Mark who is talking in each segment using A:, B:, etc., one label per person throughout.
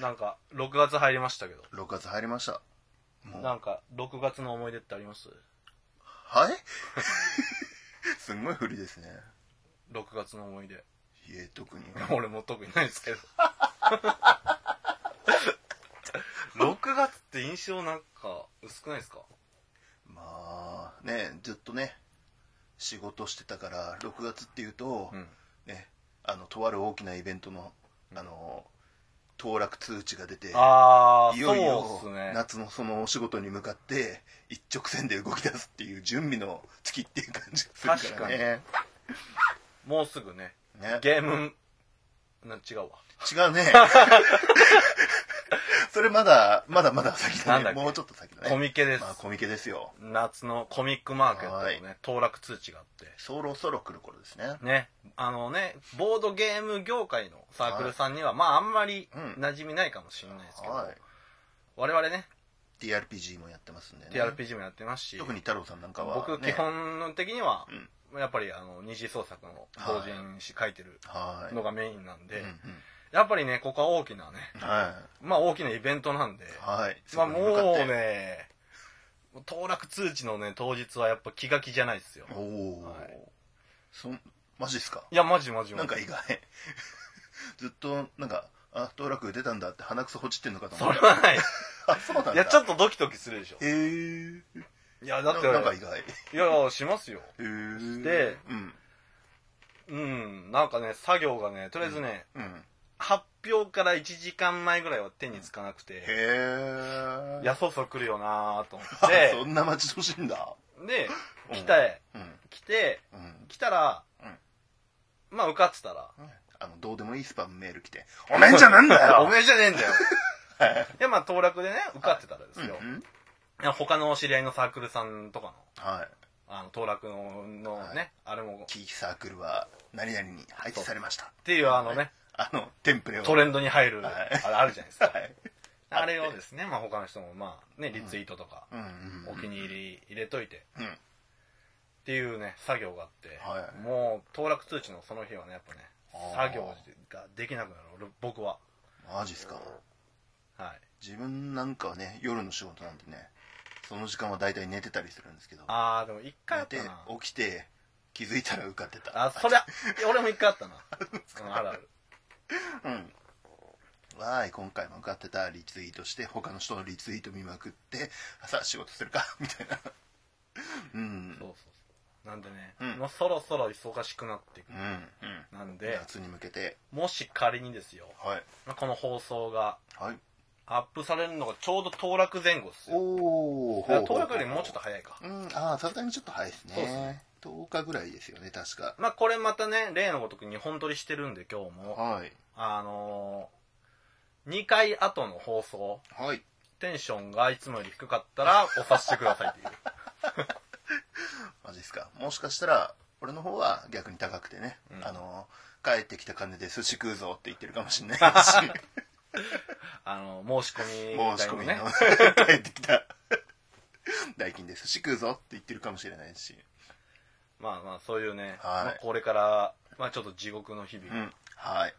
A: なんか6月入りましたけど
B: 6月入りましたもう
A: なんか6月の思い出ってあります
B: はい すんごい振りですね
A: 6月の思い出
B: いえ特に
A: 俺も特にないですけ ど6月って印象なんか薄くないですか
B: まあねずっとね仕事してたから6月っていうと、
A: ん
B: ねあのとある大きなイベントのあの当落通知が出て
A: ああ
B: いよい
A: そう
B: よ
A: っすね
B: 夏のそのお仕事に向かって一直線で動き出すっていう準備の月っていう感じがするからね
A: もうすぐね
B: ね
A: ゲームな違うわ
B: 違 うねそれまだまだまだ先だ
A: なんだっ
B: ね
A: け
B: もうちょっと先だね
A: コミケです、
B: まあコミケですよ
A: 夏のコミックマーケットの
B: は
A: ね当落通知があって
B: そろそろ来る頃ですね
A: ね、あのね、ボードゲーム業界のサークルさんには、まああんまり
B: うん
A: 馴染みないかもしれないですけど、
B: はい
A: 我々ね、
B: TRPG もやってますんでね
A: TRPG もやってますし、
B: 特に太郎さんなんかは、ね、
A: 僕基本的には
B: うん、
A: やっぱりあの二次創作の同人誌書いてる
B: はい
A: のがメインなんで、
B: うん
A: やっぱりね、ここは大きなね、
B: うんは
A: まあ大きなイベントなんで、
B: いはい
A: まあ
B: そ
A: も
B: こに向か
A: う
B: って
A: ね、当落通知のね、当日はやっぱ気が気じゃないですよ。
B: おお、
A: はい
B: そんマジっすか
A: いや、マジマジマ
B: なん
A: ジ
B: か。意外 ずっとなんかあ当落出たんだって鼻くそほじってんのかと
A: そ
B: 思っ
A: れ
B: た
A: はない。
B: あそうなんだ
A: いや、ちょ
B: っ
A: っとドキドキするでしょ。
B: へえ
A: いや、だって、
B: なんか意外へ
A: いや、しますよ。
B: え
A: で
B: うん
A: うん、なんかね、作業がね、とりあえずね、
B: うん
A: 発表から1時間前ぐらいは手につかなく
B: へ
A: て、
B: え
A: いや、そろそろ来るよなーと思
B: あ
A: って
B: そんな待ち遠しいんだ、
A: で、
B: うん
A: 来て、
B: うん
A: 来て、
B: うん
A: 来たら、まあ、受かってたら、
B: あのどうでもいいスパムメール来て「おめんじゃなんだ よ!」
A: おめえじゃねえんだよ。
B: はい
A: で、まあ、当落でね、受かってたらですよ
B: う、んうん
A: いや他のお知り合いのサークルさんとかの、
B: はい
A: あの、当落ののね、あれも、
B: キーサークルは何々に配置されました
A: っていうあのね、
B: あのテンプレを
A: トレンドに入る、
B: はい
A: あれあるじゃないですか。
B: はい
A: あれをですね、まあ、他の人も、まあ、ね、リツイートとか、
B: うんうん
A: お気に入り入れといて、
B: うん
A: っていうね作業があって、
B: はい
A: もう当落通知のその日はねやっぱね
B: あー
A: 作業ができなくなる俺僕は
B: マジっすか
A: はい
B: 自分なんかはね夜の仕事なんでねその時間は大体寝てたりするんですけど
A: ああでも一回あ
B: 寝
A: った
B: て
A: な
B: 起きて気づいたら受かってた
A: あそりゃ俺も一回あ ったなうんあるある
B: うんわーい今回も受かってたリツイートして他の人のリツイート見まくってさあ仕事するかみたいなうん
A: そうそうそうなんでね、
B: うん
A: もうそろそろ忙しくなっていく
B: うんうん
A: なんで
B: 夏に向けて
A: もし仮にですよ
B: はい
A: まあこの放送が
B: はい
A: アップされるのがちょうど当落前後っすよ
B: おお
A: だから当落よりもうちょっと早いか
B: うん、ああ、さすがにちょっと早いですね。
A: そうですね
B: 10日ぐらいですよね、確か。
A: まあこれまたね例のごとく日本撮りしてるんで今日も
B: はい。
A: あのー、2回後の放送、
B: はい。
A: テンションがいつもより低かった ら、お察してくださいっていう。
B: マジですか。もしかしたら、俺の方は逆に高くてね、
A: うん
B: あの、帰ってきた金で寿司食うぞって言ってるかもし れないし、
A: あの、申し込み
B: 申
A: 代
B: し込
A: も
B: み
A: ね。
B: の、 帰ってきた代金で寿司食うぞって言ってるかもしれないし、
A: まあまあ、そういうね、
B: はい
A: まあこれから、まあちょっと地獄の日々、
B: うん。はい。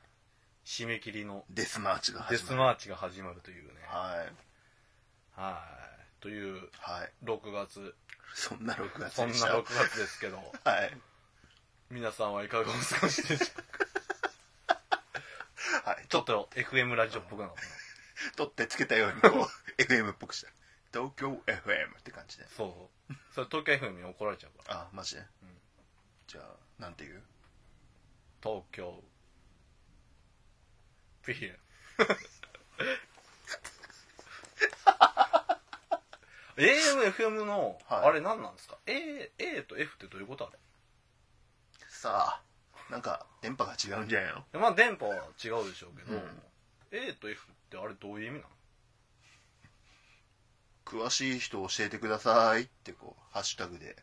A: 締め切りの
B: デスマーチが
A: デス
B: 始まる。
A: マーチが始まるというね。
B: はい。
A: はい。という、
B: はい。
A: 6月、
B: そんな6月
A: そん
B: で
A: な
B: した。
A: 6月ですけど、
B: はい。
A: 皆さんはいかがお過ごしでしょうか
B: はい。
A: ちょっと FM ラジオっぽくなったな
B: 取ってつけたようにこう FM っぽくした東京 FM って感じで
A: そう。それ東京 FM に怒られちゃうから。
B: あマジで、じゃあなんていう
A: 東京ビ ール AMFM の、
B: はい
A: あれ何なんですか A, ?A と F ってどういうことあ
B: さあなんか電波が違うんじゃないの
A: れまあ電波は違うでしょうけど、
B: うん
A: A と F ってあれどういう意味なの
B: 詳しい人教えてくださいってこうハッシュタグで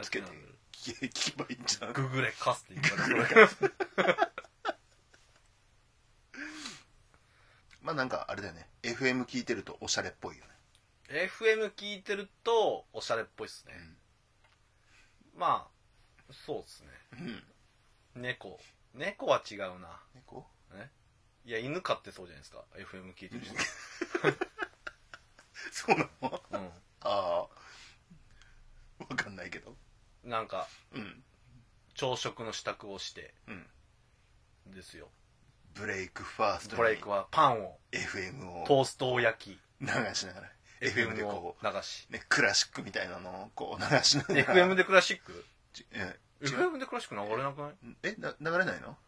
B: つけて聞け聞けばいいんじゃない
A: ググレカスって言われる
B: まあなんかあれだよね FM 聞いてるとおしゃれっぽいよね
A: FM 聞いてるとおしゃれっぽいっすね、まあそうっすね
B: うん
A: 猫猫は違うな
B: 猫
A: えいや犬飼ってそうじゃないですか FM 聞いてる人、
B: そう なの
A: う
B: ああわかんないけど
A: ん、なんか
B: うん
A: 朝食の支度をして
B: うん
A: ですよ
B: ブレイクファースト
A: ブレイ
B: に
A: クはパンを
B: FM を
A: トーストを焼き
B: 流しながら FM
A: FM
B: で
A: を
B: こ
A: 流し
B: う、ね、クラシックみたいなのを こう流しながら
A: FM でクラシック
B: ちえ違う
A: FM でクラシック流れなくない
B: えな流れないの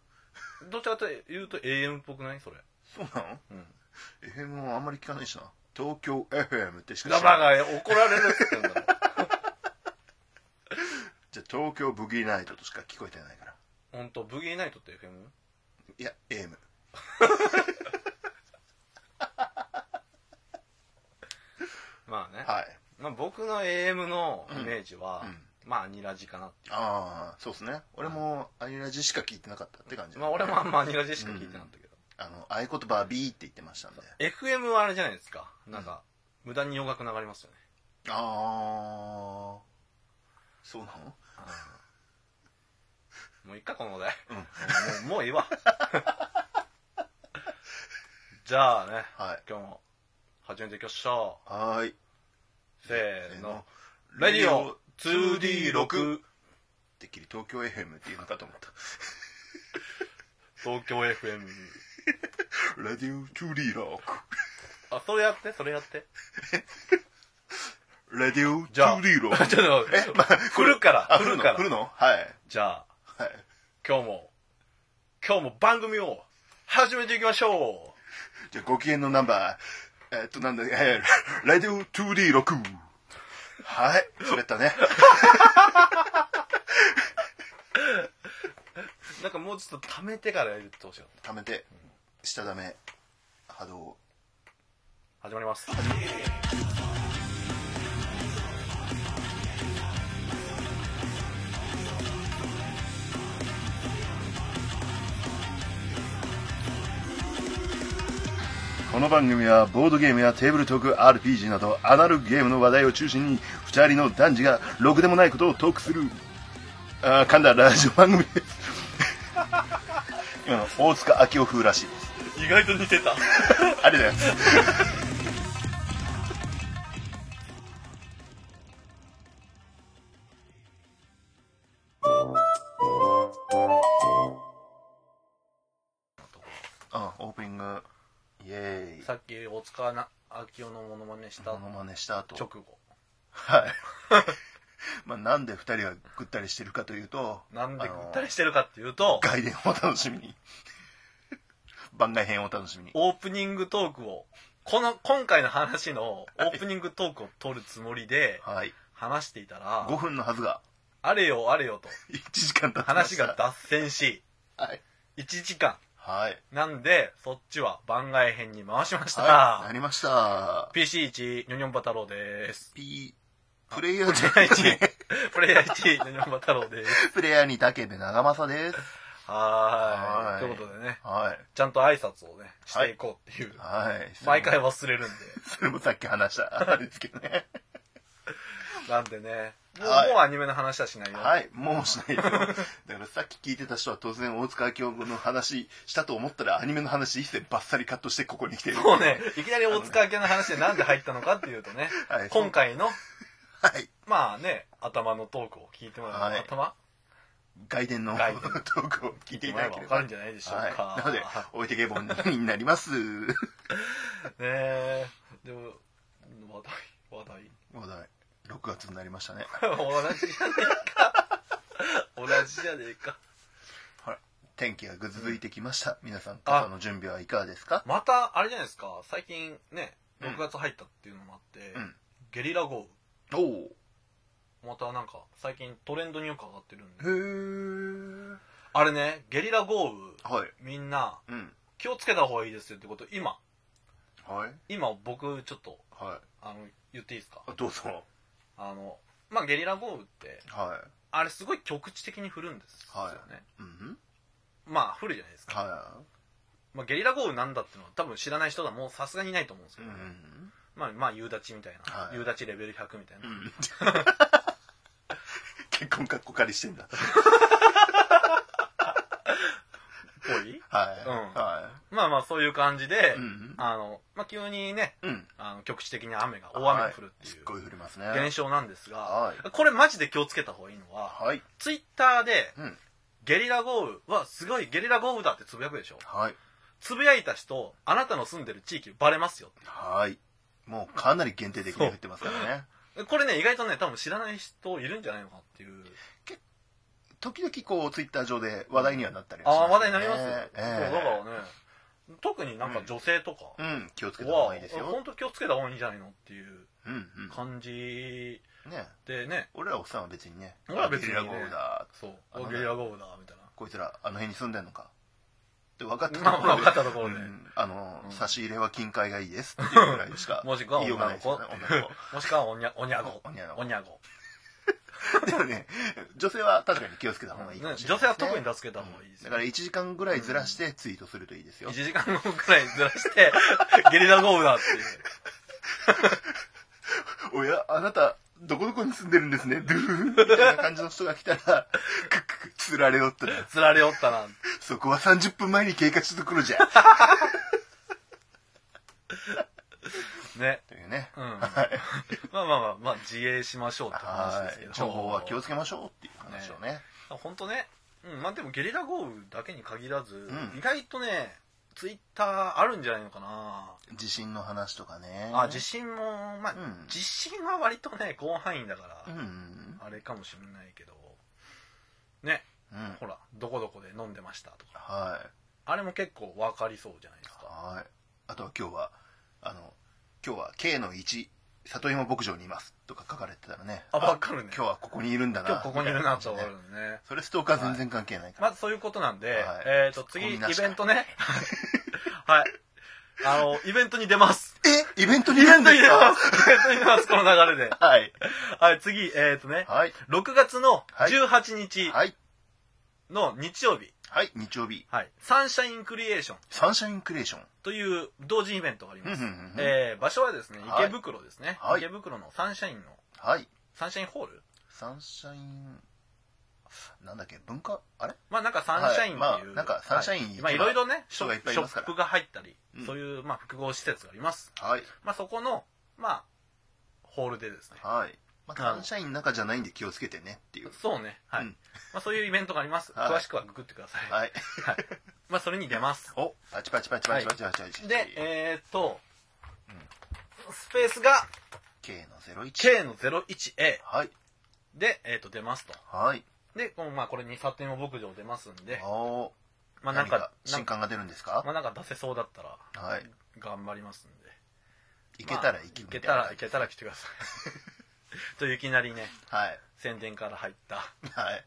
A: どちらかというと AM っぽくないそれ、
B: そうなの
A: うん、
B: FM もあんまり聞かないしな東京 FM ってしか
A: ラ
B: 知
A: バ
B: らない
A: が怒られるって言うんだ
B: じゃあ東京ブギーナイトとしか聞こえてないから
A: 本当ブギーナイトって FM?
B: いや AM
A: まあね、
B: はい
A: まあ、僕の AM のイメージは、
B: うん
A: まあアニラジかなっていう
B: ああそうですね俺もアニラジしか聞いてなかったって感じ、
A: まあ俺もあんまアニラジしか聞いてなかったけど、
B: あの合言葉は B って言ってましたんで
A: FM はあれじゃないですかなんか、無駄に洋楽流れますよね
B: ああそうなの
A: もういっかこのお題、
B: う
A: もう
B: ん
A: もういいわ じゃあね
B: はい
A: 今日も始めていきましょ
B: はーいう
A: せーの「
B: レ
A: レ
B: デ
A: デ
B: ィ
A: ィ
B: オ
A: オ 2D6
B: てっきり東京 FM っていうのかと思った
A: 東京 FM」
B: レディオ 2D6
A: あそれやってそれやって
B: レディオ
A: じゃあ
B: 2D6
A: ちょっと
B: えまあ
A: 振るから
B: あ
A: 振
B: 来る
A: る
B: の
A: か
B: 来
A: ら
B: るのはい
A: じゃあ
B: はい
A: 今日も今日も番組を始めていきましょ
B: じゃあご機嫌のナンバーえーっとなんだ えーレディオ 2D6 はい滑ったね
A: うなんかもうちょっと溜めてからやるってほしかった
B: 溜めて下溜め波動
A: 始まります
B: この番組はボードゲームやテーブルトーク RPG などアナログゲームの話題を中心に2人の男児がろくでもないことをトークするあー噛んだラジオ番組です 今の大塚明夫風らしいです
A: 意外と似てた
B: ありがとうございますあオープニングイエーイ
A: さっき大塚な明夫のモノマネした
B: モノマネした後
A: 直後
B: はい まあなんで2人はぐったりしてるかというと
A: なんで
B: あ
A: ぐ
B: の
A: ったりしてるかっていうと
B: 外伝をお楽しみに番外編をお楽しみに
A: オープニングトークをこの今回の話のオープニングトークを取るつもりで
B: はい
A: 話していた
B: 5
A: ら
B: 分のはずが
A: あれよあれよと
B: 1時間経ってま
A: 話
B: した
A: が脱線し
B: はい
A: 1時間
B: はい
A: なんでそっちは番外編に回しました、
B: はいなりました
A: PC1 ニョニョンバ太郎です
B: P プレイヤーじゃ
A: プレイヤ
B: ない
A: ー1プレイヤー1ニョニョンバ太郎です
B: プレイヤーに竹部長政です
A: はーい
B: はーい
A: ということでね
B: は
A: ちゃんと挨拶をねしていこうっていう、
B: いはいそれも
A: 毎回忘れるんで
B: それもさっき話したあれですけどね
A: なんでねもう,、
B: はい
A: もうアニメの話はしないよ、
B: はいもうしないですよだからさっき聞いてた人は当然大塚明夫の話したと思ったらアニメの話一切バッサリカットしてここに来てる
A: もうねいきなり大塚明の話でなんで入ったのかっていう とね、
B: はい
A: 今回の
B: はい
A: まあね頭のトークを聞いてもらえば、
B: はい
A: 頭
B: 外伝の
A: 外伝
B: トークを聞いていただけれ
A: 分
B: ば
A: かるんじゃないでしょうか、
B: はい、なので置いてけぼりになります
A: ねえでも話題話 題
B: もうだい6月になりましたね
A: 同じじゃねえか同じじゃねえか
B: 天気がぐずついてきました、皆さん
A: あ
B: 傘の準備はいかがですか
A: またあれじゃないですか最近ね
B: うん
A: 6月入ったっていうのもあって、
B: うん
A: ゲリラ豪
B: おお
A: 雨またなんか最近トレンドによく上がってるんで
B: へえ
A: あれねゲリラ豪
B: はい
A: 雨みんな
B: うん
A: 気をつけた方がいいですよってこと今
B: はい
A: 今僕ちょっと
B: はい
A: あの言っていいですか
B: あどうぞ
A: あのまあゲリラ豪雨って
B: は
A: あれすごい局地的に降るんですよね、
B: いうん
A: まあ降るじゃないですか、
B: は
A: まあ、ゲリラ豪雨なんだってのは多分知らない人だもうさすがにいないと思うんですけ
B: いう
A: ど、ね
B: ん
A: まあまあ夕立みたいな、
B: はい
A: 夕立レベル100みたいな、
B: うん 結婚かっこかりしてんだ
A: ぽい
B: はい。
A: うん
B: は
A: まあまあそういう感じで、
B: うん
A: あの、まあ急にね、
B: い。うん。
A: あの局地的に雨が、大雨が降るって
B: はす
A: い
B: っごい降りますね。
A: う現象なんですが、
B: はい。
A: これマジで気をつけた方がいいのは、
B: はい。
A: ツイッターで
B: うん。
A: ゲリラ豪雨はすごいゲリラ豪雨だってつぶやくでしょ。
B: はい。
A: つぶやいた人、あなたの住んでる地域バレますよ。
B: はい。もうかなり限定的に降ってますからね。
A: これね、意外とね、多分知らない人いるんじゃないのかっていう。
B: 時々こう、ツイッター上で話題にはなったりは
A: ああ、
B: し
A: 話題になりますよ。
B: ね
A: そ
B: え
A: うだからね、特になんか女性とか
B: えうん。気をつけた方
A: は、
B: がいいですよ。
A: 本当気をつけた方がいいんじゃないのっていう
B: うんうん。
A: 感じ
B: ね
A: でね、
B: 俺らおっさんは別にね。
A: 俺らは別にね
B: あゲリラ豪雨だ。
A: そう
B: あの、ね
A: ゲリラ豪雨だ、みたいな。
B: こいつら、あの辺に住んでんのか。って分かった
A: まあまあ分かったところで
B: うんあの、
A: うん。
B: 差し入れは金塊がいいですっていうぐらいしか
A: もしくは
B: 言いようがない
A: 女の
B: です
A: 子
B: よね。女の子。
A: もしくはおにゃ、おにゃご。
B: おにゃご
A: おにゃご。
B: でもね、女性は確かに気をつけた方がいいか
A: ね
B: もしれない
A: 女
B: ですね、
A: 性は特に助けた方がいいです
B: だ
A: よ
B: か。ら1時間ぐらいずらしてツイートするといいですよ。
A: 1時間後くらいずらして、 ゲリラ豪雨だっていう。
B: おや、あなた、どこどこに住んでるんですね、ドゥーンみたいな感じの人が来たら、ククク、つられよったら、
A: つられおったな。
B: そこは30分前に経過したところじゃ。
A: ね。
B: というね。
A: うん。まあまあまあ、まあ自衛しましょうって話
B: は
A: ですけ
B: い
A: ど。。
B: 情報は気をつけましょうっていう話をね。
A: 本当ね。うん、まあでもゲリラ豪雨だけに限らず、
B: うん
A: 意外とね、ツイッターあるんじゃないのかな。
B: 地震の話とかね。
A: あ、地震も、まあ、
B: うん
A: 地震は割とね、広範囲だから、
B: うんうん
A: あれかもしれないけど、
B: うん。うん。
A: ほら、どこどこで飲んでましたとか、
B: はい。
A: あれも結構分かりそうじゃないですか。
B: はい。あとは今日は、あの、今日は K の1、里芋牧場にいますとか書かれてたらね。
A: あわかるね
B: 今日はここにいるんだな。
A: 今日ここにいるなと
B: み
A: 思
B: た
A: う
B: い
A: の
B: ね
A: ね。
B: それストーカー全然関係ないから。
A: まずそういうことなんで、
B: はい
A: えっ、と、次、イ
B: ツッコミなし
A: ベ
B: か
A: ント ね。はい。あの、イベントに出ます。
B: えイベント
A: イ
B: にい
A: ベ
B: るん
A: ント
B: で
A: に
B: す
A: 出ま
B: か
A: す。イベントに出ます、こ の流れで。
B: はい。
A: はい、次、えっ、とね、
B: はい。
A: 6月の
B: はい
A: 18日
B: はい。
A: の日曜日、
B: はい。日曜日。
A: はい、サンシャインクリエーション
B: サンシャインクリエーション。
A: という同時イベントがあります。
B: うんうんうん
A: えー場所はですね、
B: はい
A: 池袋ですね。
B: はい
A: 池袋のサンシャインの、
B: はい。
A: サンシャインホール
B: サンシャイン、なんだっけ、文化、あれ
A: まあなんかサンシャインっていう、
B: はいまあなんかサンシャイン
A: はい
B: 一番
A: まあいろいろねシ
B: 人
A: ョ
B: がいっぱいい
A: ショ
B: ますから
A: ップが入ったり、
B: うん
A: そういうまあ複合施設があります
B: はい。
A: まあそこのまあホールでですね
B: はい。まあ、
A: あの
B: サンシャインの中じゃないんで気をつけてねっていう。
A: そうねはい、
B: うん
A: まあそういうイベントがあります、
B: はい
A: 詳しくはググってください、
B: はい。
A: まあそれに出ます
B: おパチパチパチパチパチパチパチ。
A: でえー、っと、
B: うん
A: スペースが
B: K の01。
A: K の 01A
B: はい。
A: で、えー、っと出ますと
B: はい。
A: でこのまあこれにサテンを牧場出ますんで
B: おー。
A: まあなんかなん
B: 新
A: か
B: 刊が出るんですか
A: まあなんか出せそうだったら
B: はい。
A: 頑張りますんで
B: 行けたら行き
A: い
B: み
A: け
B: い
A: た
B: な
A: ら行けたら来てください といういきなりね
B: はい。
A: 宣伝から入った、
B: はい。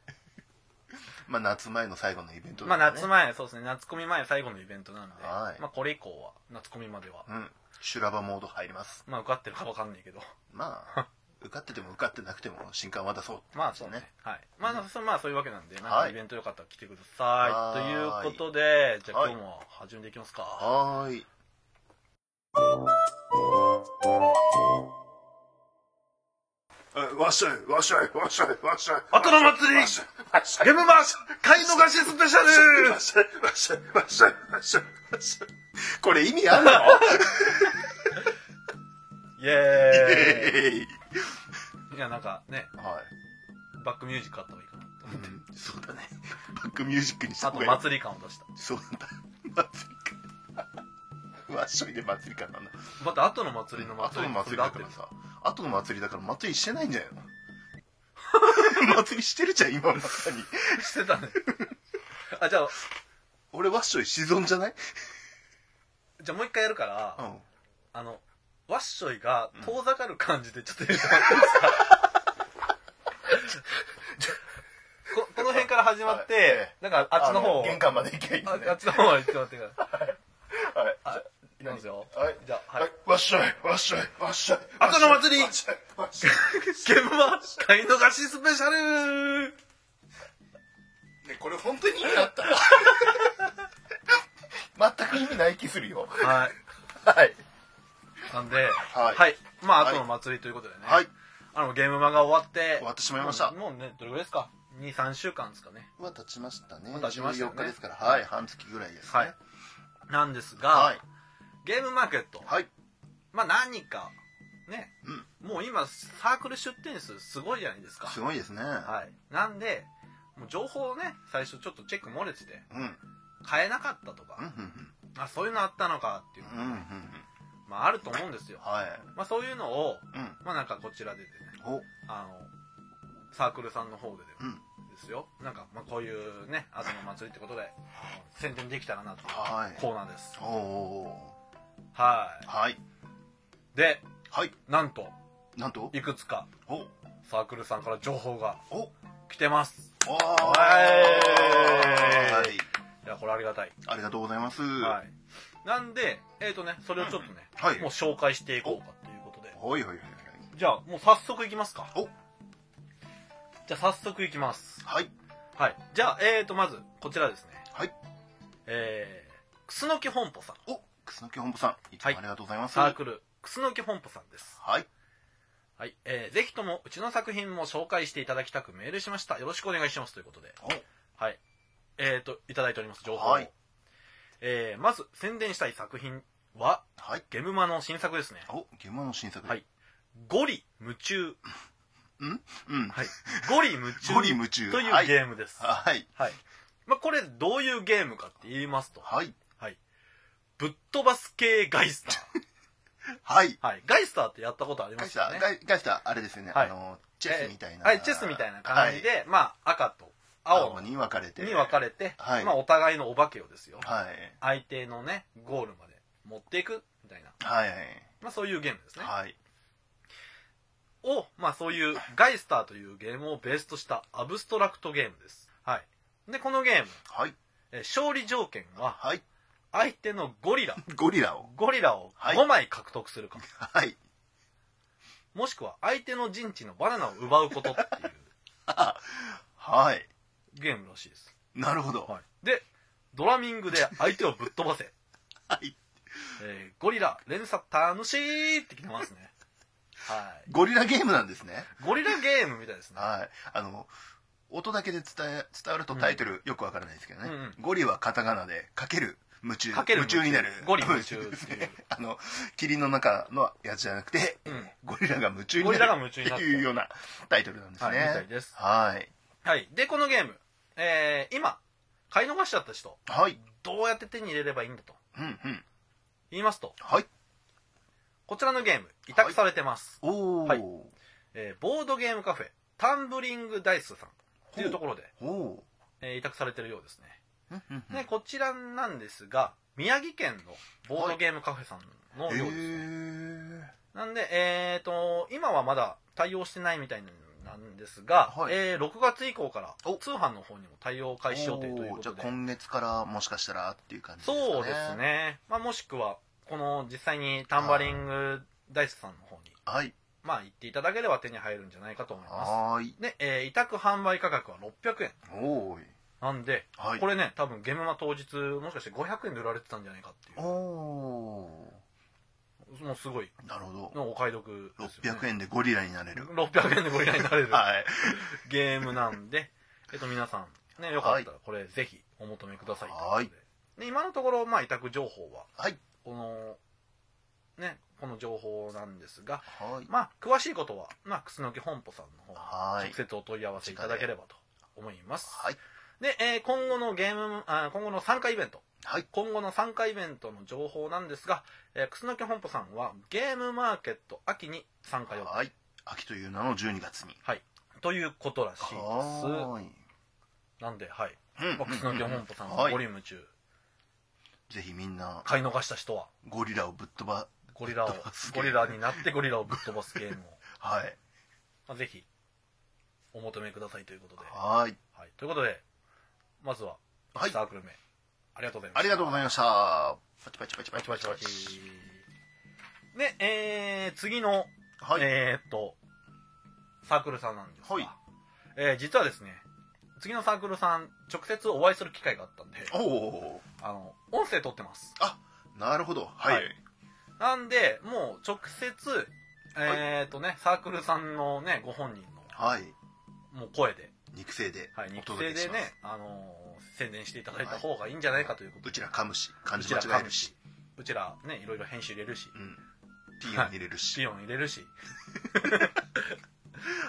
B: まあ、夏前の最後のイベント
A: まあ夏
B: 前。
A: 前そうですね夏コミ前最後のイベントなんで、
B: はい
A: まあこれ以降は夏コミまでは、
B: うん。修羅場モード入ります。
A: まあ受かってるか分かんないけど
B: まあ、受かってても受かってなくても新刊は出そう。
A: まあそうね。はいまあ、そうまあそういうわけなんでなん
B: は
A: か
B: い
A: イベントよかったら来てください、
B: はー
A: とい
B: い
A: こ
B: う
A: とでじゃあ
B: はい
A: 今日も始めていきますか、
B: はーい。わっしょい、わっしょい、わっしょい、わっしょい。
A: 後の祭り
B: わっしょいわっしょい
A: ゲームマーシ買い逃しスペシャ
B: わ
A: ル
B: っしょい、わっしょい、わっしょい、わっしょい、わっしょい。これ意味あるの
A: イエーイ
B: え
A: いやなんかね
B: ー、はい。
A: バックミュージックあった方がいいかなと思って、
B: そうだね。バックミュージックにした
A: あ
B: 方
A: と
B: がいい。
A: 祭り感を出した
B: そうなんだ。祭りか。わっしょいで祭りかなんだ。
A: また後の祭りの
B: 後
A: 祭り
B: の祭り
A: それで
B: だから
A: 合ってる
B: さ。後の祭りだから祭りしてないんじゃない の祭りしてるじゃん、今まさに。
A: してたねあじゃあ
B: 俺わっしょいシゾンじゃない
A: じゃあもう一回やるから、
B: うん。
A: あのワッショイが遠ざかる感じでちょっと言ってもらっていいですかここの辺から始まって、
B: はいえ
A: なんかあっちの方を
B: 玄関まで行けばいいん
A: あ
B: だね。
A: あっちの方まで行ってもらっていいか
B: はい。
A: なはい行きますよ
B: はい
A: じゃあ、は
B: はい
A: い、。
B: わっしょい、わっしょい、わっしょい。
A: 後の祭り
B: わっしょいわっしょい
A: ゲームは買い逃しスペシャル
B: ね、これ本当に意味あった 全く意味ない気するよ。
A: はい
B: はい。
A: なんでは
B: はい
A: まあ後の祭りということでね、
B: はい。
A: あのゲームマが終わって
B: 終わってしまいました
A: もうもうねどれぐらいですか23週間ですかね
B: は経ちましたね
A: もう経ちましたよね
B: 14日ですからはい半月ぐらいですね
A: はいなんですが、
B: はい
A: ゲームマーケット、
B: はい
A: まあ何かね、もう今サークル出店数すごいじゃないですか
B: すごいですねは
A: はいなんでもう情報をね最初ちょっとチェック漏れてて
B: いうんうん
A: 買えなかったとか、
B: う
A: あそういうのあったのかっていうの
B: んうんう
A: が、
B: んうんうん
A: まあ、あると思うんですよ、
B: はい
A: まあ、そういうのを
B: うん
A: まあなんかこちらでね
B: お
A: あのサークルさんの方で
B: うん
A: ですよなんか、まあ、こういうね後の祭りってことであの宣伝できたらなという
B: はい
A: コーナーです
B: おお
A: は
B: ーはい
A: いで
B: はい
A: なんと
B: なんと
A: いくつか
B: お
A: サークルさんから情報が
B: お
A: 来てます
B: お
A: はい
B: はい
A: いやこれありがたい、
B: ありがとうございます
A: はい、
B: はい
A: なんでえっ、とねそれをちょっとね、
B: はい
A: もう紹介していこうかということで
B: ほいほいほい
A: じゃあもう早速いきますか
B: お
A: じゃあ早速いきます
B: はい
A: はいじゃあえっ、とまずこちらですね
B: はい
A: えー、くすのき本舗さん
B: お楠木本舗さんいつ
A: はい
B: もありがとうございます
A: サー
B: はい
A: クルくすのき本舗さんです
B: はい
A: はい、えー、ぜひともうちの作品も紹介していただきたくメールしましたよろしくお願いしますということではいえーといただいております情報を、
B: はい
A: えー、まず宣伝したい作品は
B: はい
A: ゲムマの新作ですね
B: お現場の新作
A: はいゴリ夢中
B: うん
A: はいゴリ夢中
B: ゴリ夢中
A: という
B: はい
A: ゲームですはい、
B: はい
A: まあ、これどういうゲームかって言いますと
B: はい
A: はいぶっ飛ばす系ガイスター
B: はい
A: はいガイスターってやったことありま
B: ガイ
A: す
B: スタ
A: よね
B: ーガイガイスターあれですよね
A: はい
B: あのチェスみたいな
A: はいチェスみたいな感じで、
B: はい
A: まあ赤と青
B: 青に分かれて
A: に分かれて、
B: はい
A: まあお互いのお化けをですよ
B: はい
A: 相手のねゴールまで持っていくみたいな、
B: はい
A: まあ、そういうゲームですね、
B: はい
A: を、まあ、そういうガイスターというゲームをベースとしたアブストラクトゲームですはいでこのゲーム
B: はい
A: えー勝利条件は
B: はい
A: 相手のゴ リラ
B: ゴリラを
A: ゴリラを
B: はい
A: 5枚獲得するか、
B: はい
A: もしくは相手の陣地のバナナを奪うことってい
B: はい。
A: うゲームらしいです、
B: なるほど。
A: はい、でドラミングで相手をぶっ飛ばせ
B: はい。
A: えーゴリラ連鎖楽しいってきてますねは
B: ゴリラゲームなんですね。
A: いゴリラゲームみたいですね
B: はい。あの、音だけで伝え、伝わるとタイトルよくわからないですけどね。
A: うんうん
B: ゴリはカタカナで、かける夢中。
A: かける夢中
B: になる。
A: ゴリ夢中っていう
B: あの、霧の中のやつじゃなくて、
A: うん
B: ゴリラが夢中になる。
A: ゴリラが夢中になって
B: っていうようなタイトルなんですね。
A: はいみたいです
B: はい。
A: はいでこのゲーム、えー今買い逃しちゃった人
B: はい。
A: どうやって手に入れればいいんだと
B: うんうん。
A: 言いますと
B: はい。
A: こちらのゲーム委託されてます、
B: おー。
A: はいえーボードゲームカフェタンブリングダイスさんというところで、
B: おー。
A: えー委託されてるようですね、
B: うんうんうん
A: でこちらなんですが宮城県のボードゲームカフェさんの
B: え
A: ようですね、
B: ー。
A: なんでえー、と今はまだ対応してないみたいなんですが、
B: はい
A: えー6月以降から
B: お
A: 通販の方にも対応開始予定という
B: おー
A: こ
B: じゃ
A: と
B: あ
A: で
B: 今月からもしかしたらっていう感じですかね。
A: そうです。ね、まあ、もしくはこの実際にタンバリングダイスさんの方に
B: はい。
A: まあ行っていただければ手に入るんじゃないかと思いま
B: はーい。
A: すで、えー委託販売価格は600円
B: おーい。
A: なんで、
B: はい。
A: これね多分ゲームマ当日もしかして500円で売られてたんじゃないかってい
B: お
A: うもうすごい
B: ー。なるほど。
A: のお買い得ですよ、ね、
B: 600円でゴリラになれる。
A: 600円でご依頼になれる
B: はい。
A: ゲームなんで、えっと、皆さん、ね、よかったらこれぜひお求めくださいとうことで
B: はい
A: で今のところ、まあ、委託情報は、
B: はい。
A: この、ね、この情報なんですが、
B: はい。
A: まあ、詳しいことは、まあ、くすのき本舗さんの方
B: は
A: に
B: い
A: 直。接お問い合わせいただければと思います。
B: はい。
A: で、えー今後のゲーム、あ今後の参加イベント、
B: はい。
A: 今後の参加イベントの情報なんですが、えー、くすのき本舗さんはゲームマーケット秋に参加予定
B: はい。秋という名の12月に。
A: ということらしいです。
B: はーい。
A: なんで、はい。
B: うん
A: ボックスの業本舗さん
B: は
A: の
B: い
A: ボリューム中、
B: ぜひみんな、
A: 買い逃した人は、
B: ゴリラをぶっ飛ば、
A: ゴリラを
B: ぶっ飛ば す、
A: ゴ
B: ゲーム
A: リラになってゴリラをぶっ飛ばすゲー ムを、
B: はい。
A: まあ、ぜひ、お求めくださいということで。は
B: はい。
A: い。ということで、まずは、
B: はい
A: サークル名、ありがとうございました。
B: ありがとうございました。パチパチパチパ
A: バ
B: チ
A: チバ
B: パ
A: チ
B: チ
A: バ
B: パ
A: チ
B: チ。。
A: で、えー、次の、
B: はい。
A: えーっと、サークルさんなんですが、
B: はい
A: えー、実はですね、次のサークルさん、直接お会いする機会があったんで、
B: お
A: あの、音声撮ってます。
B: ー。なるほど。はい。
A: はいなんで、もう直接、えっ、とね、サークルさんのね、ご本人
B: はい。
A: の、もう声で、
B: 肉声で
A: はい、
B: お
A: 肉
B: 届
A: 声
B: けし
A: で
B: ます、
A: ね、あのー宣伝していただいた方がいいんじゃないかということ
B: う
A: で、
B: ちら噛むし漢字間違えるし
A: うちらね、いろいろ編集入れるし、
B: うんピーヨン入れるし
A: シオン入れるし、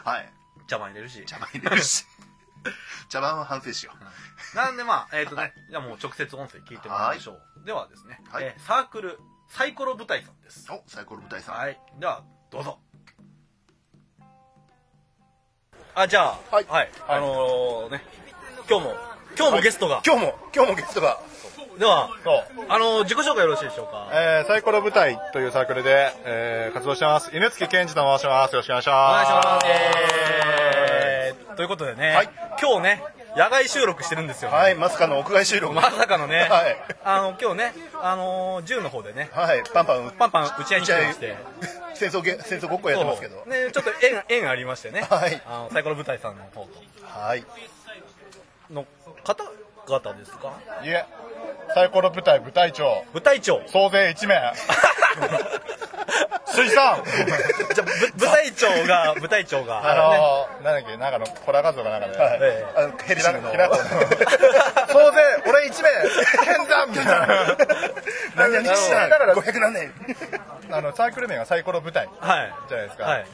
B: はい
A: 邪魔入れるし、
B: 茶番入れるし 茶番は反省しよ
A: なんで まあ、えっ、とね、
B: はい
A: じゃあもう直接音声聞いてもらいましょう。ではですね、
B: はい
A: えーサークル、サイコロ舞台さんです
B: う。おサイコロ舞台さん
A: はい。では、どうぞ。あ、じゃあ、
B: はい
A: あのーね、今日も、今日もゲストが、
B: 今日も今日もゲストが
A: では、
C: そう
A: あのー自己紹介よろしいでしょうか。
C: えー、サイコロ舞台というサークルで、えー、活動してます。犬月健二と申します。よろしくお願いし
A: お願
C: ま
A: い
C: す。
A: します。えーということでね、
B: はい
A: 今日ね、野外収録してるんですよ、
B: はいまさかの屋外収録
A: まさかのね、
B: はい
A: あの、今日ね、あのー、銃の方でね、
B: はいパンパン
A: パンパン打ち合いに来てまして。
B: 戦争げ戦争ごっこやってますけど
A: そうね、ちょっと縁 縁ありましてね、
B: はい
A: あのサイコロ舞台さんの方
B: はい
A: の方々ですか
C: いえ、サイコロ舞台部隊長、
A: 舞台 長
C: 総勢1名、水産
A: じゃあぶ舞台長が舞台長が、ね
C: あのー、なんだっけ、なんかの、コラ画像がなんかで、
B: はい、
A: ええ
B: あのヘルシングの
C: ひら ひら
B: 総勢俺一名 変だみたいな何々しない
C: だから
B: 500何年
C: あの、サークル名がサイコロ舞台
A: はい
C: じゃないですか。
A: はい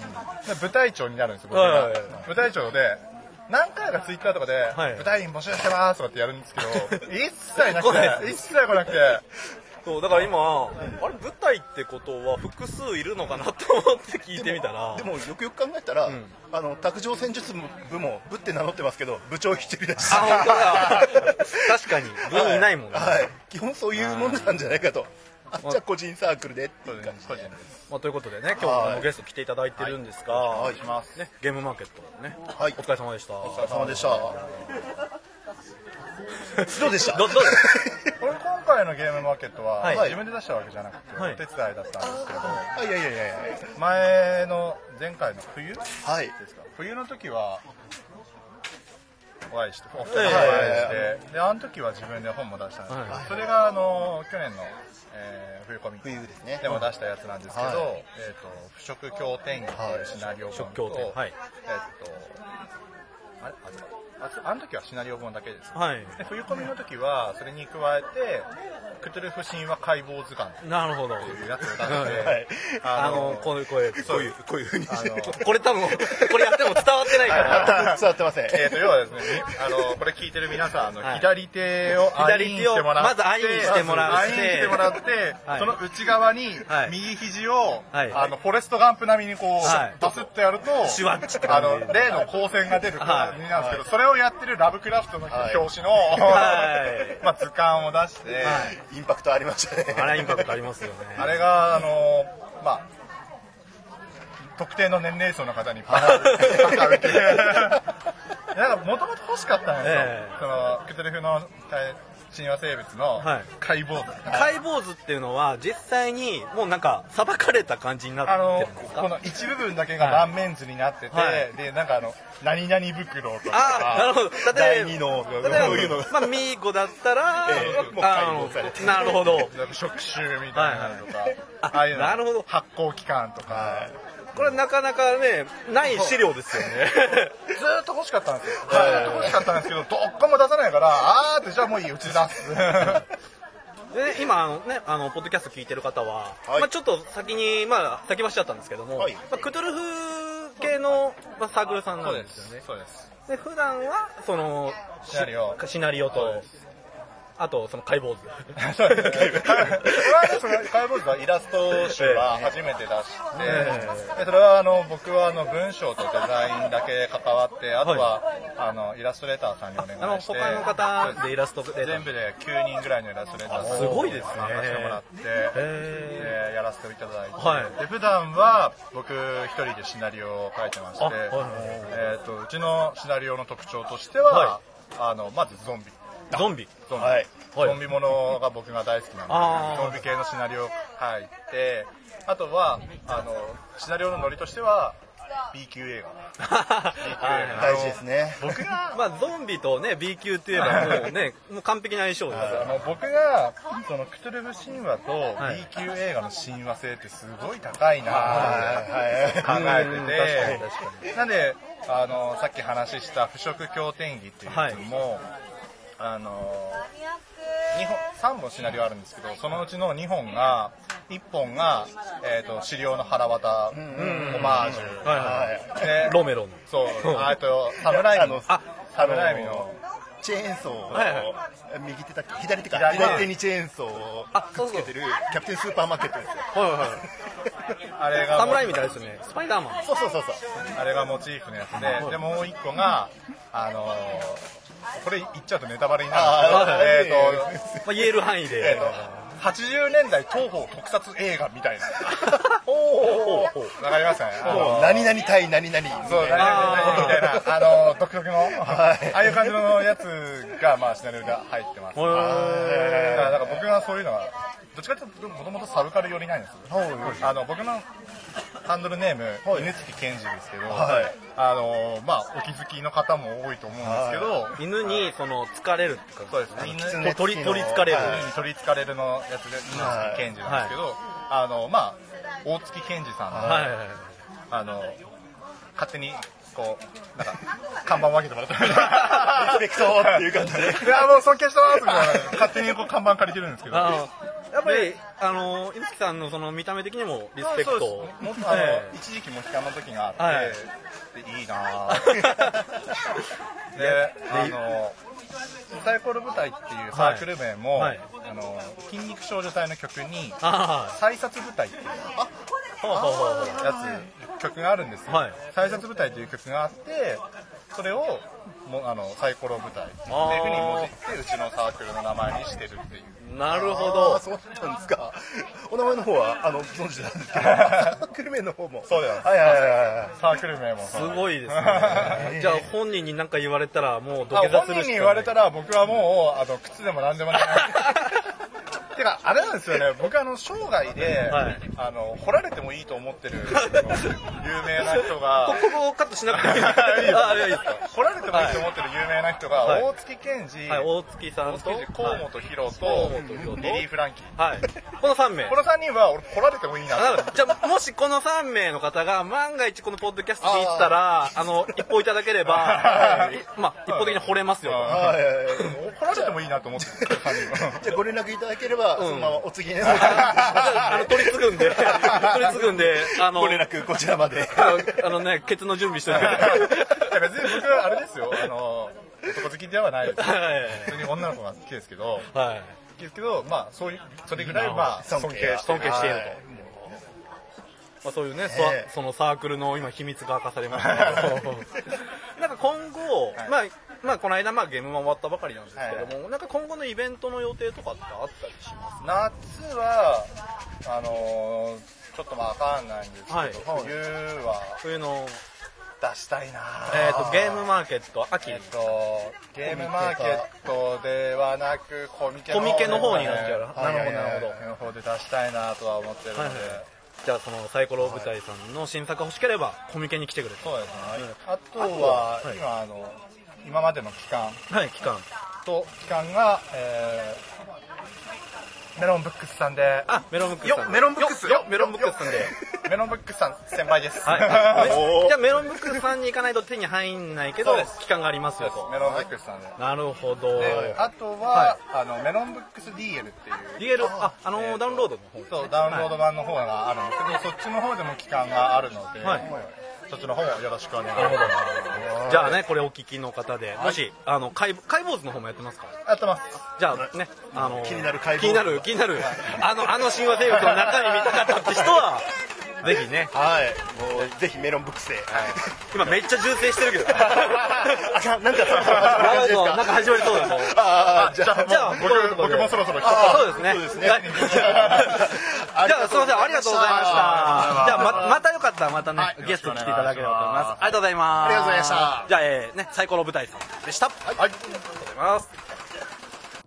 C: うんで部隊長になるんですよ、僕
A: はい
C: が
A: はいはい。
C: 部隊長で、何回かツイッターとかで、
A: い
C: 部隊員募集してますとかってやるんで すけど、一切なく
A: 来ない
C: て、一切来なくて、
A: そうだから今、あれ舞台ってことは複数いるのかなと思って聞いてみたら
B: でもよくよく考えたら、
A: ん
B: あの卓上戦術部も部って名乗ってますけど部長一人だし
A: あ本当 だ確かに部員いないもんね、
B: はい、はい基本そういうもんなんじゃないかとあじゃあ個人サークルでっていう感じ
C: 個人
B: で
C: で
A: まあ、ということでね今
B: はい
A: 日もゲスト来ていただいてるんですが、
B: はい
A: ね、ゲームマーケットね、
B: はい
A: お疲れ様でした
B: お疲れ様でしたどうでした
A: どどうです
C: これ今回のゲームマーケットは、
A: はい
C: 自分で出したわけじゃなくて、
A: はい
C: お手伝いだったんですけど
B: あいやいやいやいや
C: 前の前回の冬です
B: はい
C: か冬の時はお会いしてお二人
A: ええ
C: にお会いして、であの時は自分で本も出したんですけど、
A: はい
C: それがあの去年の、えー冬コミ
B: 冬ですね
C: でも出したやつなんですけど、
B: はい
C: えー、と不織協定義というシナリオ本と、
A: 食協定はい
C: えっ、とあれあれああの時はシナリオ本だけですね
A: はい
C: で冬コミの時はそれに加えて「クトゥルフ神話解剖図鑑」
A: なるほど
C: っていうやつを出して、
B: はい
A: あ
C: あ
A: の
C: の
A: こういうこういうこういう
B: こういうふうにして
C: あの
A: これ多分 これやっても伝わってない から
B: あ伝わってません
C: えー、と要はですねみあのこれ聞いてる皆さんあの、
A: はい
C: 左手を
A: 左手を
C: アインしてもらって
A: まずアインしてもらって
C: アインしてもらって、
A: はい
C: その内側に、
A: はい
C: 右肘を、
A: はい
C: あのフォレストガンプ並みにこう、
A: はい
C: バスッとやると
A: シュワッチって
C: あ
A: 感じ
C: の例の光線が出る
A: は
C: 感
A: い
C: じなんですけど、それをやってるラブクラフトの
B: はい
C: 表紙の、
A: は
C: まあ、図鑑を出して、
A: はい
B: インパクトありましたね
A: あれはインパクトありますよね
C: あれが、あのまあ、特定の年齢層の方にパターンパターンって。 なんかもともと欲しかったんですよ、
A: ええ
C: そのクトゥルフの神話生物の
A: はい
C: 解剖図、
A: 解剖図っていうのは実際にもうなんか裁かれた感じにな
C: あ
A: って
C: の
A: るんですか
C: この一部分だけが断面図になってて、
A: はい
C: でなんかあの何々袋とか
A: あなるほど例えば
B: 第二の
A: 例え
B: そういうのが
A: ば、まあ、ミーコだった ら、
B: ええもう
A: あ
B: 解剖されて
A: のなるほど
C: なんか触手みたいなのとか、
A: はいはいあ
C: ああいうの
A: なるほど
C: 発酵期間とか、
B: はい
A: これなかなかねない資料です よね
C: ずーっと欲しかったんですよ。ずーっと欲しかったんですけど、どっかも出さないから、あーって、じゃあもういい、うちで出す。
A: でね今あのねあのポッドキャスト聞いてる方は、
B: はい
A: まあ、ちょっと先にまあ先走っちゃったんですけども、
B: はい
A: まあ、クトゥルフ系の、まあ、サークルさんなんですよね
C: そうです。
A: で普段はその
C: シナリオ
A: シナリオとあとその解剖図
C: そう です。それは、カイボーズはイラスト集は初めて出して、でそれはあの僕はあの文章とデザインだけ関わって、あとは、あのイラストレーターさんにお
A: あの
C: 願いして、
A: 他の方でイラストで
C: 全部で9人ぐらいのイラストレーターさん
A: あすごいですね
C: 参加してもらって、
A: へ
C: でやらせていただいて、
A: はい
C: で普段は僕一人でシナリオを書いてまして、
A: あはいはい
C: えー、とうちのシナリオの特徴としては、
A: は
C: あのまずゾンビ。
A: ゾンビ
C: ゾンビ、
B: はい
A: はい
C: ゾンビものが僕が大好きな
A: あ
C: の
A: ー
C: で、ゾンビ系のシナリオを書いて、あとは、あの、シナリオのノリとしては、 B 級映画。
B: 大事ですね。
A: 僕が、まあ、ゾンビとね、B 級って言えばもうね、もう完璧な相性です
C: あの僕がそのクトゥルフ神話と B 級映画の親和性ってすごい高いなって考え
A: うん確かに確
C: ててなんであのさっき話した「腐食経典儀」っていうやつも、あの二本3本シナリオあるんですけどそのうちの2本が1本が、えー、と資料の腹渡オマージュ、
A: はいはい
B: は
C: で
A: ロメロの。
C: そうあと侍の
B: あ
C: 侍のの
B: いチェーンソーを、
A: はいは
B: 右手だっけ左手か
C: 左
B: 左
C: 手
B: 手にチェーンソーを
A: あ、そう
B: つ
A: そ
B: け
A: う。
B: てるキャプテンスーパーマーケットですよ
A: はいはい。
C: あれが
A: 侍みたいですよね。スパイダーマン。
B: そうそうそうそう
C: あれがモチーフのやつで、でもう一個が、あのーこれ言っちゃうとネタバレにな
B: あー
C: るんですけど
B: はい
C: えーと、
A: まあ、言える範囲
C: えー
A: で。
C: と、80年代東方特撮映画みたいな。わかりますね。あのー
B: 何々対何々
C: そう、何々みたいな、あのー独特の、ああいう感じのやつが、まあ、シナリオが入ってます。だ
A: おー
C: からなんか僕はそういうのは、どっちかというと、もともとサブカル寄りなんですよ。あの僕のハンドルネーム、犬月健二ですけど、
B: はい
C: あのまあ、お気づきの方も多いと思うんですけど、
A: 犬に、その、疲れるって感じ。
C: そうですね、犬
B: 狐
A: と取り取りつかれる
B: は
C: 犬に取りつかれるのやつで、犬月健二なんですけど、あのまあ、大月健二さんの、
A: はいはいはい。
C: あの勝手に、こう、なんか、看板を分け てもらって、
B: リスペクトっていう感じで
C: いや、もう尊敬してますみたいな、勝手にこう看板借りてるんですけど、
A: あの、やっぱり、あの、犬木さんのその見た目的にもリスペクトを。
C: もっとあの
A: ええ
C: 一時期モヒカンの時があって、
A: はい
C: でいいな ぁであのサイコロ舞台っていうサークル名も、
A: はい
C: あの筋肉少女隊の曲に
A: あ
C: 「再殺舞台」っていう
A: あ、ほうほうほうほう。
C: やつ曲があるんですよ、
A: はい
C: 再殺舞台という曲があってそれをもあのサイコロ舞台っていうふうにもじってうちのサークルの名前にしてるっていう
A: なるほ
B: あ
A: ど
B: ー。そうなんですかお名前の方はあの存じなんですけどサ ークル名の方も
C: そうです
B: はいはいはいはい
C: サークル名もす
A: すごいです ね。じゃあ本人に何か言われたらもう土下座
C: あ
A: するしか
C: 本
A: ない。
C: 人に言われたら僕はもうあの靴でも何でもない てかあれなんですよね僕あの生涯で、
A: はい
C: あの掘られてもいいと 思ってるあの有名な人 が
A: ここをカットしなくていいですか。
C: いいよ
A: あいいですか
C: 掘られてもいいと思ってる有名な人が、
A: はい
C: 大月健二、
A: はい、大月さ
C: 大
A: んと、
C: 月健二河
A: はい
C: 本ヒロと、
A: 河本ヒロと
C: リリー・フランキー
A: はい。この3名
C: こ。の3人は俺掘られてもいいな
A: あ
C: と
A: なるほどじゃあ、もしこの3名の方が、万が一このポッドキャストに行ったら、あの、一報いただければ、
C: はい
A: いまあ、一方的に惚れますよ。
C: は
B: はいはいはい
C: 掘られてもいいなと思ってる3 人は
B: じゃあご連絡いただければ、
A: ん
B: そのままお次ね
A: あの、取り次ぐん で、取り次ぐんで、あの、
B: ご連絡こちらまで
A: あのあのね、ケツの準備しておいてください。
C: いや別に僕はあれですよあの男好きではないです
A: はい
C: 普通に女の子が好きですけど
A: はい。
C: ですけど、まあ、そういう、それぐらい、まあ、
B: なるほ
C: 尊
B: ど
C: 敬して
A: 尊敬している
B: はい
A: と。まあ、そういうね、そ
B: ええ
A: そのサークルの今秘密が明かされましたけど なんか今後、
C: い
A: まあ、まあこの間まあゲームも終わったばかりなんですけども、
C: は
A: なんか今後のイベントの予定とかってあったりします
C: 夏は、あのーちょっとわかんないんですけど、
A: はい
C: 冬は
A: そういうの、
C: 出したいな
A: えっ、と、ゲームマーケット、秋
C: えっ、と、ゲームマーケットではなく、コミケ
A: コミケの方になっちゃうな
C: はい
A: なるほどなるほど
C: はいの方で出したいなとは思ってるので、
A: はいはいじゃあそのサイコロ舞台さんの新作が欲しければ、コミケに来てくれと。
C: そうですね。あとは、
A: はい
C: 今、あの、今までの期間
A: はい、期間。
C: と、期間が、えーメロンブックスさんで、
A: あ、メロンブックスさんで。
B: よメロンブックス
A: よ、よメロンブックスさんで。
C: メロンブックスさん先輩です。
A: はい。
B: おー
A: じゃあメロンブックスさんに行かないと手に入んないけど
C: そうで、す
A: 期間がありますよと。
C: メロンブックスさんで。
A: なるほど。
C: であと
A: は
C: は、あの、メロンブックス DL っていう。
A: DL、あ、あの
C: えー
A: ー
C: と
A: ダウンロードの方ですね。
C: そう、ダウンロード版の方があるんですけど、そっちの方でも期間があるので、
A: はい
C: そっちの方もよろしくお願いし
A: なるほ
C: ます。
A: じゃあね、これお聞きの方で、もし、あの、解解剖図の方もやってますから。
C: やってます。
A: じゃあね、あのー、
B: 気になる解剖図
A: 気になる、気になる、あの、あの神話生物の中に見たかったって人は、ぜひね、
B: はいもうぜひメロンブックスで、
A: 今めっちゃ銃声してるけど。
B: あかんなん
A: なん
B: かそんな感じです
A: か
B: か
A: なんか始まりそうだぞ。
B: ああじゃあ
A: じゃあ、
C: 僕僕もそろそろ来
A: あ
C: た。
A: そうですね。
B: そうですね
A: じゃあ、
B: ありが
A: す
B: と
A: いうません、
B: ござ
A: あ
B: い
A: りが
B: ました
A: とうございました。じゃあ、ま、またよかったらまたね
C: はい、
A: ゲストに来ていただければと思います。ありがとうございます。
B: ありがとうございました
A: じゃあ、えーね、サイコロ舞台さんでした。ありがとう
C: はい。
A: ございます。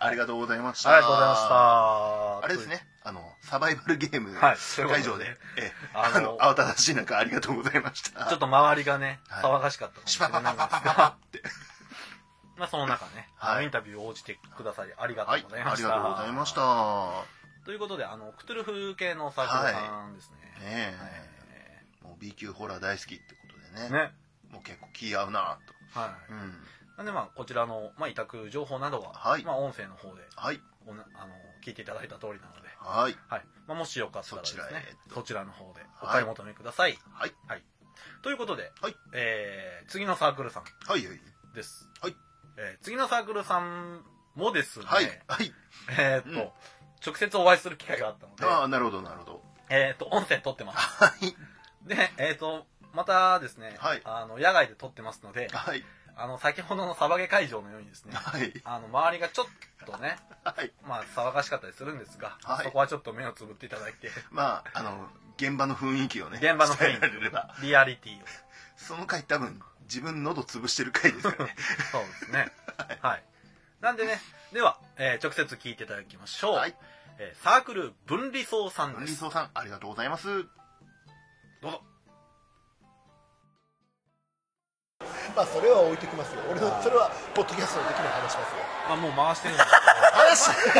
B: ありがとうございました
A: ありがとうございました。
B: あれですねあの、サバイバルゲーム
A: はい
B: 会
A: そういうこと
B: 場で、
A: ね
B: ええ
A: あ
B: あ
A: の
B: の、慌ただしい中ありがとうございました。
A: ちょっと周りがね、
B: はい
A: 騒がしかったかも
B: シ
A: し
B: ュパ
A: れな
B: パパ
A: いんで
B: パ
A: す
B: パ
A: が
B: パパって。
A: まあその中ね、
B: は
A: あ
B: い
A: のインタビュー応じてくださりありがと
B: は
A: う
B: い、
A: ござい
B: あ
A: ま
B: り
A: し
B: が
A: た。
B: とうございました。
A: ということで、あの、クトゥルフ系のサークルさんですね。
B: ね
A: はい
B: え、もう B 級ホラー大好きってことでね、
A: ね。
B: もう結構気合うなと。
A: はい。
B: うん。
A: なんでまあ、こちらの、まあ、委託情報などは、
B: はい
A: まあ、音声の方で、
B: はい、
A: おなあの、聞いていただいた通りなので、
B: はい、
A: はい。まあ、もしよかったらですね
B: そちらへ、
A: そちらの方でお買い求めください。
B: はい、
A: ということで、
B: はい
A: えー、次のサークルさん
B: はい、はい、
A: です。
B: はい。
A: えー、次のサークルさんもですね、
B: はい、はい。
A: えーっと、
B: うん
A: 直接お会いする機会があったので、
B: ああ、なるほど、なるほど。
A: えーっと、音声撮ってます。
B: はい、
A: で、えーっと、またですね、
B: はい
A: あの、野外で撮ってますので、
B: はい、
A: あの、先ほどのサバゲ会場のようにですね、
B: はい、
A: あの、周りがちょっとね、
B: はい。
A: まあ、騒がしかったりするんですが、
B: はい
A: そこはちょっと目をつぶっていただいて、
B: まあ、あの、現場の雰囲気をね、
A: 現場の雰囲
B: 伝えられれば、
A: 気、リアリティを。
B: その回多分、自分喉潰してる回ですからね。
A: そうですね。はい。なんでね、では、えー直接聞いていただきましょう。
B: はい、
A: えーサークル分離層さん
B: 文
A: で
B: 理
A: す。
B: 想さん、ありがとうございます。
A: どうぞ。
D: まあそれは置いてきますよ俺のそれはポッドキャストの時に話しますよ
A: まあ、もう回してるん です
D: 話し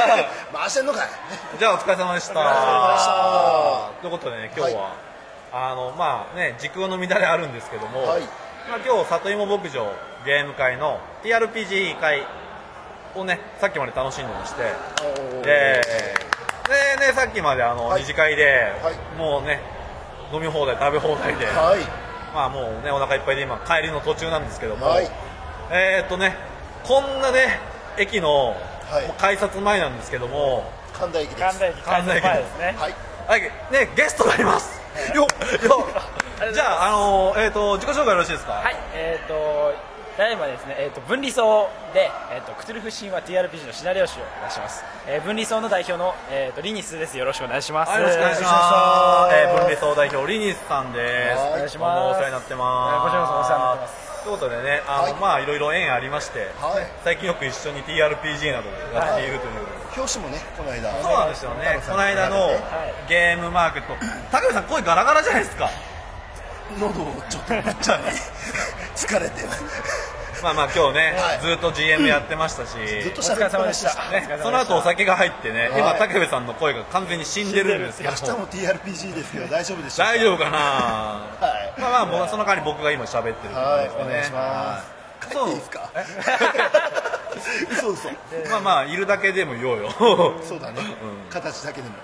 D: 回してんのかい
A: けどじゃあ、お疲れ様でした。
D: お
A: ということでね、今日は、あの、まあね、時空の乱れあるんですけども、
D: はい
A: まあ、今日、里芋牧場ゲーム会の TRPG 会をね、さっきまで楽しんでまして、えーでね、さっきまであの、
D: はい
A: 二次会で、
D: はい
A: もうね、飲み放題、食べ放題で、
D: はい
A: まあもうね、お腹いっぱいで今、帰りの途中なんですけども、
D: はい
A: えーっとね、こんなね、駅の、
D: い
A: もう改札前なんですけども、
D: 神田駅です
E: 神田駅開設前ですね
D: はい
A: はい、ね、ゲストがいます。 よ、よ、じゃあ、あのー、えっ、と、自己紹介よろしいですか。
E: はいえっ、とただいまですね、えー、と分離層で、えー、とクトゥルフ神話 TRPG のシナリオ集を出します、えー分離層の代表の、えー、とリニスですよろしくお願いします、
A: はい、よろしくお願いします。えー、分離総代表リニスさんです。
D: はいお願
E: いします
A: どうもお世話になってます。
E: こちらこそお世話になってます
A: ということでね、あの、
D: はい
A: まあ、いろいろ縁ありまして、
D: はい
A: 最近よく一緒に TRPG などでやっているということで。
D: 表紙もねこの間
A: そうなんですよね。この間の
E: はい
A: ゲームマーケット、高橋さん声ガラガラじゃないですか。
D: 喉をちょっとぶっちゃうね 疲れて
A: まあまあ今日ね、
D: はい
A: ずっと GM やってましたし、
D: ずっと喋ってました
E: お疲れ様でし
A: ね
E: た、
A: その後お酒が入ってね、
D: はい
A: 今武部さんの声が完全に死んでるんですけど
D: 明日も TRPG ですけど大丈夫でしょうか
A: 大丈夫かな、
D: はい
A: まあまあもうその代わり僕が今喋ってるってこと
D: はい
A: です
D: お
A: よね
D: 願いします帰っていいですか 嘘嘘
A: はいまあまあいるだけでも言おうよ
D: そうだね形だけでも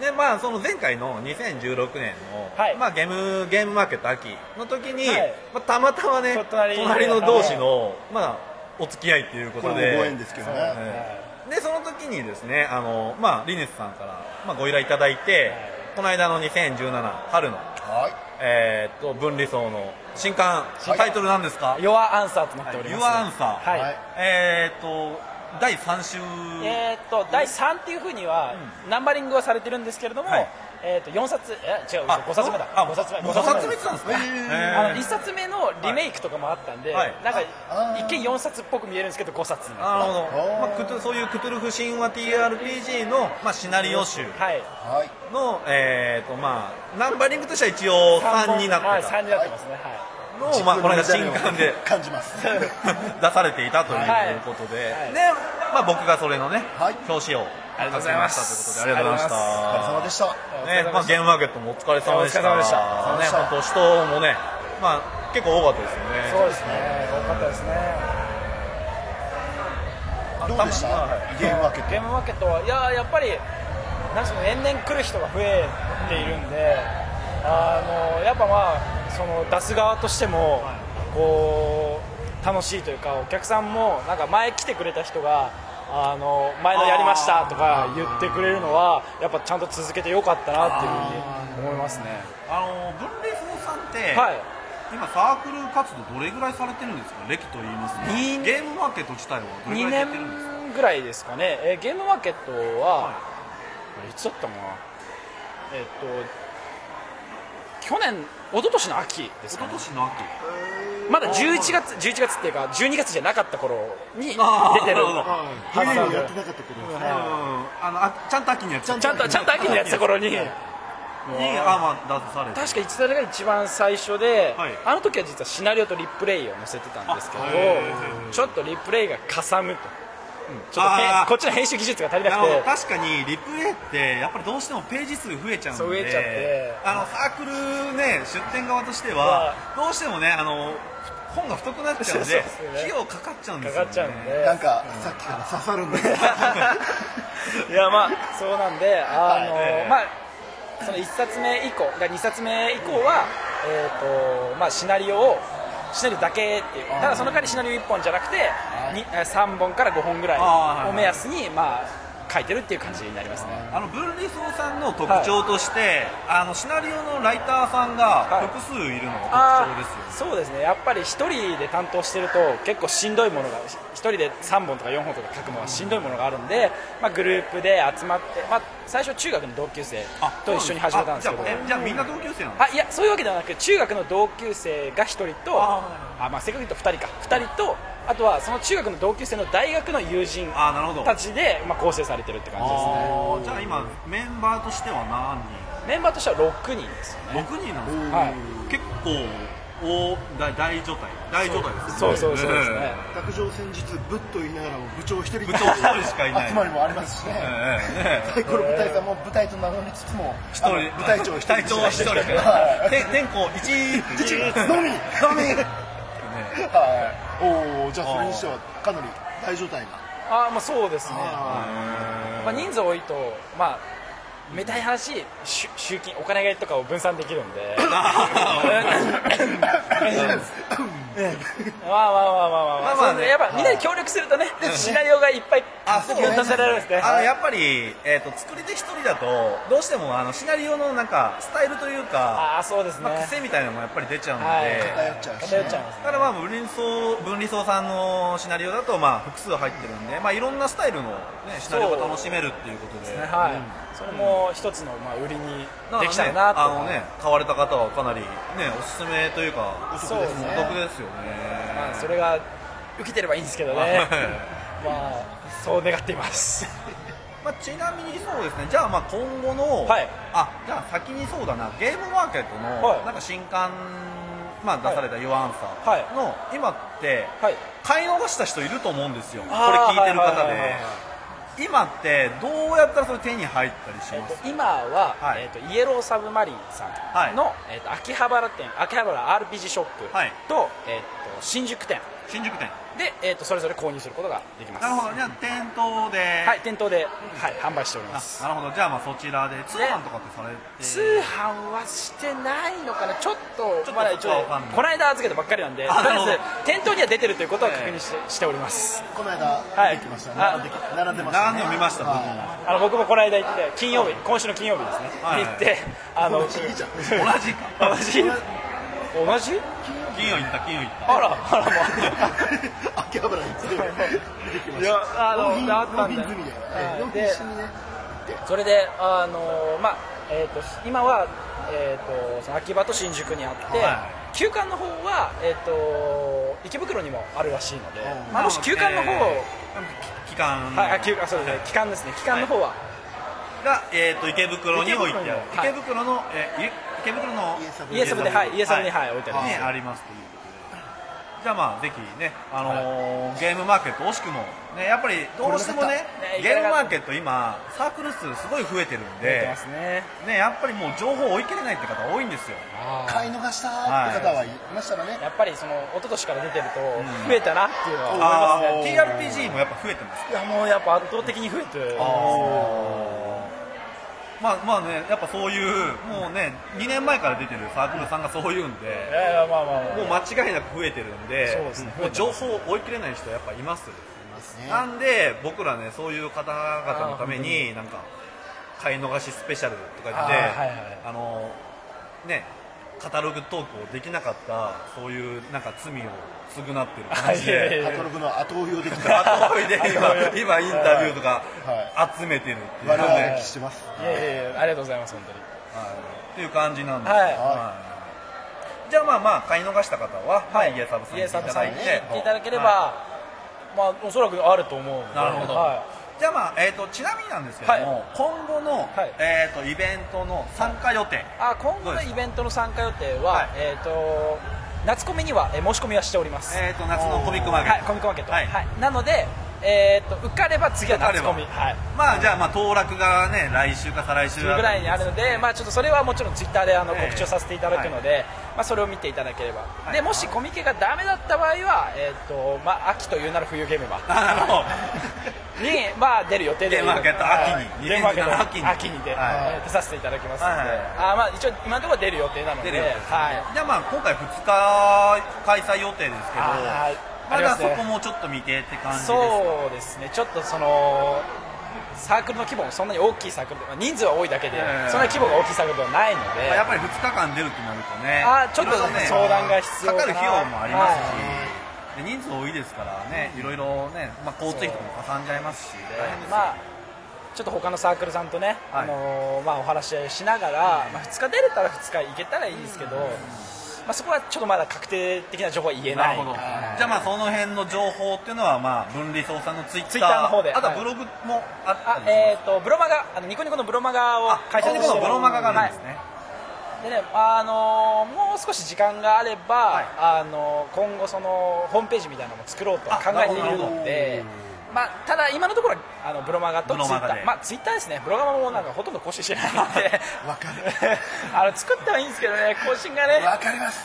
A: でまあその前回の2016年の、
E: はい
A: まあ、ゲームゲームマーケット秋の時に、
E: はい
A: まあ、たまたまね
E: ちょっと
A: 隣
E: 隣
A: の同士の、まあお付き合いっていうこ
D: ことれも
A: で
D: ご縁ですけどね
A: でその時にですねあの、まあ、リネスさんから、まあ、ご依頼いただいて、この間の2017春の、
D: はい
A: えーっと分離層の新刊、
D: い
A: タイトルなんですか、
E: Your Answer となっております、
A: Your Answer
E: はい、
D: はい
A: えーっと第3週、
E: えーっと第3っていうふうには、ナンバリングはされてるんですけれども、
A: はい
E: えーっと4冊え違う
A: あ
E: 5冊目だ
A: あ
E: 5冊目
A: 5冊目ってなんですか、
E: あの
A: え
E: 1
A: ー
E: 冊目のリメイクとかもあったんで、
A: はい
E: なんか
D: ああー
E: 一見4冊っぽく見えるんですけど5冊になって
A: なるほど、
D: あー
A: まあ、クトゥそういうクトゥルフ神話 TRPG の、まあ、シナリオ集
E: はい
D: はい
A: の、えーっとまあ、ナンバリングとしては一応3にな
E: は
A: っ
E: い、
A: て
E: 3
A: た
E: になってますねはい
A: のを、まあ、この間新刊で。
D: 感じますはい
A: 出されていたということで、
E: はい
A: ねまあ、僕がそれのね、
D: はい
A: 表紙を
E: ありがとうございます
A: 書きましたということでありがとうございました
D: お疲れ様でした
E: お疲れ様でし
A: ね
E: た
A: まあ、ゲームマーケットもお疲れ様でした
E: お疲れ様でした
A: ね本当人もね、まあ、結構多かったですよね
E: そうですね多かったですね
D: どうでしたゲームマーケット
E: ゲームマーケットはいやーやっぱりなんかその年々来る人が増えているんであのやっぱまあその出す側としてもこう楽しいというかお客さんもなんか前来てくれた人があの前のやりましたとか言ってくれるのはやっぱちゃんと続けてよかったなっていうふうに思いますね
A: あの分類層さんって、
E: はい
A: 今サークル活動どれぐらいされてるんですか歴と言いますと
E: に
A: ゲームマーケット自体はどれ
E: 2
A: ぐらいやってるんですか
E: 年ぐらいですかね、えーゲームマーケットは、い、つだったかなえーっと去年一昨年の秋です
A: 一
E: か
A: 昨
E: ね
A: 年の秋
E: まだ11月11月っていうか12月じゃなかった頃に出
A: あー
E: てる
A: なるほど
E: はずなん
D: やっ
E: で
D: てなかったけど、
A: あのあちゃんと秋にやっちゃった
E: ちゃんとちゃんと秋にやってた頃に
A: にアーマー出されて
E: 確かそれが一番最初で、
A: はい
E: あの時は実はシナリオとリプレイを載せてたんですけど
A: あへ
E: ちょっとリプレイがかさむと、ちょっと
A: あ
E: へん
A: ー
E: こっちの編集技術が足りな
A: な
E: く
A: るほ
E: て
A: ど確かにリプレイってやっぱりどうしてもページ数増えちゃうんで
E: そう増えちゃって
A: あのサークルね出店側としてはどうしてもねあの本が太くなっちゃうんで
E: そうそうそう
A: 費用かかっちゃうんで
E: か
A: すよ、
E: か
A: ね、
E: っちゃうんで、
D: なんかさっきから刺さるんだけど
E: いやまあそうなんであの、
A: はい
E: まあその1冊目以降が2冊目以降は、えーとまあ、シナリオをシナリオだけっていうただその代わりシナリオ1本じゃなくてにえー3本から5本ぐら
A: あーはい
E: いを目安にまあ書いてるっていう感じになりますね
A: あの分離層さんの特徴として、あのシナリオのライターさん
E: は
A: が
E: い
A: 複数いるのが
E: あ
A: 特徴ですよね、
E: ーそうですねやっぱり一人で担当してると結構しんどいものが一人で3本とか4本とか書くのはしんどいものがあるんで、まあ、グループで集まって、まあ、最初中学の同級生
A: あ
E: と一緒に始めたんですけど
A: あじゃあえじゃあみんな同級生なの
E: あいやそういうわけではなく中学の同級生が1人と
A: あ
E: あ、まあ、正確に言うと2人か2人とあとはその中学の同級生の大学の友人
A: あーなるほど
E: たちで、まあ、構成されてるって感じですね
A: あーじゃあ今メンバーとしては何人
E: メンバーとしては6人ですよ
A: 6人なんですか、
E: はい
A: 結構お大大所帯大所帯です
E: そうそうそうですね、
A: え
D: 卓上戦術ぶっと言いながらも部長一人
A: え部長一人しかいない
D: 集まりもありますしね
A: ええね
D: 太
A: え
D: 鼓の舞台さんも舞台と名乗りつつも
A: 一
D: あの
A: 人
D: 舞台 長一人
A: 隊長一人
D: はい
A: て天候一
D: 一
A: 一
D: のみはいおおじゃあそれにしてはかなり大状態な
E: ああまあそうですね
A: あ
E: まあ、人数多いとまあめたい話しゅ集金お金がとかを分散できるんでまあまあまあまあまあ
A: まあまあね
E: そうですやっぱみんなで協力するとねシナリオがいっぱい
A: あそうね
E: 出せられるんですね
A: あのやっぱり、えー、と作り手一人だとどうしてもあのシナリオのなんかスタイルというか、
E: ああそうですね
A: まあ、癖みたいなのもやっぱり出ちゃうんで、
E: はい
D: 偏っちゃうし
E: 偏っちゃいますね
A: ただまあ分離層分離層さんのシナリオだとまあ複数入ってるんで、まあ、いろんなスタイルの、ね、シナリオが楽しめるっていうことで
E: ねはい、それも一つのまあ売りに
A: なんかね
E: できたらなと、
A: あのね買われた方はかなりねおすすめというかお
E: そうですね
A: お得ですよね
E: まあそれが受けてればいいんですけどねまあそう願っています
A: まあ、ちなみにそうですねじゃあまあ今後の、
E: はい
A: あじゃあ先にそうだなゲームマーケットの、
E: はい
A: なんか新刊まあ出された You Answer の、今って、
E: はい
A: 買い逃した人いると思うんですよこれ
E: あー
A: 聞いてる方
E: はいはいはいは
A: で今ってどうやったらそれ手に入ったりし
E: えっ
A: ます
E: と今は、
A: はい
E: えっとイエローサブマリンさんの、えっと秋葉原店秋葉原 RPG ショップと,、
A: はい
E: えっと新宿店
A: 新宿店
E: で、えっとそれぞれ購入することができます
A: なるほどじゃあ店頭では
E: はい店頭で、はい、販売しておりま
A: あ
E: す
A: なるほどじゃあまあそちらで通販とかってされて
E: 通販はしてないのかなちょっと
A: ちょっと
E: まだ一応
A: わかんない
E: この間預けたばっかりなんでと
A: あ
E: りあ
A: な
E: え
A: る
E: ず店頭には出てるということは確認して,、しております
D: この間
E: はい
D: 出てきましたね
E: あ
D: 並んでき並んでました
A: 並ん
D: ね
A: でも見ました僕も
D: は
E: あの僕もこの間行って金曜日今週の金曜日ですね、
A: はい
E: 行ってあの同
D: いいじゃん
A: 同じか
E: じ同じ
A: 金曜行った金曜行った
E: あらあらもう
D: 秋葉原に連れて出てきまし
E: い
D: た
E: やあ
D: ロ
E: のあった
D: ー
E: ん
D: ビ
E: だ
D: ン
E: よ
D: ズみたいな
E: はい
D: ねロービン
E: で
D: 一緒にね
E: それであのまあえっ、と今はえっ、とその秋葉と新宿にあって、
A: は
E: 休館の方はえっ、と池袋にもあるらしいので、まあ、もし休館の方を、
A: えー期間
E: はいあ休館そうですね期間ですね期間の方は、
A: が、えー、と池袋に置いてある
E: 池
A: 池袋の、えーい池袋の
D: イエサブ
E: イエサブではいイエサブにはい置いてあります
A: ねありますということでじゃあまあぜひね、あのーゲームマーケット惜しくもねやっぱりどうしてもね
E: ね
A: ゲームマーケット今サークル数すごい増えてるん
E: 出て
A: で
E: ますね
A: ねやっぱりもう情報追い切れないって方多いんですよ
D: 買い逃したって方はいましたらね
E: やっぱりその一昨年から出てると増えたなっていうのは思い
A: あ
E: ます
A: ー
E: ね、
A: TRPG もやっぱ増えてます
E: いやもうやっぱ圧倒的に増えてる
A: まあまあねやっぱそういうもうね2年前から出てるサークルさんがそういうんで、
E: いやいやまあまあまあ
A: もう間違いなく増えてるんで、
E: そうですね
A: もう情報を追い切れない人はやっぱいますよ
D: ね
A: なんで僕らねそういう方々のためになんか買い逃しスペシャルとか言って
E: あーはいはい
A: あのねカタログトークをできなかったそういうなんか罪を償ってる感じ
E: いやいやい
A: で
E: や
D: カタログの後追いをできた
A: 後追いで今今インタビューとか集めてるっていう
D: 我々
A: ね
D: はしてます
E: いやいやいやありがとうございます本当に
A: っていう感じなんです
E: はい
A: はじゃあまあまあ買い逃した方は、はい、家サブさんに
E: 家サブさんに
A: 行
E: 行
A: っ
E: っていただければ、
A: は
E: まあおそらくあると思うので
A: なるほど、
E: は
A: じゃあまあ、えー、とちなみになんですけども、
E: はい
A: 今後の、
E: はい
A: えー、とイベントの参加予定、
E: い、あ今
A: どうで
E: 後の
A: すか
E: イベントの参加予定は、
A: はい
E: えっ、と夏コミには、えー申し込みはしております、
A: えー、と夏のコミックマーケット、
E: はい、コミックマーケット、
A: は
E: はいいなので、えー、と受かれば次は夏コミ、
A: 受
E: はい、
A: まあじゃあまあ当落がね来週か再来週
E: ぐらいにあるので、まあ、ちょっとそれはもちろんツイッターであの
A: ええ
E: 告知をさせていただくので、まあ、それを見ていただければ、
A: い
E: でもしコミケがダメだった場合は、えーとまあ、秋というなら冬ゲーム は
A: あなるほ ど
E: に、まあ、出る予定で
A: ゲームマーケット
E: はい
A: 秋に
E: ゲームマーケット
A: 2017秋に
E: 秋にで、
A: はい
E: えー出させていただきますので、
A: はいはいはい
E: あーまあ、一応今のところは出る予定なので
A: 出る予定ですね
E: はい
A: じゃあまあ今回2日開催予定ですけど
E: あー
A: まだ
E: あり
A: そ
E: ますね
A: こもちょっと未定って感じですか
E: そうですねちょっとそのサークルの規模もそんなに大きいサークルでまあ人数は多いだけで、
A: ええ
E: そんな規模が大きいサークルではないので、
A: まあやっぱり2日間出るとなるとね
E: あーちょっと
A: いろいろね
E: 相談が必要
A: か
E: か
A: か
E: な
A: る費用もありますし、で人数多いですからねいろいろね、まあ、交通費とかもかさんじゃいますし大変ですよ、
E: まあ、ちょっと他のサークルさんとね、
A: はい
E: あのーまあ、お話し合いをしながら、まあ、2日出れたら2日行けたらいいですけど、まあ、そこはちょっとまだ確定的な情報は言え
A: な
E: ない
A: るほど、
E: はい
A: じゃあまあその辺の情報っていうのはまあ分離総さんのツイッター
E: Twitter の方で
A: あとは
E: はい
A: ブログもあった
E: あ
A: りします、
E: えー、とブロマガあのニコニコのブロマガを
A: あ
E: 開
A: こ
E: 催
A: こ
E: して
A: にこの
E: ます
A: ブロマガがあるんですね、
E: はいでねあのーもう少し時間があれば、
A: い
E: あのー今後そのホームページみたいなのも作ろうと考えているのでまあ、ただ今のところはあのブロマガと
A: ブ
E: ツイ
A: ロマ
E: ッ
A: ガ
E: タ
A: で
E: ー、まあ、ツイッターですねブロマガもなんかほとんど更新してない ので あの作ってはいいんですけどね更新がね
D: わかります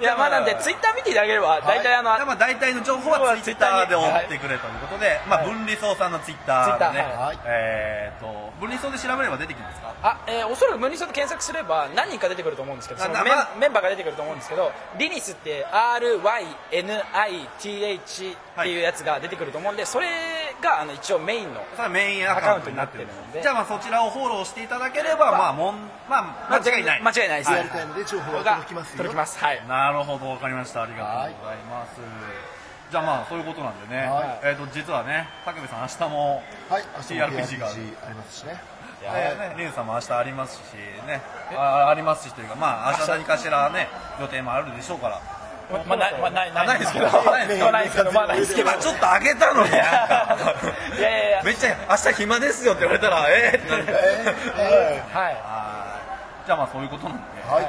E: いやまあなんでツイッター見ていただければ大体あの、
A: はいまあ大体の情報はツイッターで追ってくれということで、まあ、
E: はい
A: 分離総さんのツイッターでね、
E: Twitter はい
A: えー、と分離総で調べれば出てきますか
E: あえーおそらく無理そうで検索すれば何人か出てくると思うんですけど
A: あ
E: その
A: な
E: メン
A: まあ
E: メンバーが出てくると思うんですけどリニスって RYNITH っていうやつが出てくると思うんで、それがあの一応メインの
A: それはメインアカウントになってる
E: アカウントになってるんで
A: じゃあまあそちらをフォローしていただければ、
E: まあ
A: まあもんまあ、間違いない
E: 間違いないです、
A: は
D: リアルタイムで情報が
E: が
D: 届きますよ
E: 届きますはい
A: なるほど、わかりました。ありがとうございます。じゃあまあそういうことなんでね。
D: は
A: えっ、と実はね、竹部さん明日も、
D: はい、
A: TRPG が
D: TRPG ありますしね
A: ね、リュウさんも明日ありますしね、あありますしというかまあ明日何かしらね予定もあるでしょうから。
E: ままあないまあない
A: あないですけど
E: ないですけどないですけどまあないですけど
A: 今ちょっと開けたのに。なんか
E: いやいやいや
A: めっちゃ明日暇ですよって言われたらえーってなる。
D: え
E: はい
A: はいじゃあまあそういうことなんで。
D: はい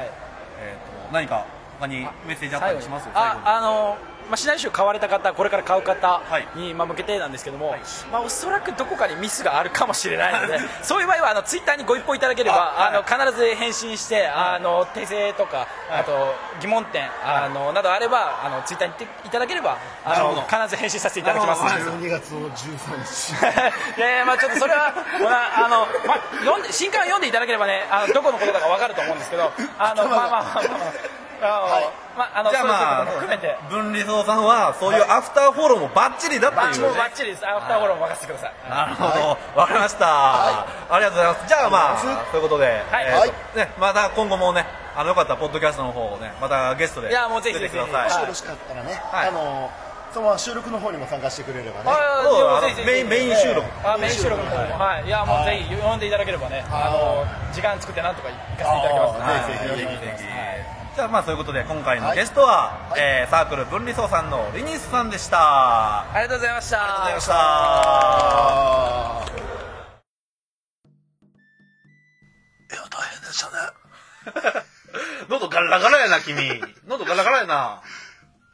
A: えっ、と何か他にメッセージあったりします？最後
E: あ
A: に
E: あのまあ、シナリオ買われた方、これから買う方
A: はい
E: に、まあ、向けてなんですけども、まあ、おそらくどこかにミスがあるかもしれない ので、そういう場合はあのツイッターにご一報いただければ、
A: あは
E: あの必ず返信して、あの訂正とか、あと疑問点、あのなどあれば、あのツイッターに言っていただければ、あ
A: なる
E: の
A: ほど
E: 必ず返信させていただきます
A: なるほど
E: の
A: は
E: で
A: い。
D: 12月の13日
E: いやいやまあちょっとそれは、まあ、あの、まあ、読んで新刊を読んでいただければねあのどこのことだかわかると思うんですけどあのまあまあまあまあまああの
A: じゃあまあ
E: そういうことも含めて
A: 分離層さんはそういうアフターフォローもバッチリだって
E: バッ
A: い
E: チ
A: う
E: も
A: ね
E: バッチリですアフターフォローも任せてください
A: なるほど、わかりました、ありがとうございますじゃあまあということで、
E: い
A: えーとね、また今後もねあのよかったらポッドキャストの方をねまたゲストで
E: いやもうぜひ
A: 出てくだ
E: は
A: さ
D: も
A: い
E: ぜ
D: し
E: ひ
D: よろしかったらね、
A: はい
D: あのそのまま収録の方にも参加してくれればね、
E: あ
A: そう
E: でも
A: あの
E: ぜひぜひ
A: メインメイン収録
E: あメイン収録の方もはいいやもうぜひ読んでいただければねあの時間作ってなんとか行かせ
A: はい
E: ていただきます
D: ぜひぜひ
A: ぜひぜひじゃあまあそういうことで今回のゲストは、えーサークル分離層さんのリニスさんでしたあ
E: ありがとうございました
A: りがとうございま
D: いや大変で
A: した
D: したね
A: 喉ガラガラやな君喉ガラガラやな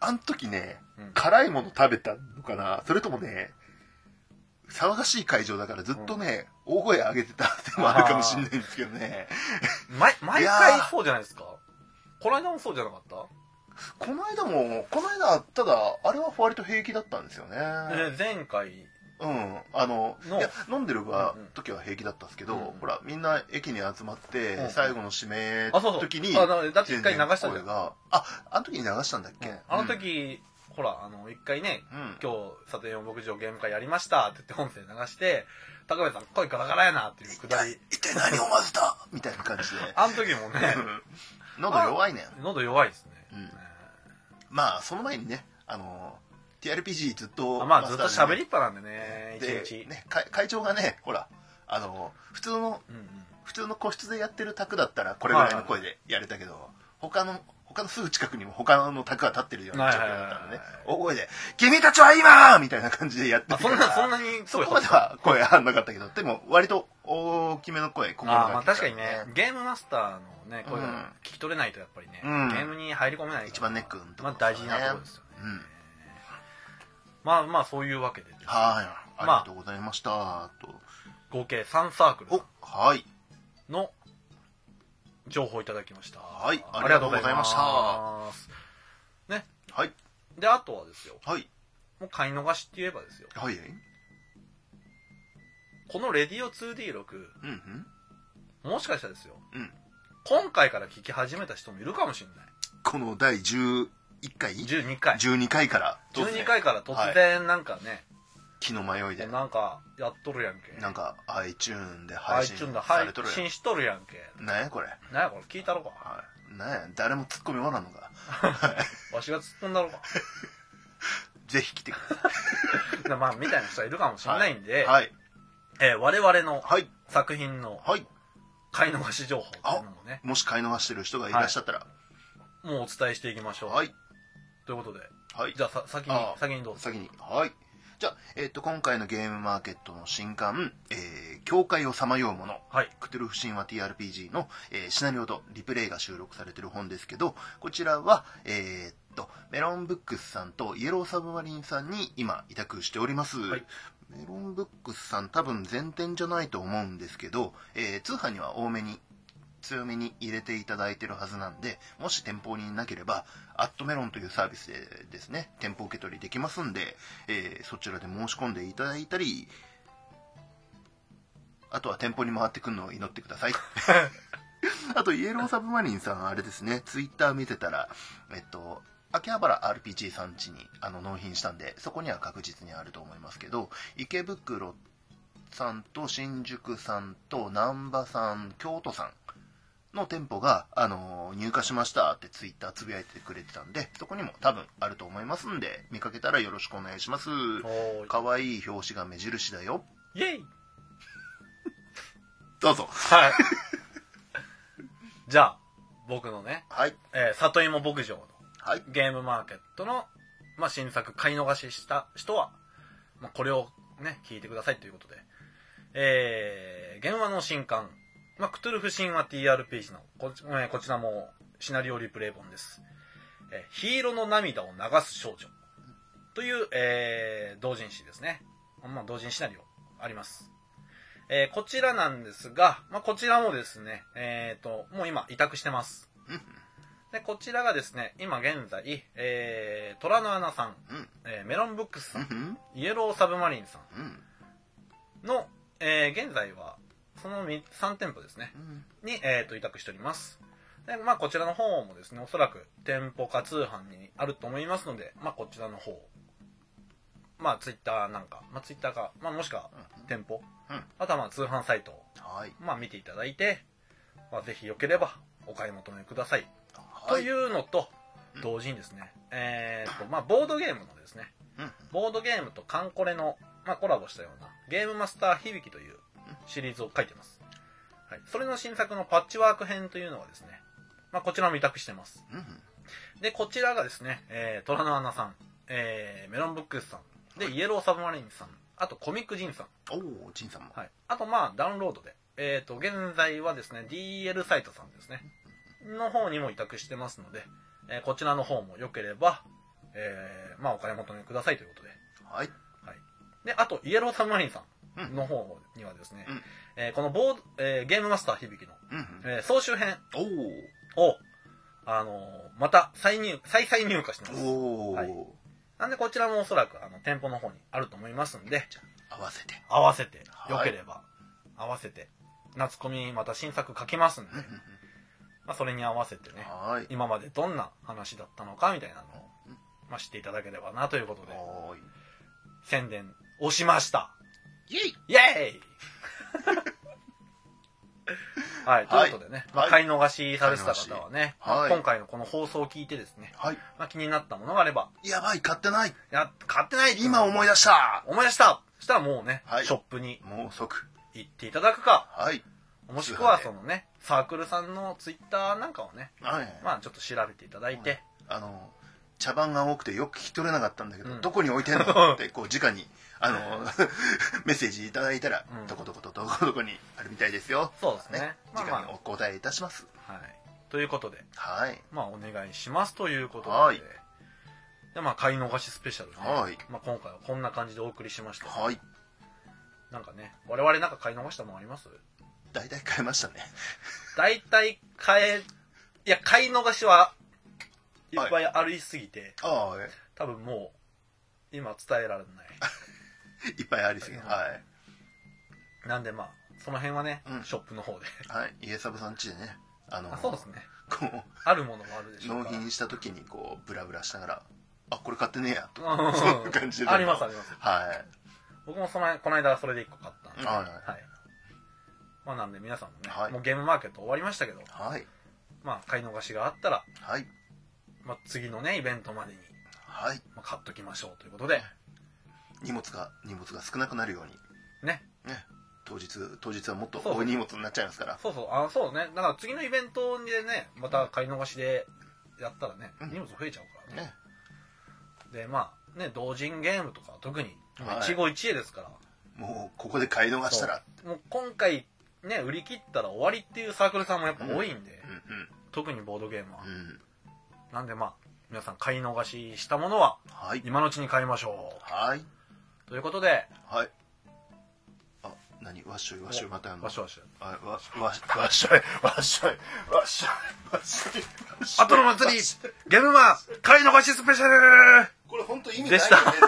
B: あの時ね、辛いもの食べたのかなそれともね、騒がしい会場だからずっとね、大声上げてたってのもあるかもしれないんですけどね。
A: 毎毎
B: いや
A: 回
B: ー
A: そうじゃないですかこの間もそうじゃなかった
B: この間も、この間、ただ、あれは割と平気だったんですよね。
A: で前回
B: うん。あの、い
A: の
B: や、飲んでる場
A: うんうん
B: 時は平気だったんですけど、
A: うんうん
B: ほら、みんな駅に集まって、
A: うんうん
B: 最後の締め
A: あそうそう
B: 時に、
A: あだだって一回流したじゃん
B: 全然声があ、あの時に流したんだっけ、
A: あの時、ほら、あの、一回ね、
B: うん
A: 今日、里4牧場ゲーム会やりましたって言って音声流して、高部さん、声ガラガラやなっていうくだり。
B: 一体何を混ぜたみたいな感じで。
A: あの時もね、
B: 喉弱いね。
A: 喉弱いですね。
B: うんまあ、その前にね、あの、TRPG ずっと、
A: あまあ、ずっと
B: マスター
A: 喋
B: に
A: りっぱなんでね、一
B: で
A: 日。
B: ね、会会長がね、ほら、あの、普通の
A: うんうん
B: 普通の個室でやってる卓だったらこれぐらいの声でやれたけど、他の他のすぐ近くにも他の卓が立ってるような状況だったんでね
A: はいはい、
B: 大声で、君たちは今みたいな感じでやって
A: あ
B: て
A: そんなそんなに
B: そこまでは声はなかったけど、でも割と大きめの声、心
A: あーま
B: が
A: あ確かにねゲームマスターのね声
B: うん
A: が聞き取れないとやっぱりね、
B: うん
A: ゲームに入り込めないから
B: 一番ネックのとこ
A: ま
B: ろ
A: あ
B: ですよね
A: 大事なところですよね
B: うん
A: まあまあそういうわけでです
B: はい。あり
A: まあ
B: がとうございました。と
A: 合計3サーク
B: お
A: ル、
B: はい。
A: の情報をいただきました
B: はいありがとうございました
A: ありがとうございますね
B: はい。
A: であとはですよ
B: はい。
A: もう買い逃しって言えばですよ
B: はい。
A: この「レディオ 2D6
B: うんうん。」
A: もしかしたらですよ、
B: うん
A: 今回から聞き始めた人もいるかもしれない
B: この第11回
A: 12回
B: ?12 回から。
A: 12回から突然なんかね、
B: 気の迷いで。
A: なんかやっとるやんけ
B: なんか iTune で配信
A: iTunes で
B: さ
A: 配
B: れとるや
A: 信しとるやんけ
B: ん。なんやこれ。
A: なんやこれ聞いたろか
B: はい。なんや、誰も突っ込みおらんのか。
A: わしが突っ込んだろか
B: ぜひ来てくだ
A: なまあみたいな人はいるかもしれ
B: さい。
A: ないんで、
B: はい。
A: えー我々の
B: はい。
A: 作品の
B: はい。
A: 買い逃し情報っていうのもね
B: もし買い逃してる人がいらっしゃったら。
A: もうお伝えしていきましょう、
B: はい。
A: ということで
B: はい。
A: じゃあさ先に
B: あー
A: 先にどうぞ
B: 先に。はい。じゃあ、えっと、今回のゲームマーケットの新刊、えー、境界をさまようもの。
A: はい
B: クトゥルフ神話 TRPG の、えーシナリオとリプレイが収録されてる本ですけど、こちらは、えーっと、メロンブックスさんとイエローサブマリンさんに今委託しております。
A: はい
B: メロンブックスさん多分全店じゃないと思うんですけど、えー通販には多めに、強めに入れていただいてるはずなんで、もし店舗になければ、アットメロンというサービスでですね、店舗受け取りできますんで、えーそちらで申し込んでいただいたり、あとは店舗に回ってくるのを祈ってください。あと、イエローサブマリンさん、あれですね、ツイッター見てたら、えっと、秋葉原 RPG さん家にあの納品したんで、そこには確実にあると思いますけど、池袋さんと新宿さんと難波さん、京都さんの店舗が、あのー入荷しましたってツイッターつぶやいてくれてたんで、そこにも多分あると思いますんで、見かけたらよろしくお願いします。
A: おー
B: かわいい表紙が目印だよ。
A: イエイ
B: どうぞ。
A: はいじゃあ僕のね、
B: はい。
A: えー里芋牧場の
B: はい。
A: ゲームマーケットの、まあ、新作買い逃しした人は、まあ、これをね、聞いてくださいということで、えー、現話の新刊、まあ、クトゥルフ神話 TRPG のこ,、えーこちらもシナリオリプレイ本です。えーヒーローの涙を流す少女という、えー同人誌ですね。まあ、同人シナリオあります。えーこちらなんですが、まあ、こちらもですね、えっ、と、もう今委託してます。でこちらがですね今現在、えー、虎の穴さん、
B: うん
A: えーメロンブックスさん
B: うん。
A: イエローサブマリンさ
B: うん。
A: んの、えー現在はそのみ3店舗ですね
B: うん。
A: に、えーと委託しておりますでまあこちらの方もですねおそらく店舗か通販にあると思いますのでまあこちらの方まあツイッターなんか、まあ、ツイッターか、まあ、もしくは店舗、
B: うん
A: あとはまあ通販サイトを、
B: はい。
A: まあ、見ていただいて、まあ、ぜひよければお買い求めくださいと
B: う。
A: いうのと同時にですね、えーとまあ、ボードゲームのですね、
B: うん
A: ボードゲームとカンコレの、まあ、コラボしたようなゲームマスター響きというシリーズを書いてます、はい、それの新作のパッチワーク編というのはですね、まあ、こちらも委託してます
B: うん。
A: でこちらがですね、えー、虎の穴さん、えーメロンブックスさんでイエローサブマリンさんあとコミックジンさん、
B: おお、陳さんも。
A: はい、あとまあダウンロードでえーと現在はですね DL サイトさんですねの方にも委託してますので、えーこちらの方も良ければ、えーまあお買い求めくださいということで。
B: はい。
A: はい。で、あと、イエローサブマリンさんの方にはですね、
B: うん
A: えーこのボード、えーゲームマスター響きの、
B: うん。
A: えー総集編
B: お
A: を、あのーまた再入、再々入荷してま
B: お。
A: す。
B: おお、
A: はいなんで、こちらもおそらく、あの、店舗の方にあると思いますんで、
B: 合わせて。
A: 合わせて、良
B: はい
A: ければ、合わせて、夏コミまた新作書きますんで、まあ、それに合わせてね、
B: はい。
A: 今までどんな話だったのかみたいなのを、まあ、知っていただければなということで
B: は
A: 宣伝をしました
B: い。イェイ
A: イエ ーイはい、と
B: はいいう
A: ことでね、
B: はい
A: まあ、買い逃しされてた方はね、
B: 買い逃しはい
A: まあ今回のこの放送を聞いてですね、
B: はい。
A: まあ、気になったものがあれば
B: やばい、買ってない。
A: いや買ってない
B: 今思い
A: い
B: 出した。
A: 思い出したそしたらもうね、
B: はい
A: ショップに
B: もう即。
A: 行っていただくか
B: はい。
A: もしくはそのね、サークルさんのツイッターなんかをね、
B: はい
A: まあちょっと調べていただいて、
B: あの茶番が多くてよく聞き取れなかったんだけど、
A: うん
B: どこに置いてんのってこう直にあのメッセージいただいたら、
A: うん
B: どこどことどこどこにあるみたいですよ
A: そうですねまあまあ
B: 直にお答えいたします
A: はい。ということで、
B: はい
A: まあお願いしますということで、
B: はい
A: で、まあ買い逃しスペシャルね、
B: はい
A: まあ今回はこんな感じでお送りしました。
B: はい
A: なんかね、我々なんか買い逃したもんあります
B: 大体変えましたね
A: 大体買え、いや、買い逃しはいっぱいありすぎて、
B: ああえ
A: 多分もう、今伝えられない。
B: いっぱいありすぎ
A: はい
B: は
A: なんでまあ、その辺はね、
B: うん
A: ショップの方で。
B: い、はい、家サブさん家でねあの
A: あ、そうですね。
B: こう
A: あるものもあるでしょう
B: 納
A: か
B: 品した時にこうブラブラしながらあこれ買ってねえやと
A: うん
B: そういう感じで
A: ありますあります。
B: はい
A: 僕もそのこの間それで1個買ったんで。
B: はいはい
A: まあなんで皆さんもね、
B: はい
A: もうゲームマーケット終わりましたけど、
B: はい
A: まあ買い逃しがあったら、
B: はい
A: まあ次のね、イベントまでに、
B: はい
A: まあ、買っときましょうということで、
B: 荷物が荷物が少なくなるように
A: ね。
B: ね、当日当日はもっと
A: そうそう
B: 多い荷物になっちゃいますから
A: そうそう、あ、そうね。だから次のイベントでね、また買い逃しでやったらね、
B: うん
A: 荷物増えちゃうからね。
B: ね
A: でまあね同人ゲームとか特に
B: はい
A: 一期一会ですから、
B: もうここで買い逃したら
A: もう今回ね売り切ったら終わりっていうサークルさんもやっぱ多いんで、
B: うん
A: 特にボードゲームは、
B: うんうん
A: なんでまあ皆さん買い逃ししたものは
B: はい
A: 今のうちに買いましょ
B: はいう
A: ということで
B: はいあ何わっしょいわっしょいまたやんの
A: わしわし
B: あわわわっしょいわっしょいわっしょいわっしょいわっしょい
A: 後の祭りゲームマン買い逃しスペシャル
B: これ本当意味ないよね
A: でした
B: 絶対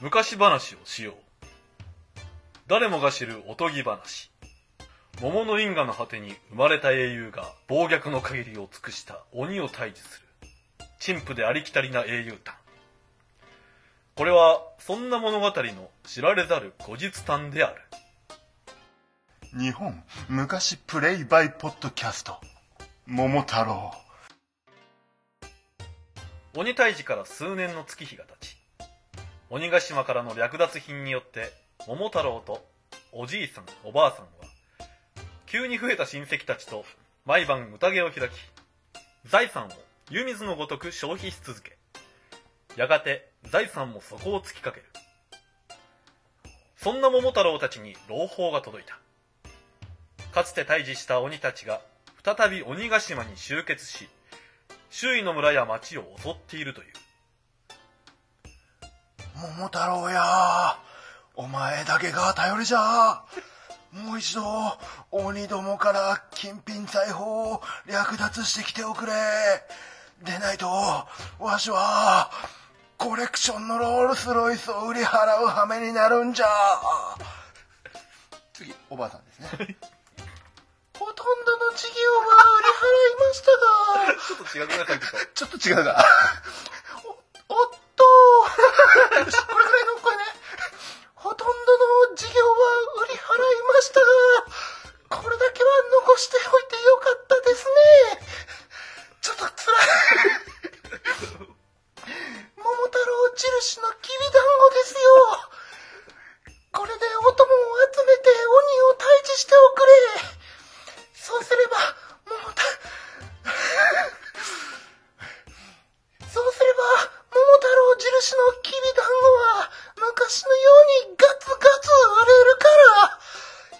A: 昔話をしよう誰もが知るおとぎ話桃の因果の果てに生まれた英雄が暴虐の限りを尽くした鬼を退治する陳腐でありきたりな英雄譚これはそんな物語の知られざる後日譚である
B: 日本昔プレイバイポッドキャスト桃太郎
A: 鬼退治から数年の月日が経ち鬼ヶ島からの略奪品によって桃太郎とおじいさんおばあさんは急に増えた親戚たちと毎晩宴を開き財産を湯水のごとく消費し続けやがて財産も底をつきかけるそんな桃太郎たちに朗報が届いたかつて退治した鬼たちが再び鬼ヶ島に集結し周囲の村や町を襲っているという
B: 桃太郎やお前だけが頼りじゃもう一度鬼どもから金品財宝を略奪してきておくれでないとわしはコレクションのロールスロイスを売り払う羽目になるんじゃ次おばあさんですねほとんどの事業は売り払いましたが
A: ちょっと違くないさっきと。
B: ちょっと違う が。お、おっとこれくらいの声ね。ほとんどの事業は売り払いましたが、これだけは残しておいてよかったですね。ちょっと辛い。桃太郎印のきびだんごですよ。これでお供を集めて鬼を退治しておくれ。そうすれば、桃太、そうすれば、桃太郎印のきびだんごは、昔のようにガツガツ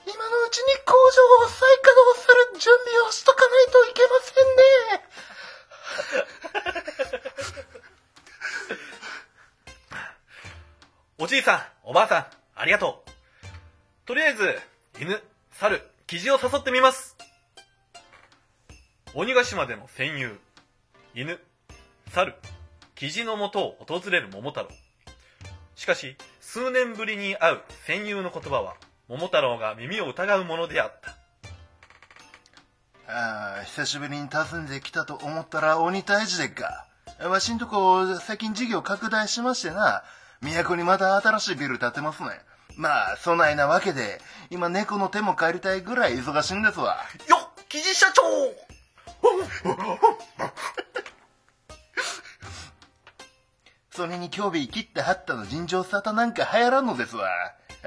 B: 売れるから、今のうちに工場を再稼働する準備をしとかないといけませんね。
A: おじいさん、おばあさん、ありがとう。とりあえず、犬、猿、キジを誘ってみます。鬼ヶ島での戦友、犬、猿、キジのもとを訪れる桃太郎。しかし、数年ぶりに会う戦友の言葉は、桃太郎が耳を疑うものであった。
B: ああ、久しぶりに訪ねてきたと思ったら鬼退治でっか。わしんとこ、最近事業拡大しましてな、都にまた新しいビル建てますね。まあ、そないなわけで、今猫の手も借りたいぐらい忙しいんですわ。
A: よっ記事社長
B: それに今日日切ってはったの尋常沙汰なんか流行らんのですわ。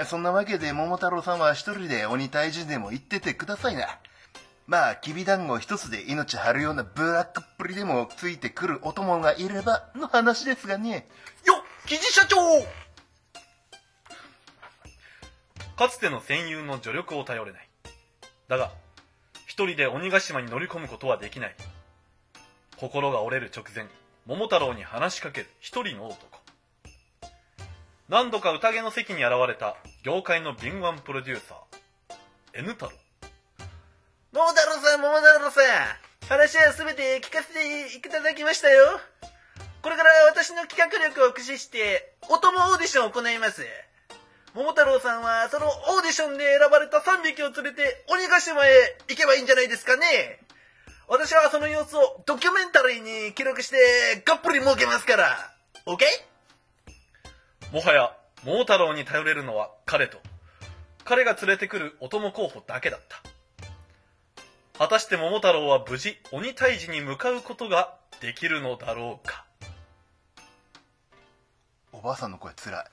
B: そんなわけで桃太郎さんは一人で鬼退治でも行っててくださいな。まあ、きびだんご一つで命張るようなブラックっぷりでもついてくるお供がいればの話ですがね。
A: よっ記事社長かつての戦友の助力を頼れない。だが、一人で鬼ヶ島に乗り込むことはできない。心が折れる直前、桃太郎に話しかける一人の男。何度か宴の席に現れた業界の敏腕プロデューサー、N 太郎。桃太郎さん、桃太郎さん、話はすべて聞かせていただきましたよ。これから私の企画力を駆使して、お供オーディションを行います。桃太郎さんはそのオーディションで選ばれた3匹を連れて鬼ヶ島へ行けばいいんじゃないですかね。私はその様子をドキュメンタリーに記録してがっぷり儲けますから。オッケーもはや桃太郎に頼れるのは彼と、彼が連れてくるお供候補だけだった。果たして桃太郎は無事鬼退治に向かうことができるのだろうか。
B: おばあさんの声つらい。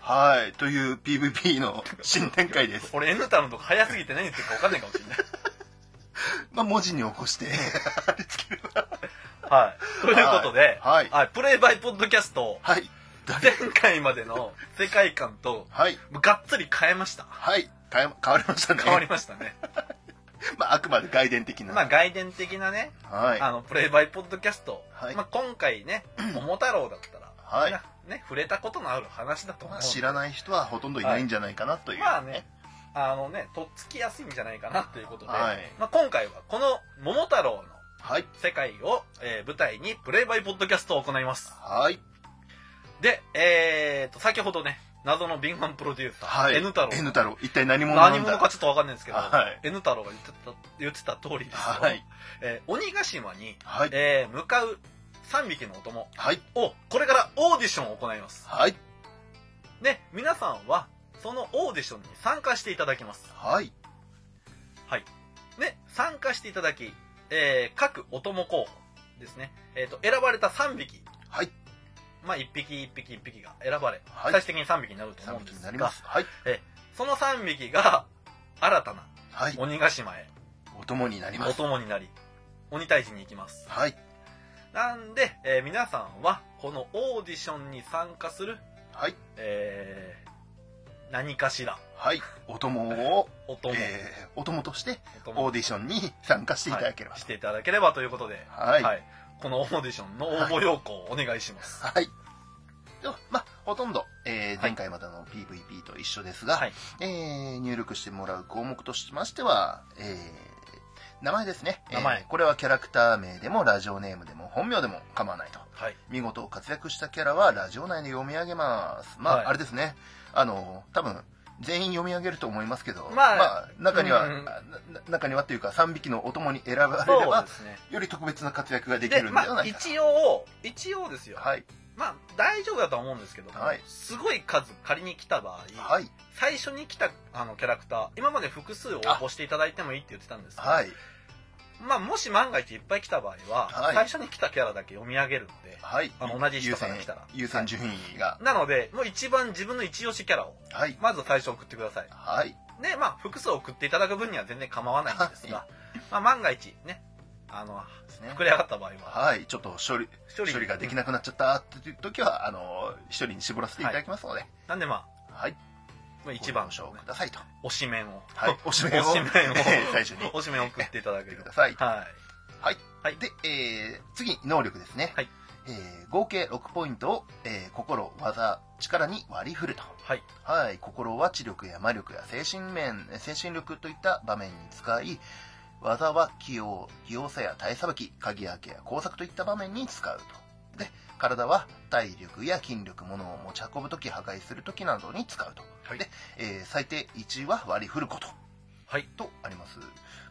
B: はい、という PVP の新展開です。
A: 俺 N タウンとか早すぎて何言ってるか分かんないかもしれない。
B: まあ、文字に起こして、貼り付ける。
A: はい。ということで、
B: はいはい
A: プレイバイポッドキャスト、
B: はい、
A: 前回までの世界観と、
B: はい、
A: がっつり変えました。
B: はい、変え変わりましたね。
A: 変わりましたね。
B: まあ、あくまで外伝的な。
A: まあ、外伝的なね、
B: はい。
A: あの、プレイバイポッドキャスト、
B: はい
A: まあ、今回 ね、桃太郎だったら、
B: はい
A: みんなね、触れたことのある話だと思うん
B: ま
A: で。
B: あ、知らない人はほとんどいないんじゃないかなという。
A: まあね、あのね、とっつきやすいんじゃないかなということで、
B: はい
A: まあ、今回はこの桃太郎の
B: はい。
A: 世界を、えー舞台にプレイバイポッドキャストを行います。
B: はい。
A: で、えー、と、先ほどね、謎の敏腕プロデューサー、
B: はい。
A: N 太郎。
B: N 太郎。一体何者なんだ
A: 何者かちょっとわかんないんですけど、
B: はい
A: N 太郎が言ってた、言ってた通りですよ。
B: はい。
A: えー鬼ヶ島に、
B: はい。
A: えー向かう3匹のお供
B: はい。
A: を、これからオーディションを行います。
B: はい。
A: で、皆さんは、そのオーディションに参加していただきます。
B: はい。
A: で、参加していただき、えー各お供候補ですね。えっ、と、選ばれた3匹。
B: はい。
A: まあ、1匹1匹1匹が選ばれ、
B: はい
A: 最終的に3匹になると思
B: 3
A: うんで
B: 匹
A: す
B: に
A: が、
B: なります。はい。
A: その3匹が、新たな
B: はい。
A: 鬼ヶ島へ
B: お供になりま
A: お
B: す。
A: 供になり、鬼退治に行きます。
B: はい。
A: なんで、えー皆さんは、このオーディションに参加する、
B: はい。
A: えー何かしら、
B: はい。お供を、
A: お供、
B: えー、お供として
A: お供
B: オーディションに参加していただければ
A: はい。していただければということで、
B: はい。はい。
A: このオーディションの応募要項をお願いします。
B: では、まあ、ほとんど、
A: は
B: えー
A: い
B: 前回までの PVP と一緒ですが、
A: はい
B: えー入力してもらう項目としましては、えー名前ですね。
A: 名前
B: えーこれはキャラクター名でも、ラジオネームでも、本名でも構わないと。
A: はい。
B: 見事活躍したキャラはラジオ内で読み上げます。まあ、
A: はい
B: あれですね。あの、多分、全員読み上げると思いますけど、
A: まあ
B: 中には、
A: うん
B: なな中にはっていうか、3匹のお供に選ばれれ
A: そう
B: ば
A: で、すね。
B: より特別な活躍ができ
A: で、
B: るんで
A: ま
B: は
A: あ、
B: ないか。
A: 一応、一応ですよ。
B: はい。
A: まあ、大丈夫だとは思うんですけども、
B: はい
A: すごい数仮に来た場合、
B: はい。
A: 最初に来たあのキャラクター、今まで複数応募していただいてもいいって言ってたんですけど、
B: はい。
A: まあ、もし万が一いっぱい来た場合は、
B: はい
A: 最初に来たキャラだけ読み上げるので、
B: はい。
A: あの同じ人から
B: 優先
A: 来たら
B: 優先順位が。
A: なので、もう一番自分の一押しキャラを、
B: はい。
A: まず最初送ってください。
B: はい。
A: で、まあ、複数送っていただく分には全然構わないんですが、まあ、万が一、ね、あの、
B: ですね
A: 膨れ上がった場合は、
B: はい。ちょっと処理、
A: 処理
B: 処理ができなくなっちゃったっていう時は、あの、一人に絞らせていただきますので、
A: なんでま
B: はい。
A: あ、まあ一番
B: ご
A: の、
B: 了承くださいと。
A: 推しメンを、
B: はい。おしめを、
A: 推しメンを
B: 最初に。
A: 推しメンを送っていただけ
B: て
A: る
B: くだ
A: と。
B: さい。
A: はい。
B: はい。
A: はい
B: で、えー、次、能力ですね。
A: はい
B: えー合計6ポイントを、えー心、技、力に割り振ると。
A: はい。
B: はい。心は知力や魔力や精神面、えー精神力といった場面に使い、技は器用、器用さや体さばき、鍵開けや工作といった場面に使うと。で、体は体力や筋力、物を持ち運ぶとき、破壊するときなどに使うと。
A: はい
B: で、えー最低1は割り振ること。
A: はい
B: とあります。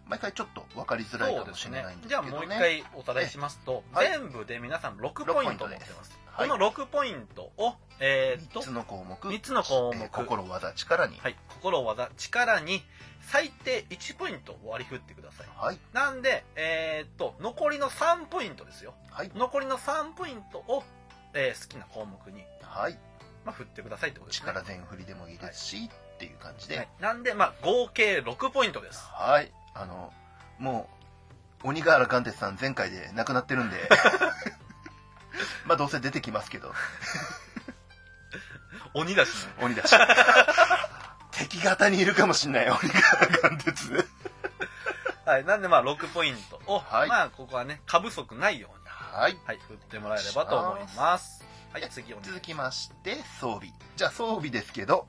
B: 毎回ちょっと分かりづらい
A: そう
B: か
A: で
B: も
A: す
B: しれ
A: ね
B: ないんで
A: じ
B: すけ
A: ゃあ
B: どね。
A: もう一回おさらいしますと、
B: はい
A: 全部で皆さん6ポイント持ってます、
B: はい
A: この6ポイントをえーっと
B: 3つの項目。
A: 三つの項目
B: えー心、技、力に。
A: はい、心技力に最低1ポイントを割り振ってください
B: はい。
A: なんでえーっと残りの3ポイントですよ
B: はい。
A: 残りの3ポイントを、えー好きな項目に、
B: はい。
A: まあ、振ってくださいってことですね
B: 力全振りでもいいですし、っていう感じで。
A: はい、なんで、まあ、合計6ポイントです
B: はい。あの、もう、鬼ヶ原貫徹さん前回で亡くなってるん で、まあどうせ出てきますけど、
A: 鬼だしね
B: 鬼だし。敵方にいるかもしんない、鬼ヶ原貫徹。
A: はい、なんでまあ6ポイントを、
B: はい
A: まあここはね、過不足ないように、
B: はい。
A: はい、振ってもらえればと思います。はい、次お願いし
B: 続きまして、装備。じゃあ装備ですけど、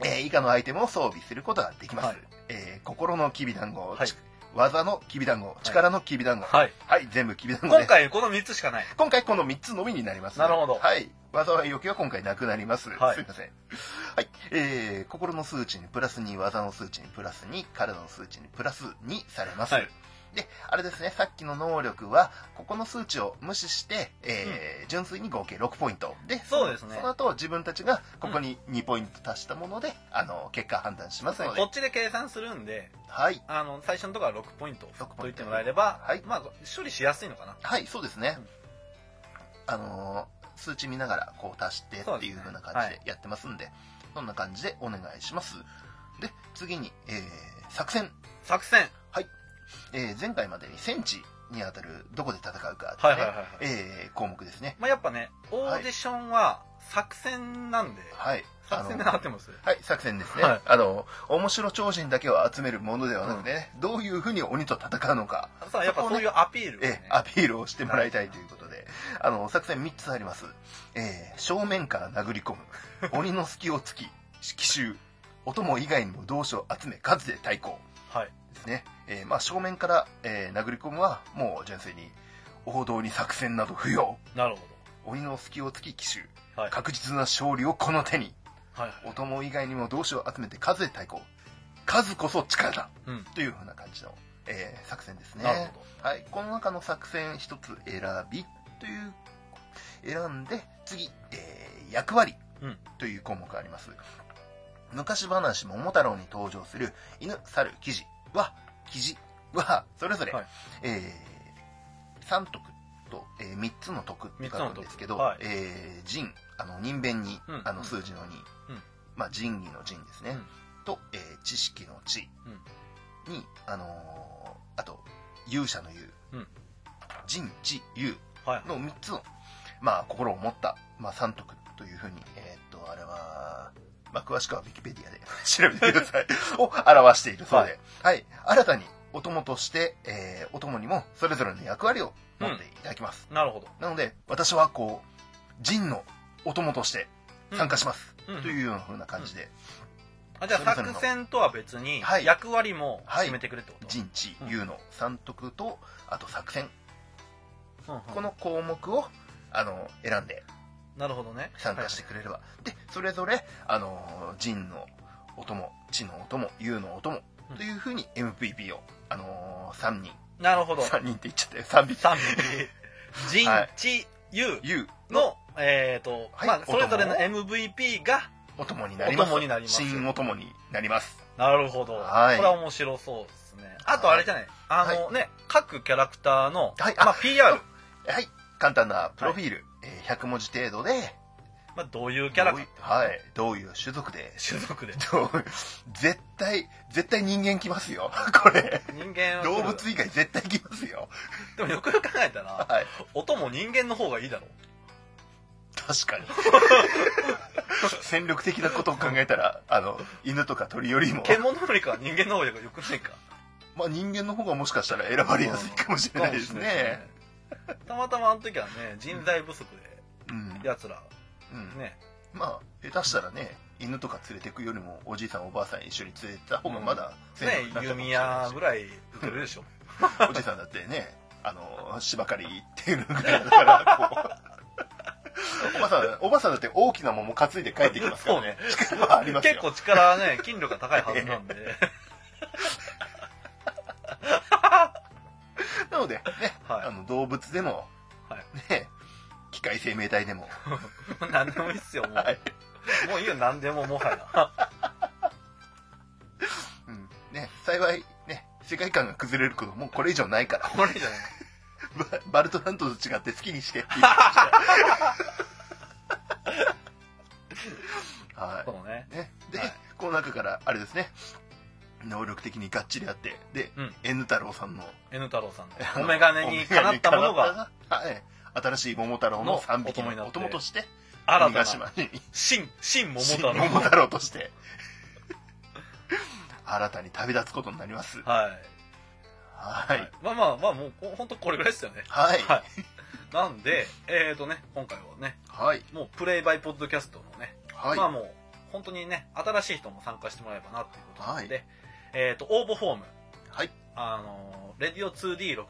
B: えー以下のアイテムを装備することができます。
A: はい
B: えー心のきびだんご、
A: はい
B: ち技のきびだんご、力のきびだんご。はい、
A: はい、
B: 全部きびだんご
A: 今
B: です。
A: 回この3つしかない。
B: 今回この3つのみになります。
A: なるほど
B: はい。技は余計は今回なくなります。
A: はい
B: すいません。はい。えー、心の数値にプラス2、技の数値にプラス2、体の数値にプラス2されます。
A: はい
B: で、あれですね、さっきの能力は、ここの数値を無視して、えー純粋に合計6ポイント。で、
A: そうですね
B: その後、自分たちがここに2ポイント足したもので、あの、結果判断しますの
A: こ
B: で
A: っ、ちで計算するんで、
B: はい。
A: あの、最初のところは6ポイントを振っと
B: 6
A: いて
B: ポイント
A: もらえれば、
B: はい
A: まあ、処理しやすいのかな。
B: はい、そうですね。
A: うん
B: あのー数値見ながらこう足して
A: そう
B: っ
A: で
B: て
A: す
B: い
A: ね
B: う風な感じでやってますんで、そんな感じでお願いします。で、次に、えー作戦。
A: 作戦。
B: えー前回までに戦地にあたるどこで戦うかって
A: は
B: ね、
A: いはいはいはい。
B: えー項目ですね。
A: まあやっぱね、オーディションは作戦なんで、
B: はい。あ
A: 作
B: の
A: 戦でなってます。
B: はい、作戦ですね。
A: はい
B: あの、面白超人だけを集めるものではなくてね、どういう風に鬼と戦うのか、
A: さあやっぱそういうアピールを
B: え
A: ね
B: ー、アピールをしてもらいたいということで、あの、作戦3つあります。えー正面から殴り込 む、鬼の隙を突き、奇襲、お供以外にも同志を集め、数で対抗
A: はい。
B: ですね。えーまあ、正面から、えー殴り込むは、もう純粋に、王道に作戦など不要。
A: なるほ
B: 鬼の隙を突き、奇襲、
A: ど。はい。
B: 確実な勝利をこの手に。
A: はい。
B: お供以外にも同志を集めて数で対抗。数こそ力だ
A: うん。
B: というふうな感じの、えー作戦ですね。
A: なるほど。
B: はい、この中の作戦一つ選びという選んで次、えー役割
A: うん
B: という項目があります、昔話「桃太郎」に登場する犬猿キジはキジはそれぞれ、
A: はい
B: え3徳と、え3つの徳って書くんですけ
A: 三
B: ど、
A: つの徳はい
B: えー仁あの人弁に、
A: うん
B: あの数字の2、
A: うん
B: まあ、仁義の仁ですね、
A: うん
B: と、えー知識の知に、あのーあと勇者の勇、
A: うん
B: 人知勇
A: はい。
B: の3つの、まあ、心を持った、まあ、三徳というふうに、えーっとあれは、まあ、詳しくはウィキペディアで 調べてく ださいを表しているそうで、はい新たにお供として、えーお供にもそれぞれの役割を持っていただきます、
A: なるほど。
B: なので私はこう人のお供として参加します、
A: うん
B: というような感じで、
A: あじゃあ
B: それぞれの
A: 作戦とは別に
B: はい
A: 役割も決めてくれってこと、
B: 人知勇の三徳とあと作戦
A: うんうん
B: この項目をあの選んで
A: なるほどね
B: 参加してくれれば、でそれぞれあの仁のお供知のお供優のお供
A: うん
B: というふうに MVP をあの3人
A: はいなるほど
B: 3人って言っちゃったよ3匹
A: 三匹人
B: はい
A: 知優
B: 優の
A: のえっ、と、
B: はい
A: まあ
B: お供
A: それぞれの MVP が
B: お供になります
A: お供になります
B: 新お供になります
A: なるほど、
B: はい
A: これは面白そうですねあとあれじゃないあの、ね各キャラクターの、
B: はいあ
A: まあ、PR、
B: はい簡単なプロフィール、えー100文字程度で
A: まあ、どういうキャラ
B: ど
A: か
B: ういうはい、どういう種族で
A: 種族 で
B: どう絶対絶対人間来ますよこれ
A: 人間は来
B: 動
A: る
B: 物以外絶対来ますよ
A: でもよくよく考えたら
B: はい
A: 音も人間の方がいいだろう
B: 確かに戦力的なことを考えたらあの犬とか鳥よりも、
A: 獣よりかは人間の方がよくないか
B: まあ、人間の方がもしかしたら選ばれやすいかもしれないですね
A: たまたまあの時はね人材不足
B: うん
A: でやつら
B: うん
A: ね
B: まあ下手したらね犬とか連れてくよりもおじいさんおばあさん一緒に連れてった方がまだ
A: ね
B: 戦力に なったかも
A: 弓
B: しれない
A: 矢
B: し
A: ぐらい打てるでしょ
B: おじいさんだってねあの芝刈りっていうのぐらいだからこうおばさんおばさんだって大きな 桃担いで帰ってきますからね力はありますよ
A: 結構力ね筋力が高いはずなんで
B: で、ね
A: はい
B: あの動物でも、
A: はい
B: ね、機械生命体でも、
A: 何でもいいっすよ、もう。
B: はい
A: もういいよ、何でも、もはや。
B: うんね、幸い、ね、世界観が崩れることもうこれ以上ないから
A: これじゃない。
B: ババルトラントと違って好きにして っていうはい
A: そうね。
B: ね、で、
A: はい
B: この中からあれですね能力的にがっちりあってで、
A: うん
B: N 太郎さんの
A: N 太郎さんの
B: あ
A: お
B: の
A: 眼鏡にかなったものが
B: お眼鏡にかなったがはい、新しい桃太郎の
A: の
B: 3匹
A: お供にな
B: の
A: って
B: お供として
A: 新
B: 鬼ヶ
A: たな
B: 島に
A: 新新桃
B: 新
A: 太郎
B: 桃太郎として新たに旅立つことになります
A: はい
B: は
A: はい
B: い
A: まあまあまあもうこほんとこれぐらいですよね
B: はい
A: はいなんでえっ、ー、とね今回はね
B: はい
A: もうプレイバイポッドキャストのね、
B: はい
A: まあもう本当にね新しい人も参加してもらえばなっていうことなので、えっ、と応募フォーム
B: はい
A: あのレディオ 2D6 の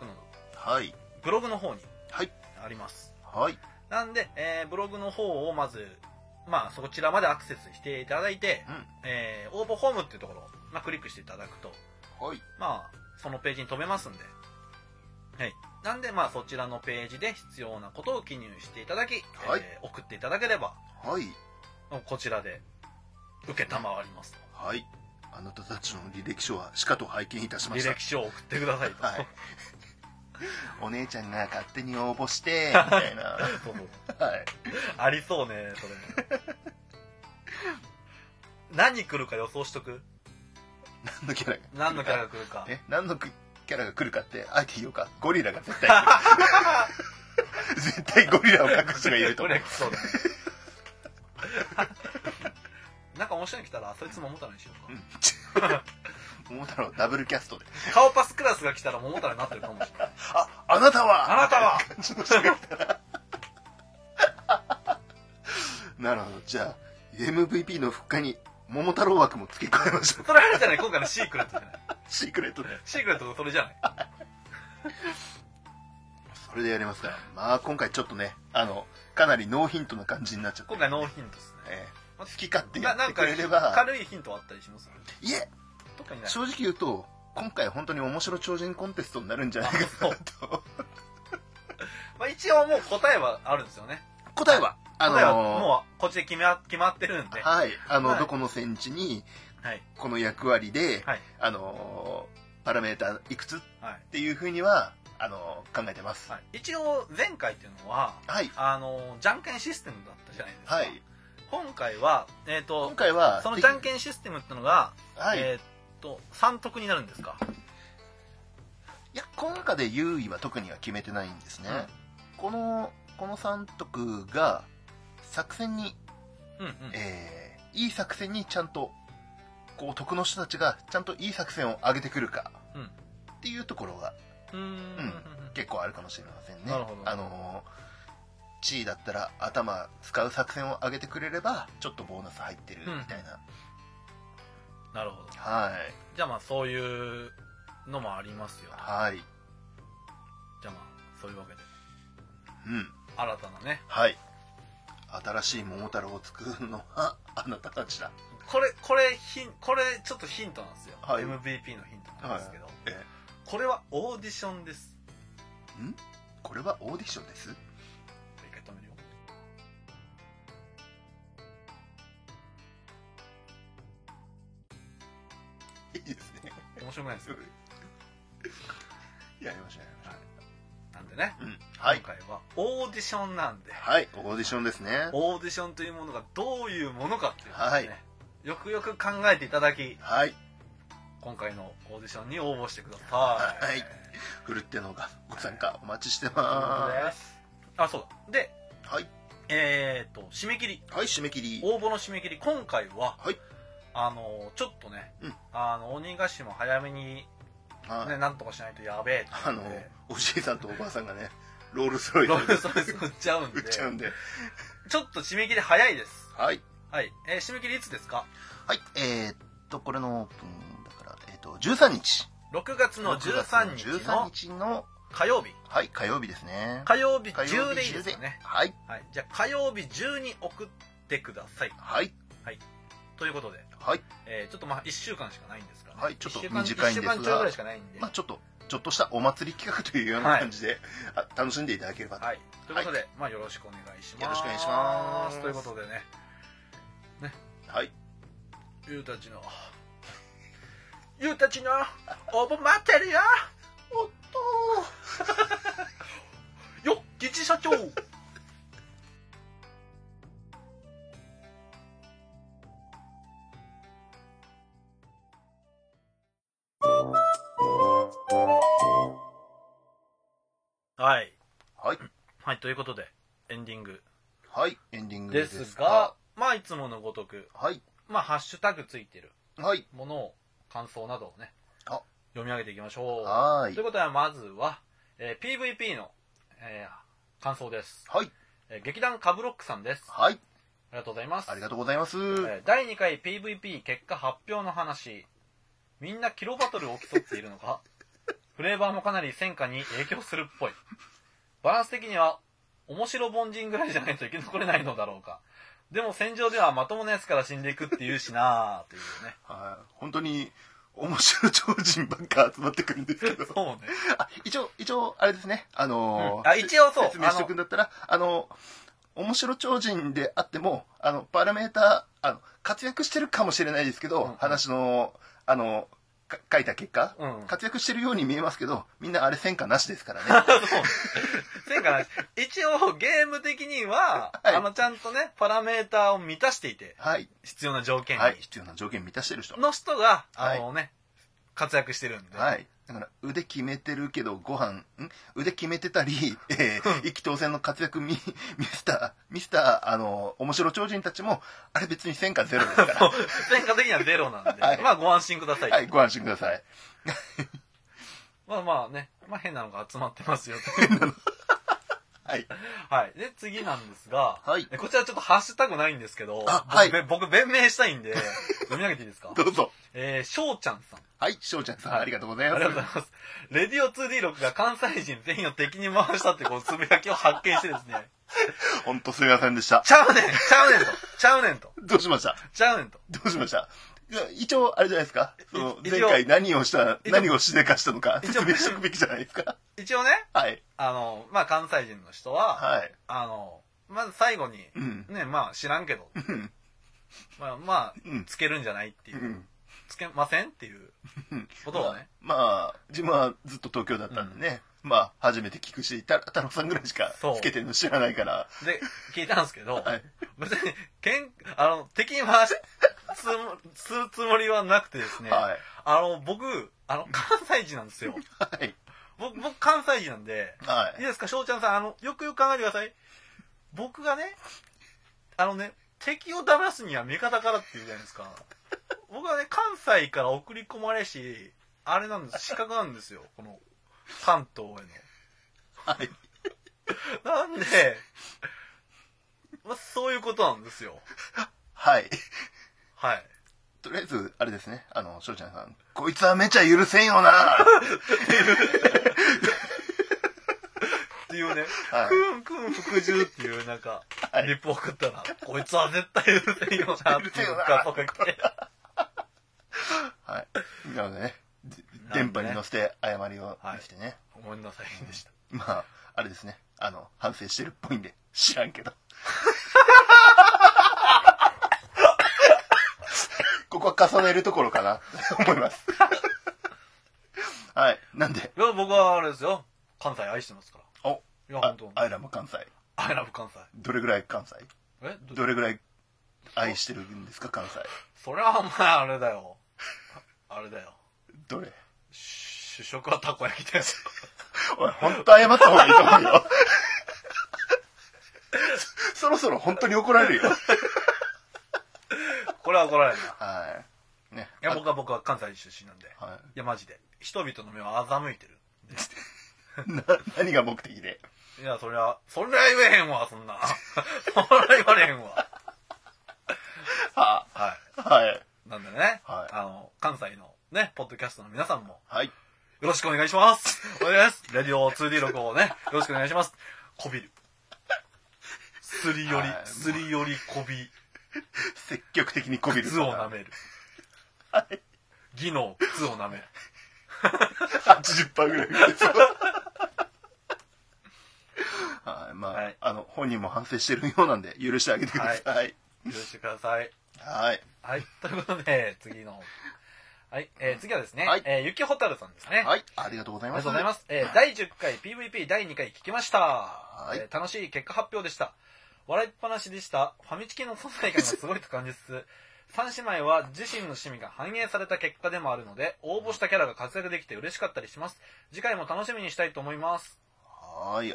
B: はい
A: ブログの方に
B: はい
A: あります
B: はい
A: なんで、えーブログの方をまず、まあ、そちらまでアクセスしていただいて、
B: うん
A: えー応募フォームっていうところを、まあ、クリックしていただくと、
B: はい
A: まあ、そのページに飛べますんで。はい。なんで、まあ、そちらのページで必要なことを記入していただき、
B: はい
A: えー送っていただければ、
B: はい
A: こちらで、承りますと。
B: はいあなたたちの履歴書はしかと拝見いたしま
A: 履
B: した
A: 歴書を送ってくださいと。
B: はいお姉ちゃんが勝手に応募 してみたいなは
A: そうそう
B: い
A: ありそうね、それ。 何来るか予想しとく
B: 何のキャラが
A: 何のキャラが来るか。
B: ね、何のくキャラが来るかってあえて言おうかゴリラが絶対 来る絶対ゴリラを隠す人がいると
A: こ
B: 思う
A: れそうだね なんか面白いの来たらそいつ桃太郎にしようか、
B: うん桃太郎ダブルキャストで
A: 顔パスクラスが来たら桃太郎になってるかもしれない
B: あ あなたは
A: あなたは
B: 感じの人がいたら なるほどじゃあ MVP の復活に桃太郎枠も付け加えましょう
A: それあれじゃない今回のシークレットじゃない
B: シークレットで
A: シークレットとそれじゃない
B: それでやりますからまあ今回ちょっとねあのかなりノーヒントな感じになっちゃって
A: 今回ノーヒントですね
B: ええ好き勝手
A: な
B: やっ
A: な
B: て
A: ん
B: く
A: か
B: れれば
A: 軽いヒントあったりします
B: いえ
A: 特にない
B: 正直言うと今回本当に面白超人コンテストになるんじゃないかなと
A: まあ、一応もう答えはあるんですよね
B: 答えはあの
A: 答えはもうこっちで決めあ決まってるんでは
B: はいあの、
A: はい
B: どこの戦地に
A: い
B: この役割で、
A: はい
B: あのパラメータいくつっ
A: はい、
B: ていうふうにはあの考えてます
A: はい、一応前回っていうのは
B: はい
A: あのじゃんけんシステムだったじゃないですか、
B: はい
A: 今回はえっ、と
B: 今回は
A: そのじゃんけんシステムってのが、
B: はい、
A: えーっと3得になるんですか
B: いやこの中で優位は特には決めてないんですね、
A: うん
B: このこの3択が作戦に
A: うんうん
B: えーいい作戦にちゃんとこう徳の人たちがちゃんといい作戦を上げてくるか、
A: うん
B: っていうところが
A: うーん
B: うん結構あるかもしれませんね
A: なるほど
B: あのー地位だったら頭使う作戦を上げてくれればちょっとボーナス入ってるみたいな、
A: なるほど
B: はい
A: じゃあまあそういうのもありますよ
B: はい
A: じゃあまあそういうわけで
B: うん
A: 新たなね
B: はい新しい桃太郎を作るのは あなたたちだ
A: これこれヒンこれちょっとヒントなんですよ、
B: はい
A: MVP のヒントなんですけど、
B: ええ
A: これはオーディションです
B: これはオーディションです
A: 一回止めるよ
B: いいですね
A: 面白くないですよ
B: やりましょうやりましょ
A: なんでね、
B: う、うん、はい
A: 今回はオーディションなんで
B: はいオーディションですね
A: オーディションというものがどういうものかっていうことをね、
B: は
A: よくよく考えていただき
B: はい
A: 今回のオーディションに応募してください。
B: はいふるってのがご参加お待ちして
A: という
B: ま
A: ことです。あ、そうだ。で、
B: すはい
A: えっ、と、締め切り。
B: はい締め切り
A: 応募の締め切り、今回は、
B: はい
A: あの、ちょっとね、
B: うん
A: あの、鬼ヶ島早めに、
B: はい
A: ね、なんとかしないとやべえって
B: あの
A: え
B: おじいさんとおばあさんがねロールスロイ ス
A: ロールスロイス売っちゃうん
B: 売
A: で、
B: っちゃうんで
A: ちょっと締め切り早いです。
B: はい
A: はい。えー締め切りいつですか
B: はいえーっとこれのオープンだからえーっと13日
A: ?6 月の13日
B: 13
A: の
B: 日の
A: 火曜日。
B: はい火曜日ですね
A: 火曜日
B: 火
A: 10
B: 曜日
A: でいいですよね。
B: はい
A: はい。じゃあ火曜日10に送ってください。
B: はい
A: ということで、
B: はい
A: えーちょっとまあ1週間しかないんですから、ね
B: はいちょっと
A: 一週間
B: 短いんですが
A: 一週間ちょいぐらいしかないんで、
B: まあちょっとちょっとしたお祭り企画というような感じで、あ楽しんでいただければと、
A: はい、ということで、まあ、よろしくお願いします
B: よろしくお願いします
A: ということでね
B: はい
A: ゆうたちのゆうたちの応募待ってるよ
B: おっ
A: よっ議事社長はい
B: とはい
A: はいということでエンディング
B: はいエンディング
A: で
B: ですす
A: が
B: が
A: まあいつものごとく
B: はい
A: まあハッシュタグついてる
B: はい
A: ものを感想などをね
B: あ
A: 読み上げていきましょう
B: はー
A: という
B: い
A: ことはまずは、えー PVP の、えー感想です、
B: はい
A: えー劇団カブロックさんですあ
B: はい
A: りがとうございます
B: ありがとうございます、
A: えー第2回 PVP 結果発表の話みんなキロバトルを競っているの かフレーバーもかなり戦果に影響するっぽいバランス的には面白凡人ぐらいじゃないと生き残れないのだろうかでも戦場ではまともなやつから死んでいくっていうしなぁというね
B: はい本当に面白い超人ばっか集まってくるんですけ ど
A: そうね
B: あ一応一応あれですねあのー
A: うんあ一応そう
B: 説明しておくんだったらあの面白超人であってもあのパラメーターあの活躍してるかもしれないですけど、
A: うんうん
B: 話のあのか書いた結果、
A: うん
B: 活躍してるように見えますけどみんなあれ戦果なしで すからね
A: せんから、一応ゲーム的には、
B: はい
A: あの、ちゃんとね、パラメーターを満たしていて、
B: はい、
A: 必要な条件に
B: はい、必要な条件満たしてる人
A: の人が、
B: は
A: あ
B: い
A: のね、活躍してるんで。
B: はいだから腕決めてるけどご飯ん腕決めてたり、えー、意気投合の活躍ミミスターミスターあの面白超人たちもあれ別に戦果ゼロですから
A: そう 戦果的にはゼロなんで、
B: はい
A: まあご安心ください。
B: はい、ご安心ください。
A: まあまあね、まあ変なのが集まってますよ。
B: はい。
A: はい。で、次なんですが、
B: はい
A: えこちらちょっとハッシュタグないんですけど、
B: あ
A: 僕
B: はい
A: べ僕弁明したい んで、読み上げていいですか
B: どうぞ。
A: えー、しょうちゃんさん。
B: はい、しょうちゃんさん、ありがとうござい
A: あ
B: ま
A: り
B: す。
A: がとうございます。レディオ 2D6 が関西人全員を敵に回したってこうつぶやきを発見してですね、
B: ほんとすみませんでした。
A: ちゃうねんちゃうねんとちゃうねんと
B: どうしました
A: ちゃうねんと
B: どうしましたいや一応、あれじゃないですかその
A: 一応
B: 前回何をした、
A: 一応
B: 何をしでかしたのか、
A: 一応
B: 説明しておくべきじゃないですか。
A: 一応ね、
B: はい。
A: あの、まあ、関西人の人は、
B: はい。
A: あの、まず最後に、
B: うん。
A: ね、まあ、知らんけど、
B: うん。
A: まあ、まあ
B: うん、
A: つけるんじゃないっていうう、
B: ん。
A: つけませんっていうことをね、
B: まあ、まあ自分はずっと東京だったんでね。まあ、初めて聞くし、た太郎さんぐらいしか
A: そう
B: つけてるの知らないから。
A: で、聞いたんですけど、
B: はい。
A: 別に、けん、あの、敵に回し、つも、するつもりはなくてですね、
B: はい。
A: あの、僕、あの、 関西人なんですよ。
B: はい。
A: 僕、僕、関西人なんで、
B: はい
A: い
B: い。
A: ですか、翔ちゃんさん、あの、よくよく考えてください。僕がね、あのね、敵を騙すには味方からって言うじゃないですか。僕はね、関西から送り込まれし、あれなんです、資格なんですよ、この、関東へ
B: はい。
A: の。なんで、まあ、そういうことなんですよ。
B: はい。
A: はい。
B: とりあえず、あれですね、あの、しょうちゃんさん、こいつはめちゃ許せんよな
A: っていうね、
B: はい
A: クンクン服従っていう、なんか、リップ送ったら、こいつは絶対許せんよな、っていう画像が来て。
B: はい。なのでね、で
A: なんでね
B: 電波に乗せて誤りを見せてね、
A: ごめんなさいでした。
B: まあ、あれですね、あの、反省してるっぽいんで、知ら んけど。ここは重ねるところかな、思います。はい。なんで、
A: いや、僕はあれですよ。関西愛してますから。
B: お、
A: いや、
B: あ
A: 本当。
B: アイラも関西。
A: I love 関西。
B: どれぐらい関西
A: えど
B: どれぐらい愛してるんですか、関西。
A: それはお前あれだよ。あれだよ。
B: どれ
A: 主食はたこ焼きだよ。
B: おい、ほんと謝った方がいいと思うよ。そそろそろ本当に怒られるよ。
A: これは怒られるな。い
B: はい。ね。
A: や、僕は僕は関西出身なんで。い
B: あは
A: や、マジで。人々の目は欺いてる。
B: い。な、何が目的で
A: いや、そりゃ、そりゃ言えへんわ、そんな。 そりゃ言われへんわ。
B: は
A: は
B: あ、はい。
A: い。なんでね、
B: はい
A: あの、関西のね、ポッドキャストの皆さんも、
B: はい。
A: よろしくお願いします。お願いします。レディオ 2D6 をね、よろしくお願いします。こびる。すり寄り
B: は、い
A: すり寄りこび。
B: 積極的にこびる。
A: 靴を舐める。技能、靴を舐める。
B: 80%ぐらい。はい、まあ、
A: はい
B: あの、本人も反省してるようなんで、許してあげてください。
A: 許してください。
B: はい。
A: はい。ということで、次の。はい。えー次はですね、
B: はい
A: えーゆきほたるさんですね。
B: はい。ありがとうござい
A: ありが
B: ます。
A: とうございます。えー第10回 PVP 第2回聞きました。
B: い
A: えー楽しい結果発表でした。笑いっぱなしでした。ファミチキの存在感がすごいと感じつつ、 三姉妹は自身の趣味が反映された結果でもあるので、応募したキャラが活躍できて嬉しかったりします。次回も楽しみにしたいと思います。
B: はい。あり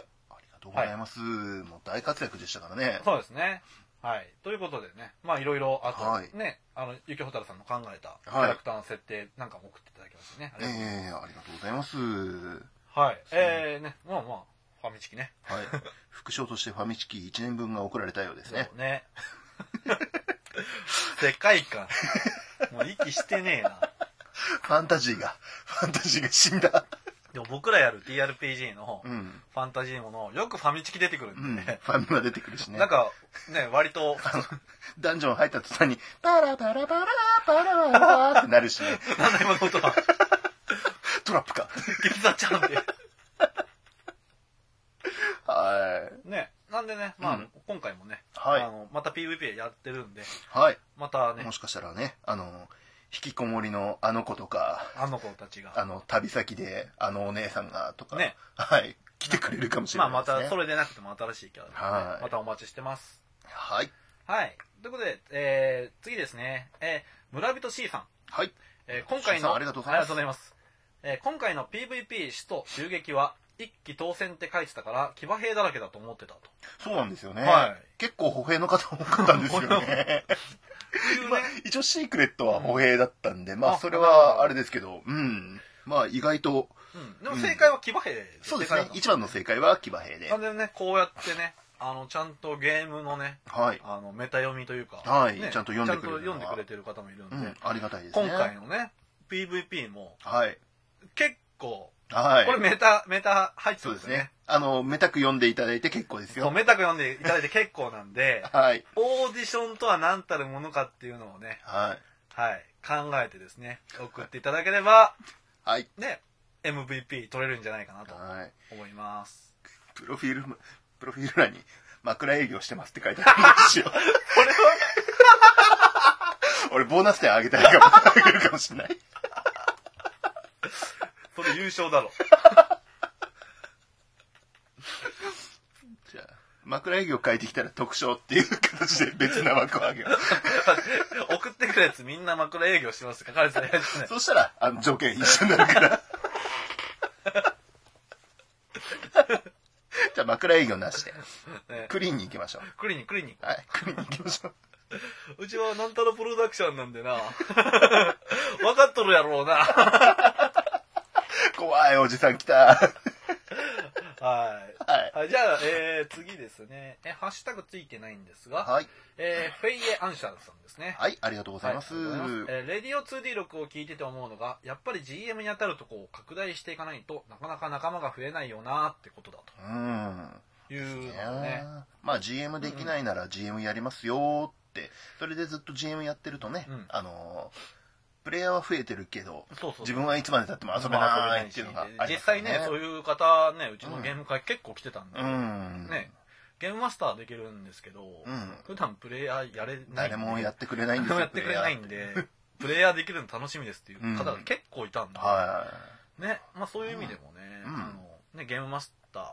B: がとうございます。もう大活躍でしたからね。
A: そうですね。はい。ということでね、まあいろいろ、あと、
B: はい
A: ね、あの、ゆきほたるさんの考えたキ
B: はい
A: ャラクターの設定なんかも送っていただきましてね。あり
B: え
A: がとうございます
B: えありがとうございます。は
A: はい。えー、ね、まあまあ、ファミチキね。
B: い。 副賞としてファミチキ1年分が送られたようですね。
A: そうね。世界観。もう息してねえな。
B: ファンタジーが、ファンタジーが死んだ。
A: でも僕らやる TRPG の
B: うん。
A: ファンタジーもの、よくファミチキ出てくる
B: うん。
A: ん
B: フ
A: で、
B: ァミマ出てくるしね。
A: なんか、ね、割と、
B: ダンジョン入った途端に、パラパラパラパラパラってなる しね。
A: なんだ今のことは、
B: トラップか。
A: 激座ちゃうんで。
B: はい。
A: ね、なんでね、まあ、
B: うん
A: 今回もね、
B: はい
A: あの、また PVP やってるんで、
B: はい。
A: またね
B: も、しかしたらね、あの、引きこもりのあの子とか、
A: あの子たち
B: あ
A: が、
B: の、旅先であのお姉さんがとか、
A: ね
B: はい、来てくれるかもしれ
A: ま
B: な
A: あ
B: い
A: ま
B: ですね。
A: た、それでなくても新しいキャラで、ね
B: はい
A: またお待ちしてます。
B: はい。
A: はい。ということで、えー、次ですね、えー、村人 C さん。
B: はい。
A: えー今回
B: さん
A: の、
B: ありがとうございます
A: ますえー今回の PVP 首都襲撃は、一期当選って書いてたから、騎馬兵だらけだと思ってたと。
B: そうなんですよね。
A: は
B: 結構歩兵の方多かったんですよ
A: 歩
B: ね。
A: いう
B: まあ
A: ね、
B: 一応シークレットは歩兵だったんで、ま
A: あ
B: あそれはあれですけど、うん。まあ意外と、
A: うん、でも正解は騎馬兵
B: そうですね。一番の
A: 正
B: 正解は騎馬兵
A: 解
B: で
A: だった。完全にね、こうやってね、あの、ちゃんとゲームのね、
B: はい。
A: あの、メタ読みというか、
B: はい
A: ね
B: ちゃんと読んでくれるの
A: ちゃ
B: は
A: んと読んでくれてる方もいるん
B: う
A: で、
B: ん、ありがたいですね。
A: 今回。のね、PVP も、
B: はい。
A: 結構、
B: はい。
A: これメタ、メタ入ってた
B: そ
A: んで
B: うですす
A: よね
B: ね。。あの、メタク読んでいただいて結構です
A: そう、
B: よ。
A: メタ読んでいただいて結構なん で、
B: はい。
A: オーディションとは何たるものかっていうのをね、
B: はい。
A: はい、考えてですね、送っていただければ、
B: はい。
A: ね、MVP 取れるんじゃないかなと
B: はい。
A: 思います。
B: プロフィールも、プロフィール欄に枕営業してますって書いてあるんです よ。俺ボーナス点あげたいかも、あげるかもしれない。
A: それ優勝だろ。
B: じゃあ、枕営業書いてきたら特賞っていう形で別な枠をあげよ う。
A: 送ってくるやつみんな枕営業してますって書かれてたやつね。
B: そしたら、あの、条件一緒にな るから。じゃあ、枕営業なしで、
A: ね
B: クリーンに行きましょ
A: クリニクリニ
B: う。 はい、クリーンに行きましょう。
A: うちはなんたらプロダクションなんで な。分かっとるやろうな。
B: 怖いおじさん来
A: は
B: た。
A: い。
B: はい。
A: はいじゃあ、えー、次ですね。え、ハッシュタグついてないんですが、
B: はい。
A: えー、フェイエ・アンシャルさんですね。
B: はい、ありがとうご
A: は
B: ざいます。
A: ありがとうございますえーレディオ 2D6 を聞いてて思うのが、やっぱり GM に当たるとこを拡大していかないとなかなか仲間が増えないよなってことだ
B: うん。
A: という
B: い
A: のをね。
B: やーまあ GM できないなら GM やりますよって、それでずっと GM やってるとね、
A: うん
B: あのープレイヤーは増えてるけど、
A: そうそう
B: 自分はいつまでたっても遊べないっていうのがあります、
A: 実際ね、そう
B: う。
A: いう方ね、うちのゲーム会結構来てたんで、
B: うん。
A: ね、ゲームマスターできるんですけど、
B: うん
A: 普段プレイヤーやれないんで。
B: 誰もやってくれないんで
A: 誰も
B: すよ。
A: やってくれないんで、プレイヤーできるの楽しみですっていう方が結構いたん
B: プ
A: で、
B: レイヤーは
A: ね、まあそういう意味でもね、
B: うん
A: あのねゲームマスター、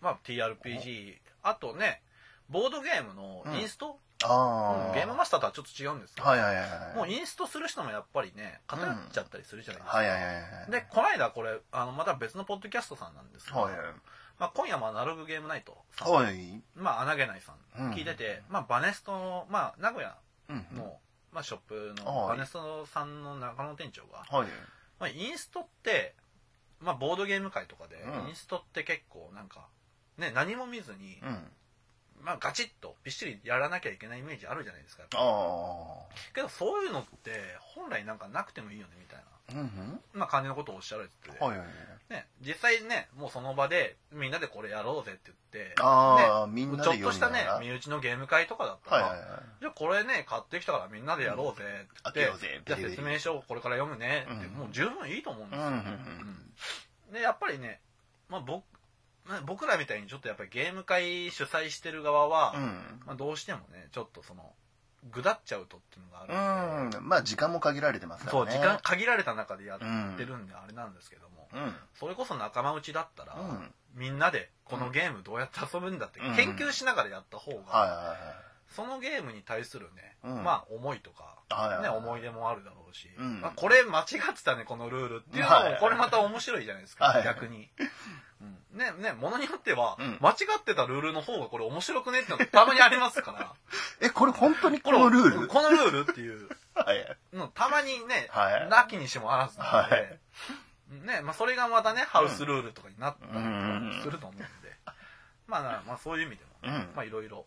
A: まあ TRPG、あとね、ボードゲームのインスト、
B: い。ああ。
A: ゲームマスターとはちょっと違うんですけど、
B: はいはいはい
A: も
B: は
A: う
B: い。
A: インストする人もやっぱりね、偏っちゃったりするじゃないですか。
B: はいはいはいはい。
A: で、この間これ、あの、また別のポッドキャストさんなんですけど、
B: はい。
A: まあ、今夜もアナログゲームナイトさん、
B: はい。
A: まあ、穴げないさ
B: うん
A: ん、聞いてて、まあ、バネストの、まあ、名古屋
B: うん。
A: の、まあ、ショップの、
B: は
A: バ
B: い
A: ネストさんの中野店長が、
B: はい。
A: まあ、インストって、まあ、ボードゲーム界とかで、
B: うん
A: インストって結構なんか、ね、何も見ずに
B: うん。
A: まあガチッとびっしりやらなきゃいけないイメージあるじゃないですか
B: ああ
A: けどそういうのって本来なんかなくてもいいよねみたい
B: うんうん
A: な、まあ、感じのことをおっしゃられてて、
B: はいはいはい
A: ね、実際ねもうその場でみんなでこれやろうぜって言って
B: ああ、みん
A: ね
B: な
A: ちょっ
B: で
A: としたね
B: 読み
A: 身
B: な
A: 内のゲーム会とかだった
B: が
A: ら、
B: らはいはいはい
A: じゃあこれね買ってきたからみんなでやろうぜ
B: 開
A: って言
B: けよ
A: っ
B: う
A: て、
B: ぜ
A: じゃあ説明書をこれから読むねって、
B: うん
A: もう十分いいと思うんで
B: う
A: す
B: ん
A: よ、
B: うん
A: でやっぱりね、まあ、僕まあ僕らみたいにちょっとやっぱりゲーム会主催してる側は、
B: うん
A: まあ、どうしてもねちょっとそのぐだっちゃうとっていうのがある
B: うんうんうんまあ時間も限られてますからね
A: そう時間限られた中でや
B: う
A: っ
B: ん
A: てるんであれなんですけども、
B: うんうん
A: それこそ仲間内だったら、
B: はい
A: みんなでこのゲームどうやって遊ぶんだって
B: うん
A: 研究しながらやった方が、
B: は
A: そのゲームに対するね、
B: うん
A: まあ思いとか、
B: いはいはい
A: ね、
B: はい
A: 思い出もあるだろうし、
B: うん
A: あこれ間違ってたねこのルールっていうの
B: は
A: はいこれまた面白いじゃないですか、
B: はい
A: 逆に。うんね、ね、ものによっては、
B: うん
A: 間違ってたルールの方がこれ面白くねってのがたまにありますから、
B: えこれ本当 にこのルール
A: このルールっていう
B: はい
A: の、たまにね、
B: はい
A: なきにしもあらずなの
B: は
A: で、ね、まあそれがまたね、ハウスルールとかになったりと
B: うん
A: かすると思うんで、まあな、まあそういう意味でも、
B: うん
A: まあいろいろ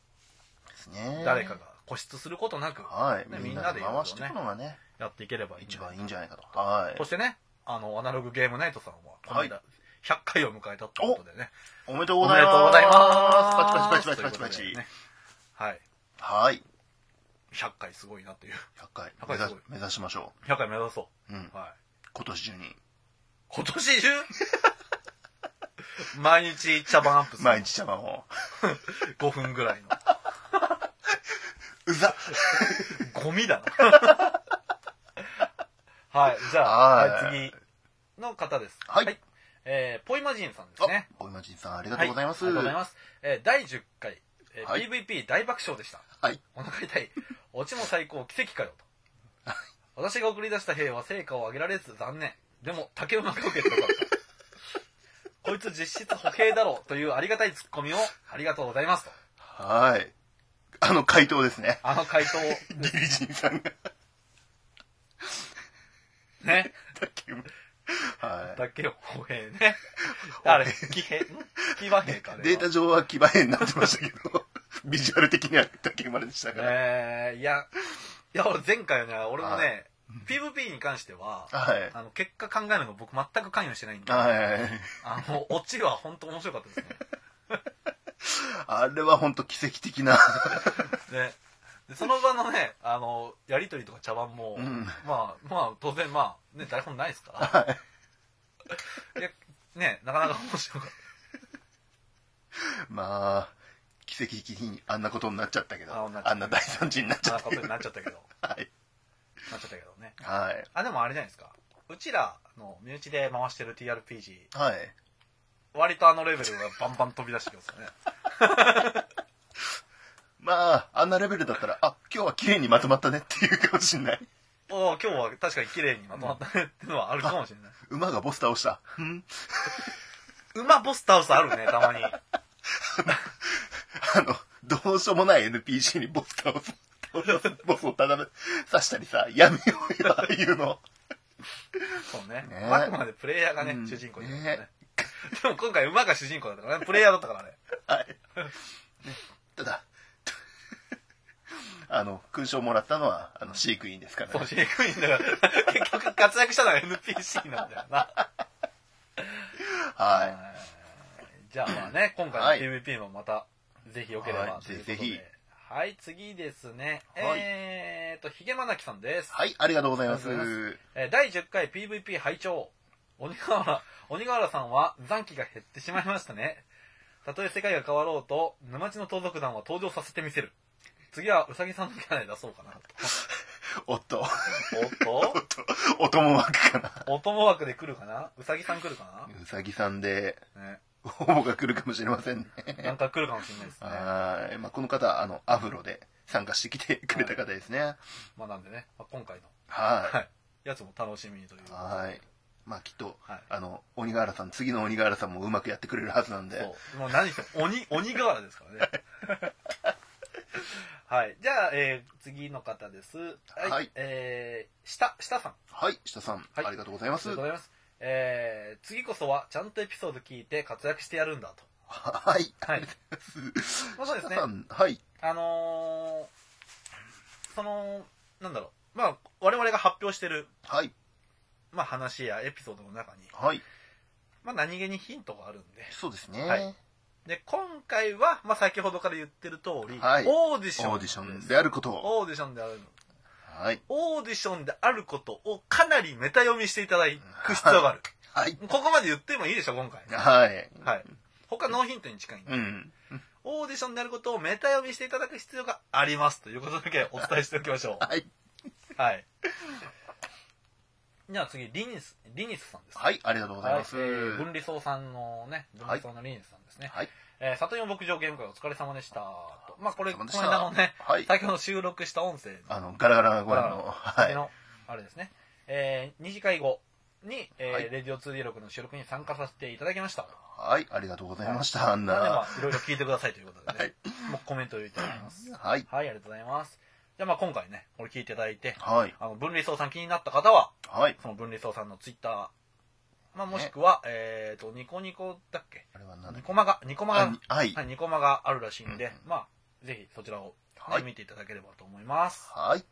B: ですね
A: 誰かが固執することなく、
B: はい
A: ね
B: み
A: み
B: ん
A: ん
B: な
A: な
B: で
A: で
B: 回していくのがね
A: やっていければいいんで
B: 一番いいんじゃないかとは
A: そ
B: い
A: してね、あの、アナログゲームナイトさんは、この間、
B: は
A: 100回を迎えたということでね。
B: おめでとう
A: お
B: ご
A: め
B: ざい
A: で
B: ます
A: とうございます。
B: パチパチパチパチ
A: とい
B: パチパ
A: うことで
B: チ
A: ねはい。
B: はい
A: 100回すごいなという。
B: 100回
A: 100回
B: 目指
A: す
B: し
A: ごい
B: 目指しましょ
A: 100回目指そう
B: うん
A: う。はい。
B: 今年中に
A: 今年中 毎日茶番アップする
B: 毎日茶番を
A: 5分ぐらいの。
B: うざ
A: ゴミ だな。はい。じゃあ、
B: はい
A: はい次の方です。
B: はい
A: えー、ポイマジンさんですね
B: あ。おいまじんさんありがとうございます
A: はいありがとうございます。えー第10回、えー
B: はい
A: PVP 大爆笑でした。
B: はい
A: お腹痛い。オチも最高、奇跡かよと。私が送り出した兵は成果を上げられず残念。でも、竹馬が受けてよかった。こいつ実質歩兵だろうというありがたいツッコミをありがとうございますと。
B: はいあの回答ですね
A: あの回答を、
B: ギリジンさんが
A: ね。
B: 竹馬はい
A: だけを歩兵ね。あれ、騎兵ん騎馬兵かね。
B: データ上は騎馬編になってましたけど ビジュアル的には竹馬でしたから
A: えー、いや、いや、俺前回はね、俺も
B: は
A: ね、PVP に関しては、
B: はい
A: あの結果考えるの僕全く関与してないんで、
B: はい
A: あのオチは本当面白かったです
B: あれは本当奇跡的な
A: ね。で、でその場のね、あのやりとりとか茶番も、
B: うん
A: まあまあ当然まあね台本ないですから、
B: はい
A: いやねなかなか面白かっ
B: まあ奇跡的にあんなことになっちゃったけど
A: あ
B: あ
A: なっちゃった
B: んな大惨事になっ
A: た
B: ちゃ
A: な
B: った
A: ことになっちゃったけど、
B: はい
A: なっちゃったけどね。
B: はい
A: あでもあれじゃないですか。うちらの身内で回してる TRPG、
B: はい
A: 割とあのレベルがバンバン飛び出してきますよね。
B: まああんなレベルだったらあ今日は綺麗にまとまったねっていうかもしんない
A: おお今日は確かに綺麗にまとまったねっていうのはあるかもしれない。
B: 馬がボス倒した うん
A: 馬ボス倒すあるね、たまに。
B: あのどうしようもない NPC にボス倒す ボスをただ刺したりさやめようよああいうの
A: そうね
B: ね。
A: あくまでプレイヤーがね
B: うん、
A: 主人公ですから
B: ね
A: ね。でも今回馬が主人公だったからね、プレイヤーだったからね。
B: はい。ねただ、あの、勲章もらったのは、あの、飼育員ですから、
A: そう、
B: ね。
A: 飼育員だから、 結局活躍したのは NPC なんだよな。
B: は
A: じゃあまあね、今
B: はい
A: 回の PVP もまた、ぜひよければ
B: はい
A: ということで。
B: ぜひぜ
A: はい、次ですね。
B: はい
A: えーと、ひげまなきさんです
B: い。。はい、ありがとうございます
A: あ。りがとうごえー第10回 PVP 拝聴鬼河原、鬼河原さんは残機が減ってしまいましたね。たとえ世界が変わろうと、沼地の盗賊団は登場させてみせる。次はウサギさんのキャラで出そうかなと。
B: おっ と、
A: おっと
B: おとも枠かな。
A: お供枠で来るかなウサギさん来るか
B: うさぎさんで、
A: なね。
B: 応募が来るかもしれませんね。
A: なんか来るかもしれないですね。
B: はい。まあ、この方は、あの、アフロで参加してきてくれた方ですね。
A: まあなんでね、まあ、今回の、は。
B: はい
A: やつも楽しみにという。
B: い。はい。まあ、きっと、
A: はい
B: あの、鬼ヶ原さん、次の鬼ヶ原さんもうまくやってくれるはずなんで。
A: そう。もう何しても鬼、 鬼瓦ですからね。 はい。じゃあ、えー次の方です。
B: はい
A: えー、下、下さん。
B: はい、下さん、
A: はい
B: ありがとうございま
A: あり
B: す。
A: がとう
B: は
A: ございます。えー次こそはちゃんとエピソード聞いて活躍してやるんだと。
B: はい。
A: はい。 まあそうですね
B: さんはい。
A: あのーその、なんだろう。まあ、我々が発表してる、
B: はい。
A: まあ、話やエピソードの中に、
B: はい。
A: まあ、何気にヒントがあるんで。
B: そうです
A: は
B: ね
A: い。で、今回は、まあ、先ほどから言ってる通り、
B: はい
A: オーディション。
B: オーディションであることを。
A: オーディションであるの。
B: はい。
A: オーディションであることをかなりメタ読みしていただく必要がある。
B: はい。
A: ここまで言ってもいいでしょ、今回。
B: はい。
A: はい。他ノーヒントに近いんで、
B: うん。
A: オーディションであることをメタ読みしていただく必要があります。ということだけお伝えしておきまし ょう。
B: はい。
A: はい。じゃあ次、リニス、リニスさんです。
B: はい、ありがとうございます。
A: はいえー分離層さんのね、分離層のリニスさんですね。
B: はい
A: えー里芋牧場ゲーム会お疲れ様でした。とまあこれ、
B: お疲
A: こ
B: れ様
A: の
B: でした
A: 間のね、
B: はい
A: 先ほど収録した音声の
B: あの、ガラガラご覧の、は
A: 先
B: い。
A: の、あれですね、えー、2次会後に、えー
B: はい
A: レディオ 2D6 の収録に参加させていただきました。
B: はい、ありがとうございました、あん
A: なので、ま
B: な。
A: あ、いろいろ聞いてくださいということで、ね
B: はい
A: もうコメントをいただき ます。
B: はい。
A: はい、ありがとうございます。じゃあ、まあ今回ね、これ聞いていただいて、
B: はい。
A: あの、分離層さん気になった方は、
B: はい。
A: その分離層さんのツイッター、まあ、もしくは、えっ、と、ニコニコだっけ
B: あれは何だ
A: ニ
B: っけ
A: コマが、ニコマが、
B: あはい
A: は。いニコマがあるらしいんで、
B: うん
A: まあ、ぜひそちらをね、
B: はい
A: 見ていただければと思います。
B: はい。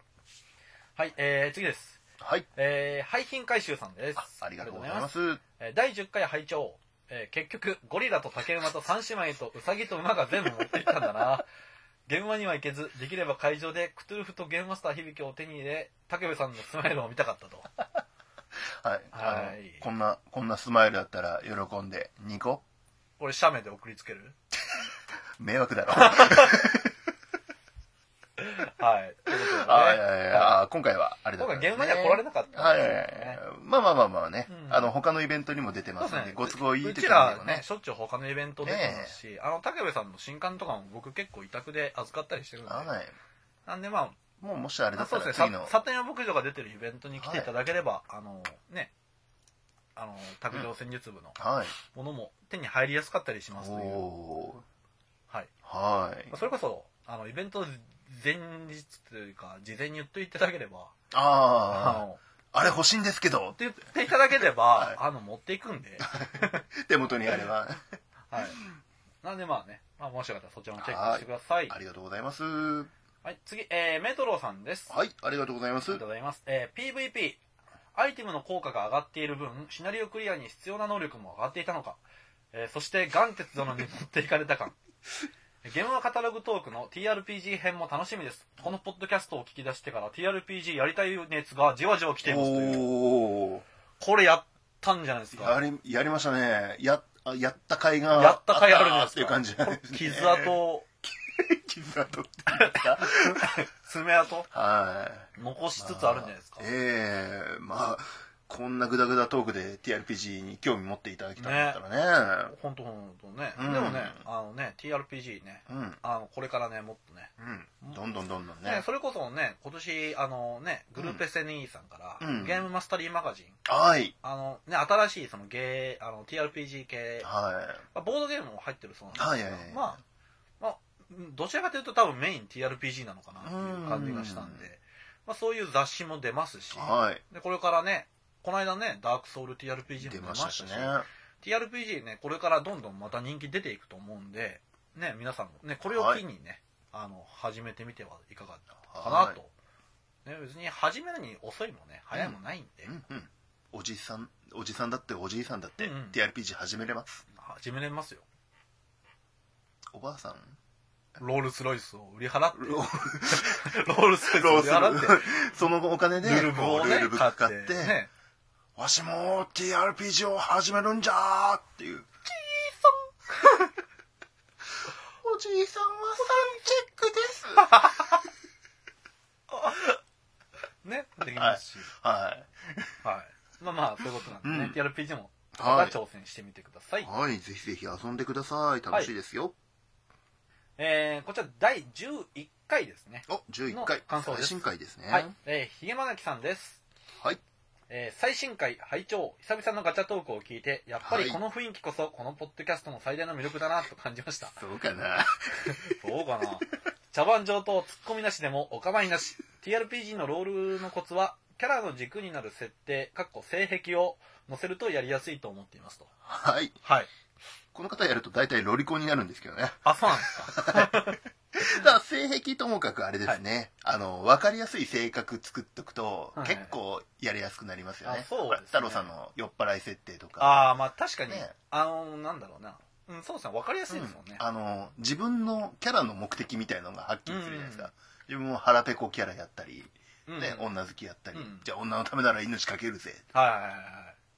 A: はい、えー、次です。
B: はい。
A: えー、廃品回収さんです
B: あ。ありがとうございます。
A: ありがとうございます。えー第10回拝聴。えー、結局、ゴリラと竹馬と三姉妹とウサギと馬が全部持っていったんだな。 現場には行けず、できれば会場でクトゥルフとゲームマスター響きを手に入れ、武部さんのスマイルを見たかったと。
B: はい。あ
A: はい
B: のこんな、こんなスマイルだったら喜んで、ニコ、
A: これ、写メで送りつける
B: 迷惑だろ。
A: はい。ということでね
B: あいやいやあ今回はあれだ
A: 今
B: った
A: 回
B: んですね
A: 現場には来られなかったんで
B: はいはいはい。まあまあまあまあね
A: う。ん
B: あの、他のイベントにも出て
A: そう
B: ま
A: ですす
B: んで、
A: ね。
B: ご都合いいっ
A: う
B: て
A: ち
B: 感じ
A: ら
B: で
A: ね
B: ね、。
A: しょっちゅう他のイベント出てますし、あの、竹部さんの新刊とかも僕結構委託で預かったりしてるんで、
B: はい。
A: なんでま
B: もうもしあれだ
A: あ、
B: っ
A: そ
B: た
A: うで
B: ら
A: すね
B: 次の、、
A: サテン牧場が出てるイベントに来ていただければ、あの、ね、あの、卓上戦術部の
B: はい。
A: ものも手に入りやすかったりします
B: お
A: という。
B: お
A: はい。
B: ーはい
A: まあ。それこそ、あの、イベント前日というか、事前に言っていただければ、あ
B: ああ、
A: の、
B: あれ欲しいんですけど、
A: 言っていただければ、あの、持っていくんで、
B: 手元にあれば。
A: はい。なんでまあね、まあもしよかったらそちらもチェックしてください。
B: ありがとうございます。
A: はい、次、えー、メトロさんです。あ
B: はい、ありがとうございま
A: り
B: す
A: がと。うございます。えー、PVP。アイテムの効果が上がっている分、シナリオクリアに必要な能力も上がっていたのか。えー、そして、ガンテツ殿に持っていかれ た感。ゲームはカタログトークの TRPG 編も楽しみです。このポッドキャストを聞き出してから TRPG やりたい熱がじわじわ来ていますという。
B: おお
A: これやったんじゃないです
B: ー、や
A: か。
B: り、やりましたね。や、あやった会が。
A: やった甲斐あるじゃない
B: な
A: で
B: っ
A: す
B: て
A: か。
B: いう感じなん
A: これ
B: ですね。
A: 傷。跡、
B: 傷跡って言うんです か
A: 爪痕、
B: はい。
A: 残しつつあるんじゃないですか。
B: ええまあ、こんなグダグダトークで TRPG に興味持っていただけたんだったらね。
A: ほんとほんとね、
B: うん
A: でもねあのね TRPG ね
B: うん、
A: あのこれからねもっとね
B: うん。どんどんどんどん
A: ね
B: ね。
A: それこそね今年あのねグループ SNE さんから、
B: うん
A: ゲームマスタリーマガジン
B: はい。
A: あのね新しいそのゲーあの TRPG 系、
B: は
A: まあボードゲームも入ってるそうなんですけど、
B: はいはいはい
A: まあまあうんどちらかというと多分メイン TRPG なのかなっていう感じがしたんで、
B: うん
A: まあ、そういう雑誌も出ますし
B: い。はい。
A: でこれからねこの間ねダークソウル TRPG も
B: 出
A: 出ま
B: ま
A: し
B: したた
A: し
B: しね。
A: TRPG ね、これからどんどんまた人気出ていくと思うんで、ね、皆さんもね、これを機にね、あの、始めてみてはいかがかなと。ね、別に始めるに遅いもね、早いもないんで、
B: うんうん。おじさん、おじさんだっておじいさんだって
A: うん
B: TRPG 始めれます。
A: 始めれますよ。
B: おばあさん
A: ロールスロイスを売り払って、
B: ロー
A: ロールスロイスを売り払って、
B: そのお金で、
A: ルールブ
B: こ
A: を
B: う
A: ね、
B: ルールブッ
A: 買っ、
B: ク買ってて、
A: ね、
B: わしも TRPG を始めるんじゃーっていう。おじいさんはサンチェックです。
A: ね、できますし、
B: は
A: はい。まあまあ、そういうことなんでね、TRPG も、
B: はい
A: また挑戦してみてください。
B: い。はい、ぜひぜひ遊んでください。楽しいですよ。
A: えー、こちら第11回ですね。
B: お、11回
A: の。感想で
B: 最
A: す
B: 新回ですね。
A: はい。えー、ひげまなきさんです。
B: はい。
A: えー最新回拝聴久々のガチャトークを聞いてやっぱりこの雰囲気こそこのポッドキャストの最大の魅力だなと感じました
B: そうかな。
A: そうかな茶番上等ツッコミなしでもお構いなし TRPG のロールのコツはキャラの軸になる設定かっこ性癖を載せるとやりやすいと思っていますと
B: はい。
A: はい
B: この方やると大体ロリコンになるんですけどね。
A: あ、そうなんですか。
B: ただ性癖ともかくあれですね、あの分かりやすい性格作っとくと、
A: はい
B: 結構やりやすくなりますよね
A: あそうですね
B: ほら太郎さんの酔っ払い設定とか
A: ああ、まあ確かに、
B: ね
A: あの、なんだろうな。うん、そうですね。わかりやすいですもんね。
B: あの自分のキャラの目的みたいのがはっきりするじゃないですか、自分も腹ペコキャラやったり、
A: うん
B: ね
A: はい
B: 女好きやったり、
A: うん
B: じゃあ女のためなら命かけるぜ
A: はいはいは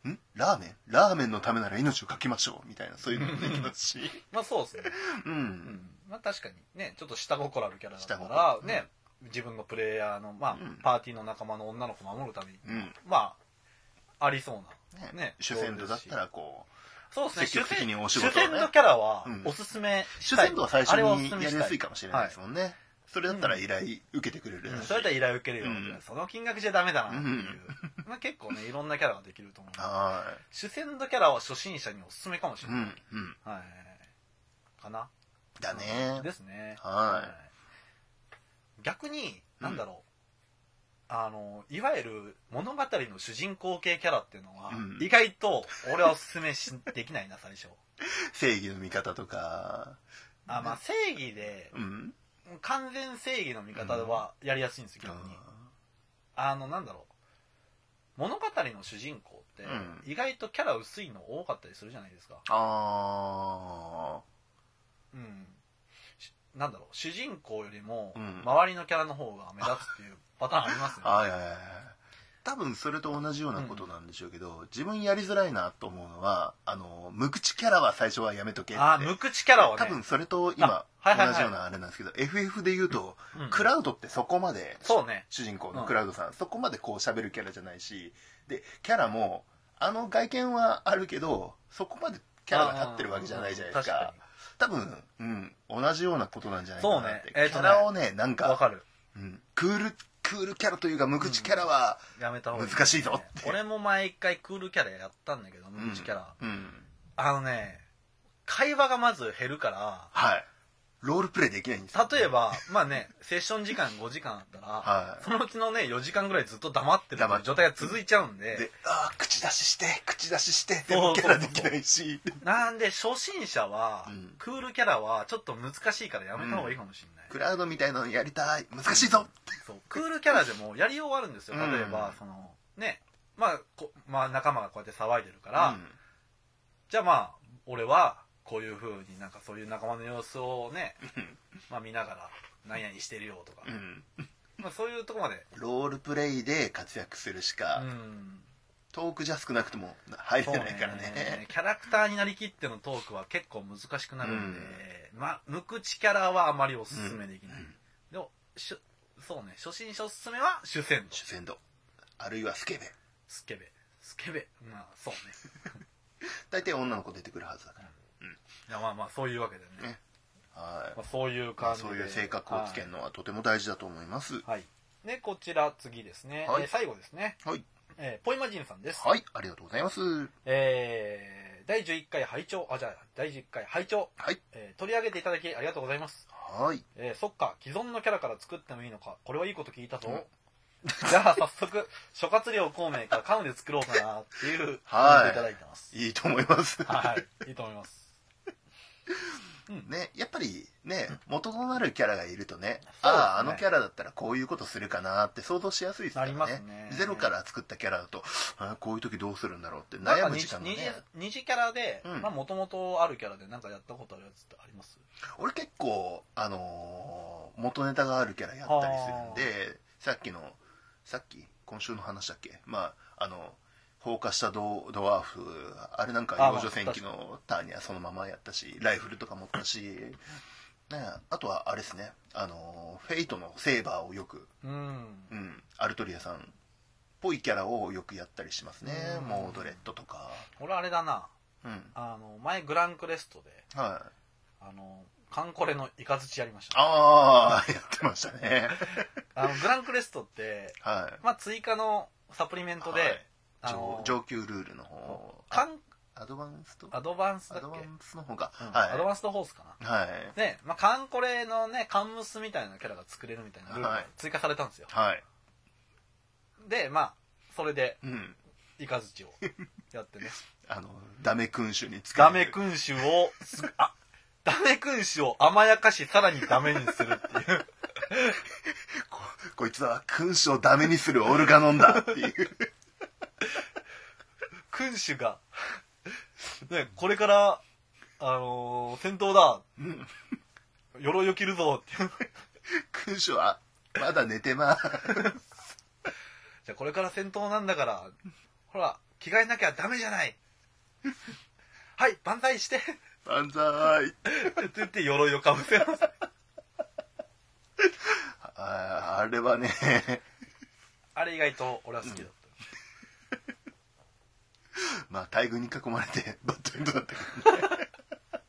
A: い。
B: んラーメンラーメンのためなら命をかけましょうみたいなそういうのもできますし
A: まあそうですね。
B: うん、
A: うん。まあ確かにね、ちょっと下心あるキャラだった
B: 下
A: ら
B: 心、
A: ね、自分のプレイヤーの、まあ、
B: うん
A: パーティーの仲間の女の子を守るために、
B: うん
A: まあ、ありそうな。ね
B: ね主戦度だったらこ
A: そうですね、
B: 積極的にお仕
A: 主
B: 事をね
A: 戦のキャラは
B: うん
A: おすすめ
B: う
A: し
B: 主
A: たい。
B: 戦度は最初
A: あれはおす
B: に
A: す
B: や
A: め
B: り
A: した
B: やすいかもしれないですもんね、それだったら依頼受けてくれる
A: うん
B: だし
A: それだったら依頼受けるよ、
B: うん
A: その金額じゃダメだなっていう、
B: うん
A: まあ、結構ねいろんなキャラができると思う
B: は
A: 主戦のキャラは初心者におすすめかもし
B: い
A: れ
B: う
A: ない、
B: んうん
A: はいかな
B: だね
A: ですね
B: はい
A: 逆になんだろう、あのいわゆる物語の主人公系キャラっていうのは、
B: うん
A: 意外と俺はおすすめしできない な最初
B: 正義の味方とか
A: あまあ正義で
B: うん
A: 完全正義の味方はやりやすいんですよ逆に、あのなんだろう物語の主人公って
B: うん
A: 意外とキャラ薄いの多かったりするじゃないですか、
B: あ
A: うん、しなんだろう主人公よりも
B: うん
A: 周りのキャラの方が目立つっていうパターンあります
B: ー
A: よね
B: あいやいやいや多分それと同じようなことなんでしょうけど、自分やりづらいなと思うのはあの無口キャラは最初はやめとけって
A: あー無口キャラはね
B: 多分それと今
A: あは
B: 同
A: いはいはい
B: じようなあれなんですけど、FF で言うと、
A: うん
B: クラウドってそこまで
A: そうね
B: 主人公のクラウドさん、そこまでこう喋るキャラじゃないしでキャラもあの外見はあるけどそこまでキャラが立ってるわけじゃないじゃないですか多分、うん、同じようなことなんじゃないかなって、
A: そうねえー
B: キ
A: と
B: ャ
A: ね
B: ラをねなん
A: わ
B: か
A: かる
B: うん、クールクールキャラというか無口キャラは、
A: やめた方がいい、
B: 難しいぞって
A: 俺も毎回クールキャラやったんだけど
B: うん
A: 無口キャラ、
B: うん
A: あのね会話がまず減るから
B: はいロールプレイできないんですよ
A: 例えばまあねセッション時間5時間あったら、
B: はい
A: そのうちのね4時間ぐらいずっと黙ってる
B: 黙って
A: 状態が続いちゃうんで
B: であー口出しして口出しして
A: そ
B: でも
A: うそう
B: キ
A: そ
B: ャ
A: う
B: ラできないし
A: なんで初心者は、
B: うん
A: クールキャラはちょっと難しいからやめた方がいいかもしれない、
B: クラウドみたいなのやりたい難しいぞ
A: そうクールキャラでもやりようはあるんですよ
B: うん
A: 例えば、そのねまあこまあ仲間がこうやって騒いでるから、じゃあまあ俺はこういう風になんかそういう仲間の様子をねまあ見ながら何々してるよとか
B: う、んうん
A: まあ、そういうとこまで
B: ロールプレイで活躍するしか、
A: うん
B: トークじゃ少なくとも入れ
A: そう
B: てないからね
A: キャラクターになりきってのトークは結構難しくなるんで、まあ無口キャラはあまりおすすめできない、でもしゅそうね初心者おすすめは主戦度
B: 主戦度あるいはスケベ
A: スケベスケベまあそうね
B: 大体女の子出てくるはずだか
A: いやまあまあそういうわけでね
B: ねらはい
A: まあ、そういう感じで
B: そういう性格をつけるのはとても大事だと思います
A: はい、はいでこちら次ですね、
B: はい
A: えー最後ですね、
B: はい、
A: えーポイマジンさんです、
B: はい、ありがとうございます
A: えー第11回拝聴あじゃあ第11回拝聴、
B: はい
A: えー取り上げていただきありがとうございます、
B: はい
A: えーそっか既存のキャラから作ってもいいのかこれはいいこと聞いたぞ
B: お
A: じゃあ早速諸葛亮孔明からカウンで作ろうかなっていう
B: は
A: コメント
B: い
A: いただいてます
B: いいと思いま す
A: はいいいと思います
B: ね、やっぱりね元となるキャラがいると
A: そ
B: ね
A: うですね
B: あああのキャラだったらこういうことするかなって想像しやすいですからね
A: なりますね
B: ゼロから作ったキャラだとあこういう時どうするんだろうって
A: なん
B: 悩
A: か
B: む
A: 二
B: 時
A: 次
B: 間がね
A: 二次キャラで
B: うん
A: もともとあるキャラでなんかやったことあるやつってあります
B: 俺結構あのー元ネタがあるキャラやったりするんでさっきのさっき今週の話だっけまああの放火したドドワーフあれなんか
A: あまあ
B: 幼女戦記のターニアそのままやったしライフルとか持ったし、ね、あとはあれですねあのーフェイトのセーバーをよく、
A: うん
B: うん、アルトリアさんっぽいキャラをよくやったりしますね
A: うん
B: モードレッドとか
A: 俺あれだな
B: うん
A: あの前グランクレストで
B: はい
A: あのカンコレのイカズチやりました
B: ああやってましたね
A: あのグランクレストって
B: はい
A: まあ追加のサプリメントで、
B: はい
A: あの
B: 上上級ルールの方
A: カン
B: アドバンスと
A: アドバンスだ
B: ア
A: っけ
B: ドバンスの方が、
A: うんアド
B: は
A: バンスドホースかない
B: はい
A: で、まあ、カンコレのねカンムスみたいなキャラが作れるみたいなルール
B: は
A: が
B: い
A: 追加されたんですよ、
B: はい
A: でまあそれで
B: うん
A: イカズチをやってね
B: あの ダメ君主に使
A: ダメ君主をす あダメ君主を甘やかしさらにダメにする っていう
B: ここいつは君主をダメにするオルガノンだっていう
A: 君主が、 ね、これから、あのー戦闘だ、鎧を着るぞっていう。
B: 君主はまだ寝てます
A: じゃあこれから戦闘なんだから、ほら、着替えなきゃダメじゃない。 はい、万歳して
B: 万歳
A: って言って鎧をかぶせます。
B: ああれはね
A: あれ意外と俺は好きだった。
B: まあ大軍に囲まれて バッドエンドだったけ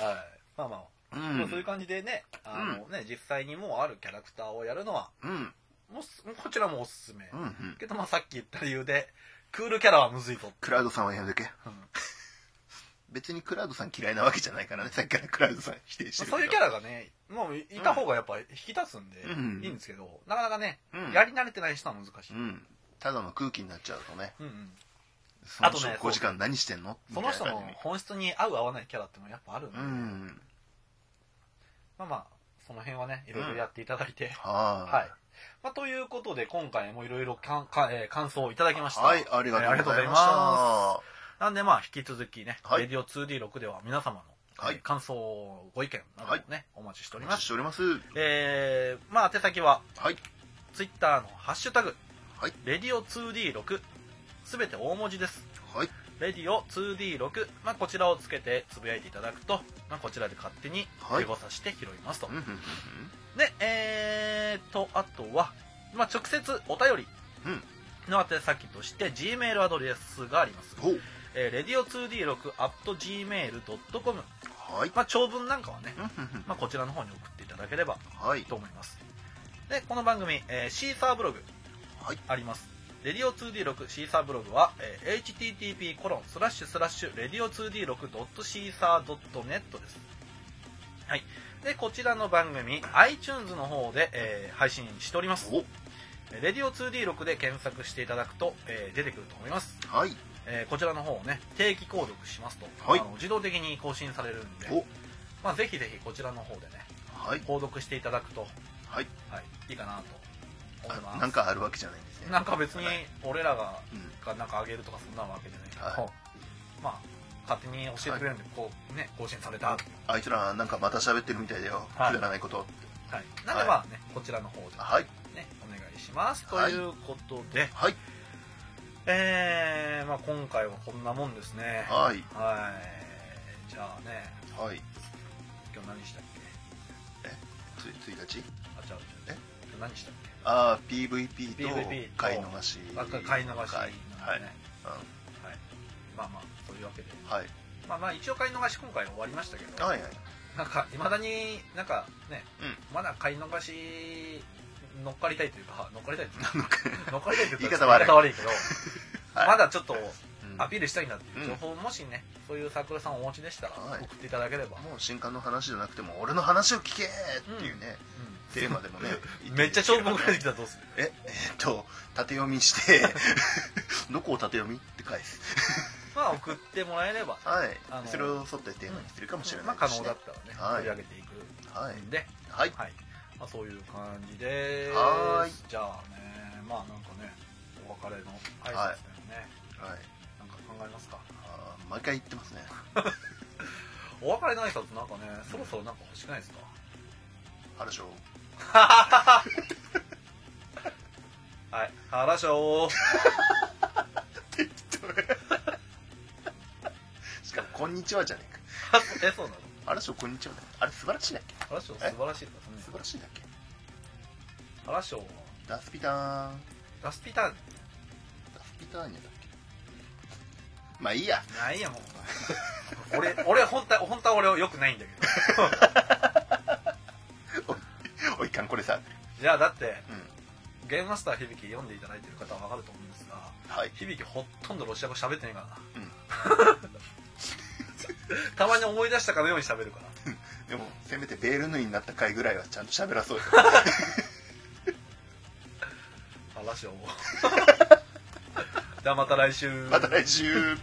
A: はい。まあまあ、
B: ど
A: まあそういう感じでね、あのね、実際にもうあるキャラクターをやるのは、
B: うんうん
A: もうすこちらもおすすめ。
B: うんうん
A: けどまあさっき言った理由で、クールキャラはむずいぞ。
B: クラウドさんはやめとけ、
A: ん
B: 別にクラウドさん嫌いなわけじゃないからねさっきからクラウドさん否定してるけど
A: そういうキャラがね、もういた方がやっぱ引き立つんで、
B: うん
A: いいんですけど、なかなかね、
B: うん
A: やり慣れてない人は難しい。
B: うんただの空気になっちゃうとね
A: うんうん
B: その
A: あとね
B: 5時間何してんのみ
A: そ
B: た
A: の
B: いな
A: 人
B: 感
A: の
B: じに
A: 本質に合う合わないキャラってのもやっぱあるんで、
B: うん
A: まあまあ、その辺はね、いろいろやっていただいて。
B: は
A: はい。まあ、ということで、今回もいろいろかんか、えー感想をいただきました。
B: はい、ありがと
A: えー
B: うございまし
A: ありがとうございます
B: た。
A: なんでまあ引き続きね、
B: はい
A: レディオ 2D6 では皆様の、
B: はい
A: えー感想、ご意見などもね、お待ちしてお
B: お
A: りま
B: 待ち
A: す。
B: しております。
A: えー、まあ宛先は
B: はい、
A: Twitter のハッシュタグ、
B: はい
A: レディオ 2D6、すべて大文字です。
B: はい、
A: レディオ 2D6、まあ、こちらをつけてつぶやいていただくと、まあ、こちらで勝手に
B: はい
A: エゴさせて拾いますと。
B: うんうんうん
A: で、えーと、あとは、まあ、直接お便
B: う
A: りの宛先として Gmail アドレスがあります。
B: ほう、
A: えー、radio2d6.gmail.com、
B: はい、
A: まあ、長文なんかはね、
B: うんうんうん
A: まあ、こちらの方に送っていただければ
B: はい、
A: と思いますでこの番組、えーシーサーブログ
B: はい
A: あります、radio2d6 シーサーブログは、えー http コロンスラッシュスラッシュ radio2d6.caesar.net ですはいでこちらの番組 iTunes の方で、えー配信しております
B: お
A: えー radio2d6 で検索していただくと、えー出てくると思います
B: はい、
A: えーこちらの方をね定期購読しますと、
B: はい
A: あの自動的に更新されるんで
B: お、
A: まあ、ぜひぜひこちらの方でね
B: はい、
A: 購読していただくと、
B: はい、
A: はい、いいかなと思いま
B: あ
A: す
B: なんかあるわけじゃないんですね。
A: なんか別に俺らが
B: うん、
A: がなんかあげるとかそんなわけじゃないけど、
B: は
A: まあ勝手に教えてくれるんで、こうね更新された、はい、
B: あいつらなんかまた喋ってるみたいだよ。
A: はい
B: くだらないこと。
A: なのでまあねこちらの方で
B: はい、
A: ねお願いしますと
B: はい
A: いうことで、
B: はい、
A: えーまあ、今回はこんなもんですね
B: はい、
A: はいじゃあね
B: はい。
A: 今日何したっけ
B: つ1日
A: あ、ちゃう
B: え
A: 今日何したっけ
B: ああ、PVP と
A: PVP と
B: 買い逃し。
A: あか買い逃しなんでね、
B: はい、はい、
A: はいまあまあそういうわけで
B: はい、
A: まあまあ一応買い逃し今回終わりましたけど、
B: はい、はい。
A: なんかいまだになんかね、
B: う
A: まだ買い逃し乗っかりたいというか乗っかりたいと いうか乗っかりたいというか
B: 言い方悪い
A: けど、
B: はい
A: まだちょっと
B: うん
A: アピールしたいなっていう
B: うん
A: 情報をもしねそういう桜さんお持ちでしたら
B: はい
A: 送っていただければ、
B: もう新刊の話じゃなくても、俺の話を聞けっていうね、テーマで もね。
A: うんめっちゃ長文が出てきたらどうする
B: え、えーっと、縦読 みして、どこを縦読みって返す。
A: まあ送ってもらえれば、
B: はい
A: あの。
B: それを沿ってテーマにするかもしれな
A: まあ
B: い
A: 可
B: し
A: 能
B: ね
A: だったらね、
B: はい
A: 取り上げていく
B: はい。
A: んで、
B: はい。
A: はい。まあ、そういう感じです。
B: はーい
A: じゃあね、まあなんかね、お別れの挨拶だよね。
B: はい。
A: なんか考えますか。
B: あー毎回言ってますね。
A: お別れの挨拶なんかね、そろそろなんか欲しくないですか
B: あるでしょ
A: はい。原賞
B: しかも、こんにちはじゃねえか。
A: え、そうなの
B: あれでしょ、こんにちはだよあれ、素晴らしいだっけ
A: 原賞素晴らしいですね
B: 素。晴らしいだっけ
A: 原賞は
B: ダスピターン。
A: ラスピター
B: ダスピターニャだっけまあいいや。
A: ないやもう。俺、俺、本当は、本当は俺良くないんだけど。
B: おいかん、これさ。
A: じゃあだって、
B: うん。
A: ゲームマスター響き読んでいただいてる方はわかると思うんですが、
B: はい。
A: 響きほとんどロシア語喋ってねえからな。
B: うん
A: たまに思い出したかのように喋るから。
B: でも、せめてベール縫いになった回ぐらいはちゃんと喋らそうよ。
A: 話を じゃあまた来週。
B: また来週